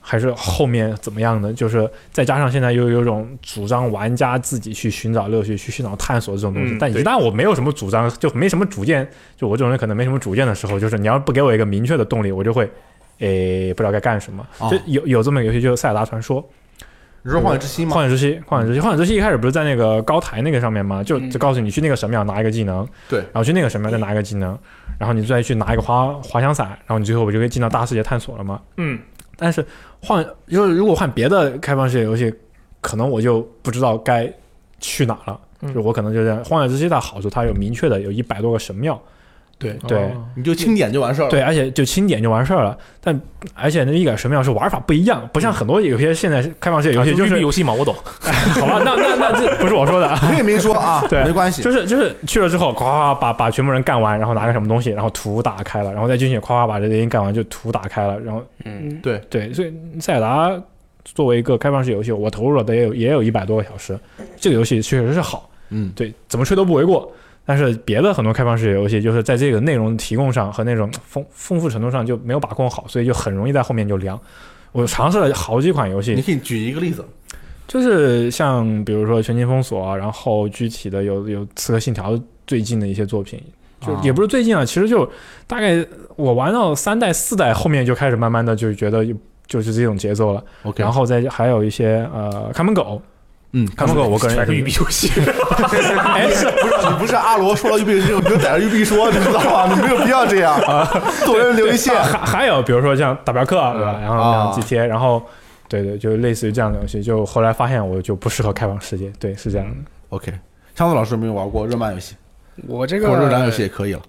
[SPEAKER 3] 还是后面怎么样的，就是再加上现在又有一种主张玩家自己去寻找乐趣、去寻找探索这种东西。
[SPEAKER 5] 嗯
[SPEAKER 3] 但一
[SPEAKER 5] 对
[SPEAKER 3] 旦我没有什么主张，就没什么主见，就我这种人可能没什么主见的时候，就是你要不给我一个明确的动力，我就会。诶，不知道该干什么。
[SPEAKER 2] 哦
[SPEAKER 3] 就有有这么一个游戏，就是《塞尔达传说》，
[SPEAKER 2] 你说《荒野之息》吗？
[SPEAKER 3] 旷野之息，旷野之息，旷野之息一开始不是在那个高台那个上面吗？就
[SPEAKER 4] 嗯
[SPEAKER 3] 就告诉你去那个神庙拿一个技能，
[SPEAKER 2] 对
[SPEAKER 3] 然后去那个神庙再拿一个技能，然后你再去拿一个滑滑翔伞，然后你最后不就可以进到大世界探索了吗？
[SPEAKER 5] 嗯，
[SPEAKER 3] 但是换就是如果换别的开放世界游戏，可能我就不知道该去哪了。
[SPEAKER 5] 嗯
[SPEAKER 3] 就我可能就是《荒野之息》的好处，它有明确的有一百多个神庙，
[SPEAKER 2] 对
[SPEAKER 3] 对
[SPEAKER 5] 哦
[SPEAKER 2] 你就清点就完事儿了。
[SPEAKER 3] 对，而且就清点就完事儿了。但而且那一百神庙是玩法不一样，不像很多有些现在开放世界游
[SPEAKER 5] 啊
[SPEAKER 3] 戏
[SPEAKER 5] 就
[SPEAKER 3] 就
[SPEAKER 5] 育
[SPEAKER 3] 是
[SPEAKER 5] 碧游戏嘛，我懂。
[SPEAKER 3] 好吧，那那那这不是我说的啊。
[SPEAKER 2] 可以明说啊，
[SPEAKER 3] 对
[SPEAKER 2] 没关系。
[SPEAKER 3] 就是就是去了之后，夸夸把把全部人干完，然后拿个什么东西，然后图打开了，然后再进去夸夸把这些人干完，就图打开了，然后
[SPEAKER 4] 嗯，
[SPEAKER 2] 对，
[SPEAKER 3] 对，所以塞尔达作为一个开放式游戏，我投入了得有也有一百多个小时，这个游戏确实是好，
[SPEAKER 2] 嗯，
[SPEAKER 3] 对，怎么吹都不为过。但是别的很多开放式游戏，就是在这个内容提供上和那种丰丰富程度上就没有把控好，所以就很容易在后面就凉。我尝试了好几款游戏，
[SPEAKER 2] 你可以举一个例子，
[SPEAKER 3] 就是像比如说《全境封锁》，然后具体的有有《刺客信条》最近的一些作品，就
[SPEAKER 2] 啊
[SPEAKER 3] 也不是最近啊，其实就大概我玩到三代、四代后面就开始慢慢的就觉得有就是这种节奏了，
[SPEAKER 2] OK
[SPEAKER 3] 然后再还有一些呃看门狗，
[SPEAKER 2] 嗯，
[SPEAKER 3] 看门狗我个人
[SPEAKER 5] 全是育碧游戏，
[SPEAKER 3] 哎 是
[SPEAKER 2] 不是你不是阿罗说到玉璧，你就逮着玉璧说，你知道吗？你没有必要这样，
[SPEAKER 3] 啊
[SPEAKER 2] 做人留一线。
[SPEAKER 3] 还 还有比如说像打镖客对吧，
[SPEAKER 2] 嗯
[SPEAKER 3] 然后
[SPEAKER 2] 啊
[SPEAKER 3] 像 GTA，然后对对，就类似于这样的游戏，就后来发现我就不适合开放世界，对是这样的。
[SPEAKER 2] OK，箱子老师有没有玩过热漫游戏，
[SPEAKER 4] 我这
[SPEAKER 2] 或者热燃游戏
[SPEAKER 4] 个
[SPEAKER 2] 也可以了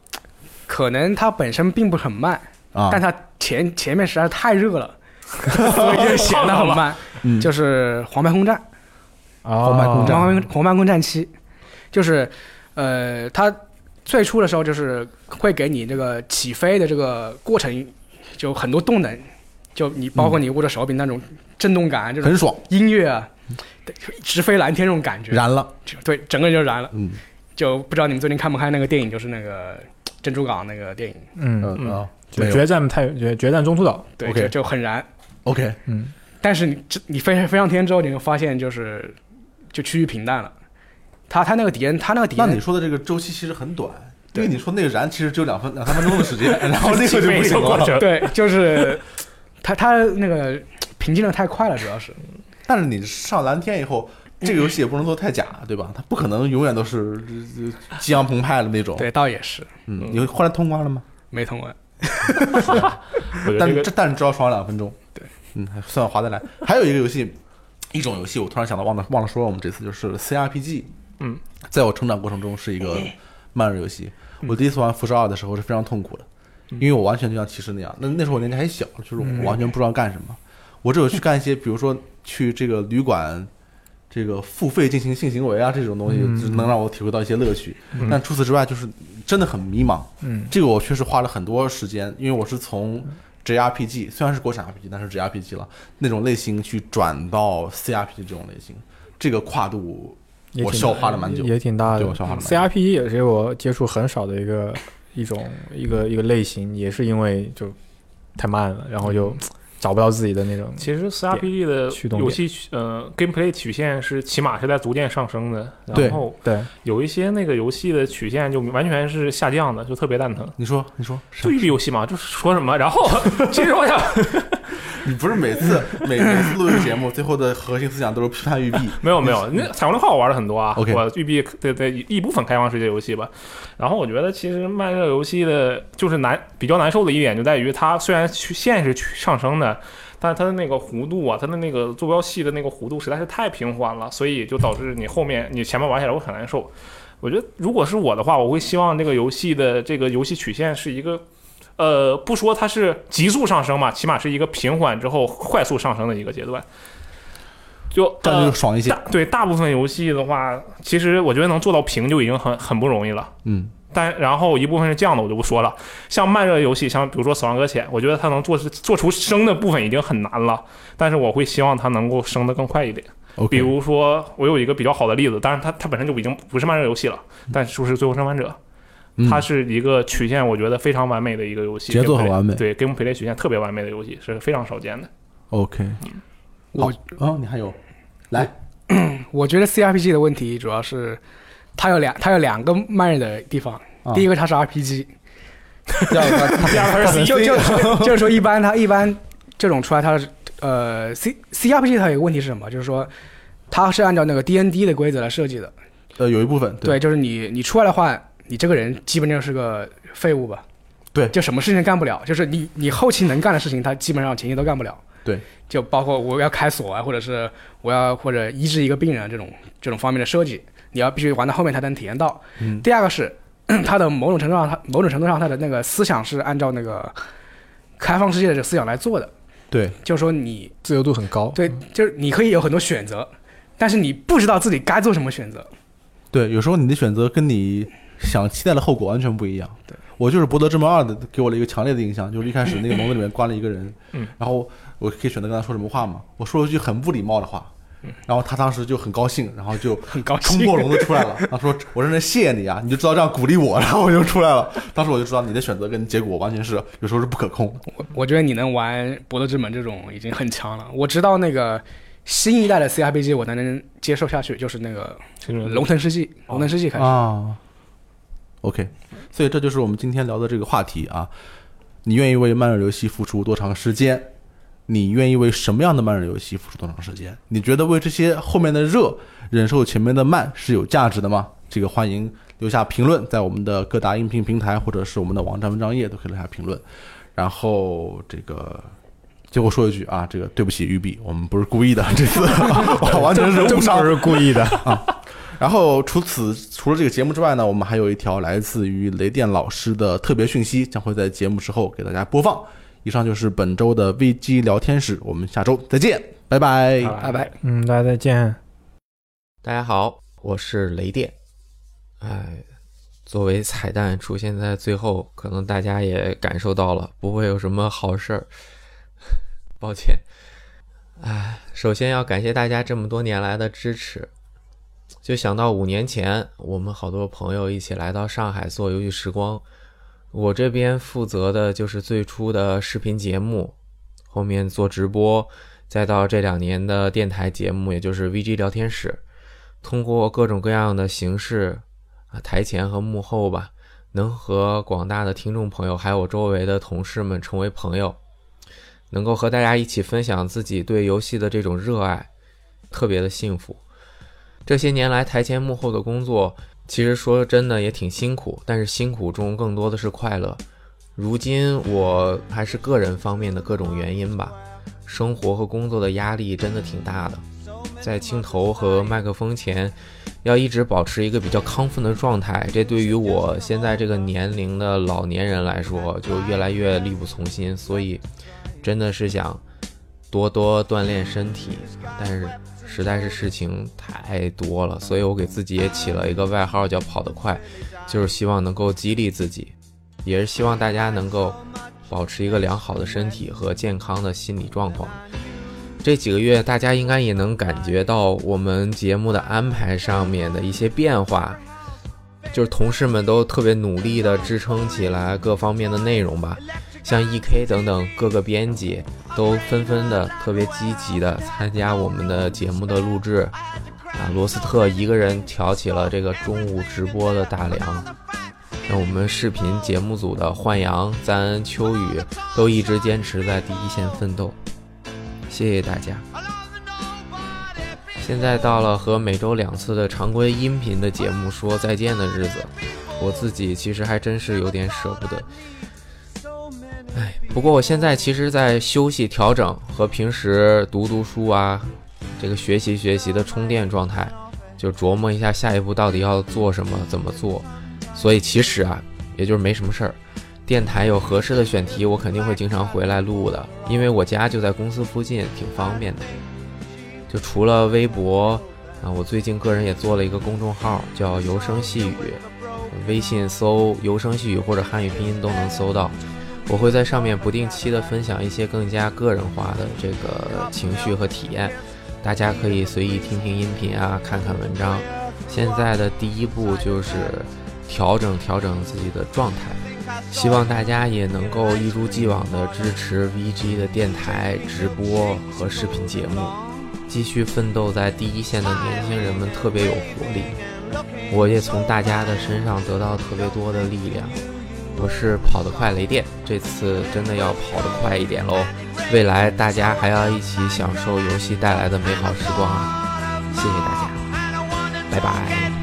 [SPEAKER 4] 可能它本身并不很慢，
[SPEAKER 2] 啊
[SPEAKER 4] 但。它前前面实在是太热了， 所以就显 得很慢。
[SPEAKER 2] 嗯
[SPEAKER 4] 就是《黄牌空战》
[SPEAKER 3] 啊
[SPEAKER 2] 麦嗯空
[SPEAKER 4] 《
[SPEAKER 2] 战
[SPEAKER 4] 黄牌黄牌空战七》，就是呃，它最初的时候就是会给你这个起飞的这个过程，就很多动能，就你包括你握着手柄那种震动感，啊这种
[SPEAKER 2] 很爽，
[SPEAKER 4] 音乐啊，直飞蓝天那种感觉，
[SPEAKER 2] 燃了，
[SPEAKER 4] 就对，整个人就燃了。
[SPEAKER 2] 嗯
[SPEAKER 4] 就不知道你们最近看没看那个电影，就是那个珍珠港那个电影，
[SPEAKER 3] 嗯，
[SPEAKER 2] 嗯啊，
[SPEAKER 3] 就
[SPEAKER 2] 没有
[SPEAKER 3] 决战太决决战中途岛，
[SPEAKER 4] 对
[SPEAKER 2] OK
[SPEAKER 4] 就就很燃。
[SPEAKER 2] OK，
[SPEAKER 3] 嗯，
[SPEAKER 4] 但是你这你飞飞上天之后，你会发现就是就趋于平淡了，他他那个敌人，他那个敌
[SPEAKER 2] 那你
[SPEAKER 4] 人，
[SPEAKER 2] 说的这个周期其实很短，因为你说那个燃其实只有两分两三分钟的时间，然后那个就不行
[SPEAKER 5] 过
[SPEAKER 2] 了。
[SPEAKER 5] 程。
[SPEAKER 4] 对，就是他他那个平静的太快了，主要是
[SPEAKER 2] 哦但是你上蓝天以后，这个游戏也不能做太假，对吧？它不可能永远都是呃呃激昂澎湃的那种。
[SPEAKER 4] 对，倒也是
[SPEAKER 2] 嗯，你后来通关了吗？
[SPEAKER 4] 没通关。
[SPEAKER 5] 我觉得
[SPEAKER 2] 但
[SPEAKER 5] 这
[SPEAKER 2] 这
[SPEAKER 5] 个
[SPEAKER 2] 但只要爽两分钟，
[SPEAKER 4] 对，
[SPEAKER 2] 嗯，还算划得来。还有一个游戏，一种游戏，我突然想到忘了忘了说了，我们这次就是 CRPG，
[SPEAKER 5] 嗯，
[SPEAKER 2] 在我成长过程中是一个慢热游戏。我第一次玩辐射二的时候是非常痛苦的，因为我完全就像骑士那样，那那时候我年纪还小，就是我完全不知道干什么。我只有去干一些，比如说去这个旅馆。这个付费进行性行为啊，这种东西
[SPEAKER 3] 嗯
[SPEAKER 2] 就能让我体会到一些乐趣。但除此之外，就是真的很迷茫。
[SPEAKER 3] 嗯，
[SPEAKER 2] 这个我确实花了很多时间，因为我是从 JRPG 虽然是国产 RPG，但是 JRPG 了那种类型去转到 CRPG 这种类型，这个跨度
[SPEAKER 3] 也
[SPEAKER 2] 我
[SPEAKER 3] 挺
[SPEAKER 2] 消
[SPEAKER 3] 大
[SPEAKER 2] 化了蛮久
[SPEAKER 3] 也挺大
[SPEAKER 2] 对
[SPEAKER 3] 的
[SPEAKER 2] 我。消化了蛮久。
[SPEAKER 3] CRPG E 也是我接触很少的一个一种一个一个类型，也是因为就太慢了，然后
[SPEAKER 2] 嗯
[SPEAKER 3] 就找不到自己的那种。
[SPEAKER 5] 其实 CRPG
[SPEAKER 3] 驱
[SPEAKER 5] 的
[SPEAKER 3] 动
[SPEAKER 5] 游
[SPEAKER 3] 点
[SPEAKER 5] 戏曲呃 gameplay 曲线是起码是在逐渐上升的，
[SPEAKER 2] 对
[SPEAKER 5] 然后
[SPEAKER 3] 对，
[SPEAKER 5] 有一些那个游戏的曲线就完全是下降的，就特别蛋疼。
[SPEAKER 2] 你说，你说，
[SPEAKER 5] 就一个游戏嘛，就是说什么，然后其实我想，
[SPEAKER 2] 你不是每次每每次录一个节目，最后的核心思想都是批判育碧？
[SPEAKER 5] 没有没有，那彩虹六号我玩了很多啊
[SPEAKER 2] OK
[SPEAKER 5] 我育碧对对一部分开放世界游戏吧。然后我觉得其实慢热游戏的就是难比较难受的一点就在于它虽然曲线是去上升的，但是它的那个弧度啊，它的那个坐标系的那个弧度实在是太平缓了，所以就导致你后面你前面玩起来会很难受。我觉得如果是我的话，我会希望这个游戏的这个游戏曲线是一个。呃，不说它是急速上升嘛，起码是一个平缓之后快速上升的一个阶呃段。就
[SPEAKER 2] 这样
[SPEAKER 5] 呃
[SPEAKER 2] 就爽一些
[SPEAKER 5] 大。对大部分游戏的话，其实我觉得能做到平就已经很很不容易了。
[SPEAKER 2] 嗯，
[SPEAKER 5] 但然后一部分是降的，我就不说了。像慢热游戏，像比如说《死亡搁浅》，我觉得它能做做出升的部分已经很难了，但是我会希望它能够升得更快一点。
[SPEAKER 2] OK，
[SPEAKER 5] 比如说，我有一个比较好的例子，当然它它本身就已经不是慢热游戏了，但是就是《最后生还者》，
[SPEAKER 2] 嗯
[SPEAKER 5] 它是一个曲线我觉得非常完美的一个游戏，
[SPEAKER 2] 节奏很完美
[SPEAKER 5] 对 game play 曲线特别完美的游戏是非常少见的。
[SPEAKER 2] OK，
[SPEAKER 4] 我
[SPEAKER 2] 好哦，你还有来
[SPEAKER 4] 我觉得 CRPG 的问题主要是它有两它有两个慢热的地方，
[SPEAKER 2] 啊
[SPEAKER 4] 第一个它是 RPG，
[SPEAKER 2] 第二个他
[SPEAKER 5] 第二个 是
[SPEAKER 4] 就就就是说一般它一般这种出来它是呃 C CRPG 它有一个问题是什么？就是说它是按照那个 D N D 的规则来设计的，
[SPEAKER 2] 呃有一部分
[SPEAKER 4] 对，就是你你出来的话，你这个人基本就是个废物吧？
[SPEAKER 2] 对
[SPEAKER 4] 就什么事情干不了，就是你你后期能干的事情，他基本上前期都干不了。
[SPEAKER 2] 对，
[SPEAKER 4] 就包括我要开锁啊，或者是我要或者医治一个病人啊这种这种方面的设计，你要必须玩到后面才能体验到。
[SPEAKER 2] 嗯
[SPEAKER 4] 第二个是 他的某种程度上，他某种程度上他的那个思想是按照那个开放世界的这个思想来做的，
[SPEAKER 2] 对
[SPEAKER 4] 就是说你
[SPEAKER 3] 自由度很高。
[SPEAKER 4] 对，就是你可以有很多选择，但是你不知道自己该做什么选择。
[SPEAKER 2] 对，有时候你的选择跟你想期待的后果完全不一样。
[SPEAKER 4] 对，
[SPEAKER 2] 我就是《博德之门二》的，给我了一个强烈的印象，就是一开始那个笼子里面关了一个人，
[SPEAKER 5] 嗯，
[SPEAKER 2] 然后我可以选择跟他说什么话嘛，我说了一句很不礼貌的话，然后他当时就很高兴，然后就
[SPEAKER 4] 嗯 很高兴
[SPEAKER 2] 冲过笼子出来 了，他说：“我真的谢谢你啊，你就知道这样鼓励我。”然后我就出来了，当时我就知道你的选择跟结果完全是有时候是不可控的。
[SPEAKER 4] 我我觉得你能玩《博德之门》这种已经很强了。我知道那个新一代的 CRPG 我才能接受下去，就是那个《龙腾世纪》，《龙腾世纪》开始。
[SPEAKER 2] 啊。OK，所以这就是我们今天聊的这个话题啊。你愿意为慢热游戏付出多长时间？你愿意为什么样的慢热游戏付出多长时间？你觉得为这些后面的热忍受前面的慢是有价值的吗？这个欢迎留下评论，在我们的各大音频平台或者是我们的网站文章页都可以留下评论。然后这个最后说一句啊，这个对不起玉碧，我们不是故意的， 这次我完全是误伤
[SPEAKER 3] 不是故意的。
[SPEAKER 2] 然后除此除了这个节目之外呢，我们还有一条来自于雷电老师的特别讯息，将会在节目之后给大家播放。以上就是本周的 VG 聊天室，我们下周再见，拜哎拜。
[SPEAKER 5] 啊
[SPEAKER 4] 拜拜。
[SPEAKER 3] 嗯，大家再见。
[SPEAKER 6] 大家好，我是雷电。哎，作为彩蛋出现在最后，可能大家也感受到了，不会有什么好事儿。 抱歉。哎，首先要感谢大家这么多年来的支持。就想到五年前，我们好多朋友一起来到上海做游戏时光，我这边负责的就是最初的视频节目，后面做直播，再到这两年的电台节目，也就是 VG 聊天室。通过各种各样的形式啊，台前和幕后吧，能和广大的听众朋友还有周围的同事们成为朋友，能够和大家一起分享自己对游戏的这种热爱，特别的幸福。这些年来，台前幕后的工作，其实说真的也挺辛苦，但是辛苦中更多的是快乐。如今我还是个人方面的各种原因吧，生活和工作的压力真的挺大的，在镜头和麦克风前，要一直保持一个比较亢奋的状态，这对于我现在这个年龄的老年人来说，就越来越力不从心。所以，真的是想多多锻炼身体，但是实在是事情太多了，所以我给自己也起了一个外号叫“跑得快”，就是希望能够激励自己，也是希望大家能够保持一个良好的身体和健康的心理状况。这几个月，大家应该也能感觉到我们节目的安排上面的一些变化，就是同事们都特别努力的支撑起来各方面的内容吧，像 E.K 等等各个编辑都纷纷的特别积极的参加我们的节目的录制，啊，罗斯特一个人挑起了这个中午直播的大梁。那我们视频节目组的焕阳、赞恩、秋雨都一直坚持在第一线奋斗，谢谢大家。现在到了和每周两次的常规音频的节目说再见的日子，我自己其实还真是有点舍不得。哎，不过我现在其实，在休息调整和平时读读书啊，这个学习学习的充电状态，就琢磨一下下一步到底要做什么，怎么做。所以其实啊，也就是没什么事儿。电台有合适的选题，我肯定会经常回来录的，因为我家就在公司附近，挺方便的。就除了微博啊，我最近个人也做了一个公众号，叫“游声细语”，微信搜“游声细语”或者汉语拼音都能搜到。我会在上面不定期的分享一些更加个人化的这个情绪和体验，大家可以随意听听音频啊，看看文章。现在的第一步就是调整调整自己的状态，希望大家也能够一如既往的支持 VG 的电台直播和视频节目，继续奋斗在第一线的年轻人们特别有活力。我也从大家的身上得到特别多的力量。我是跑得快雷电，这次真的要跑得快一点喽！未来大家还要一起享受游戏带来的美好时光啊！谢谢大家，拜拜。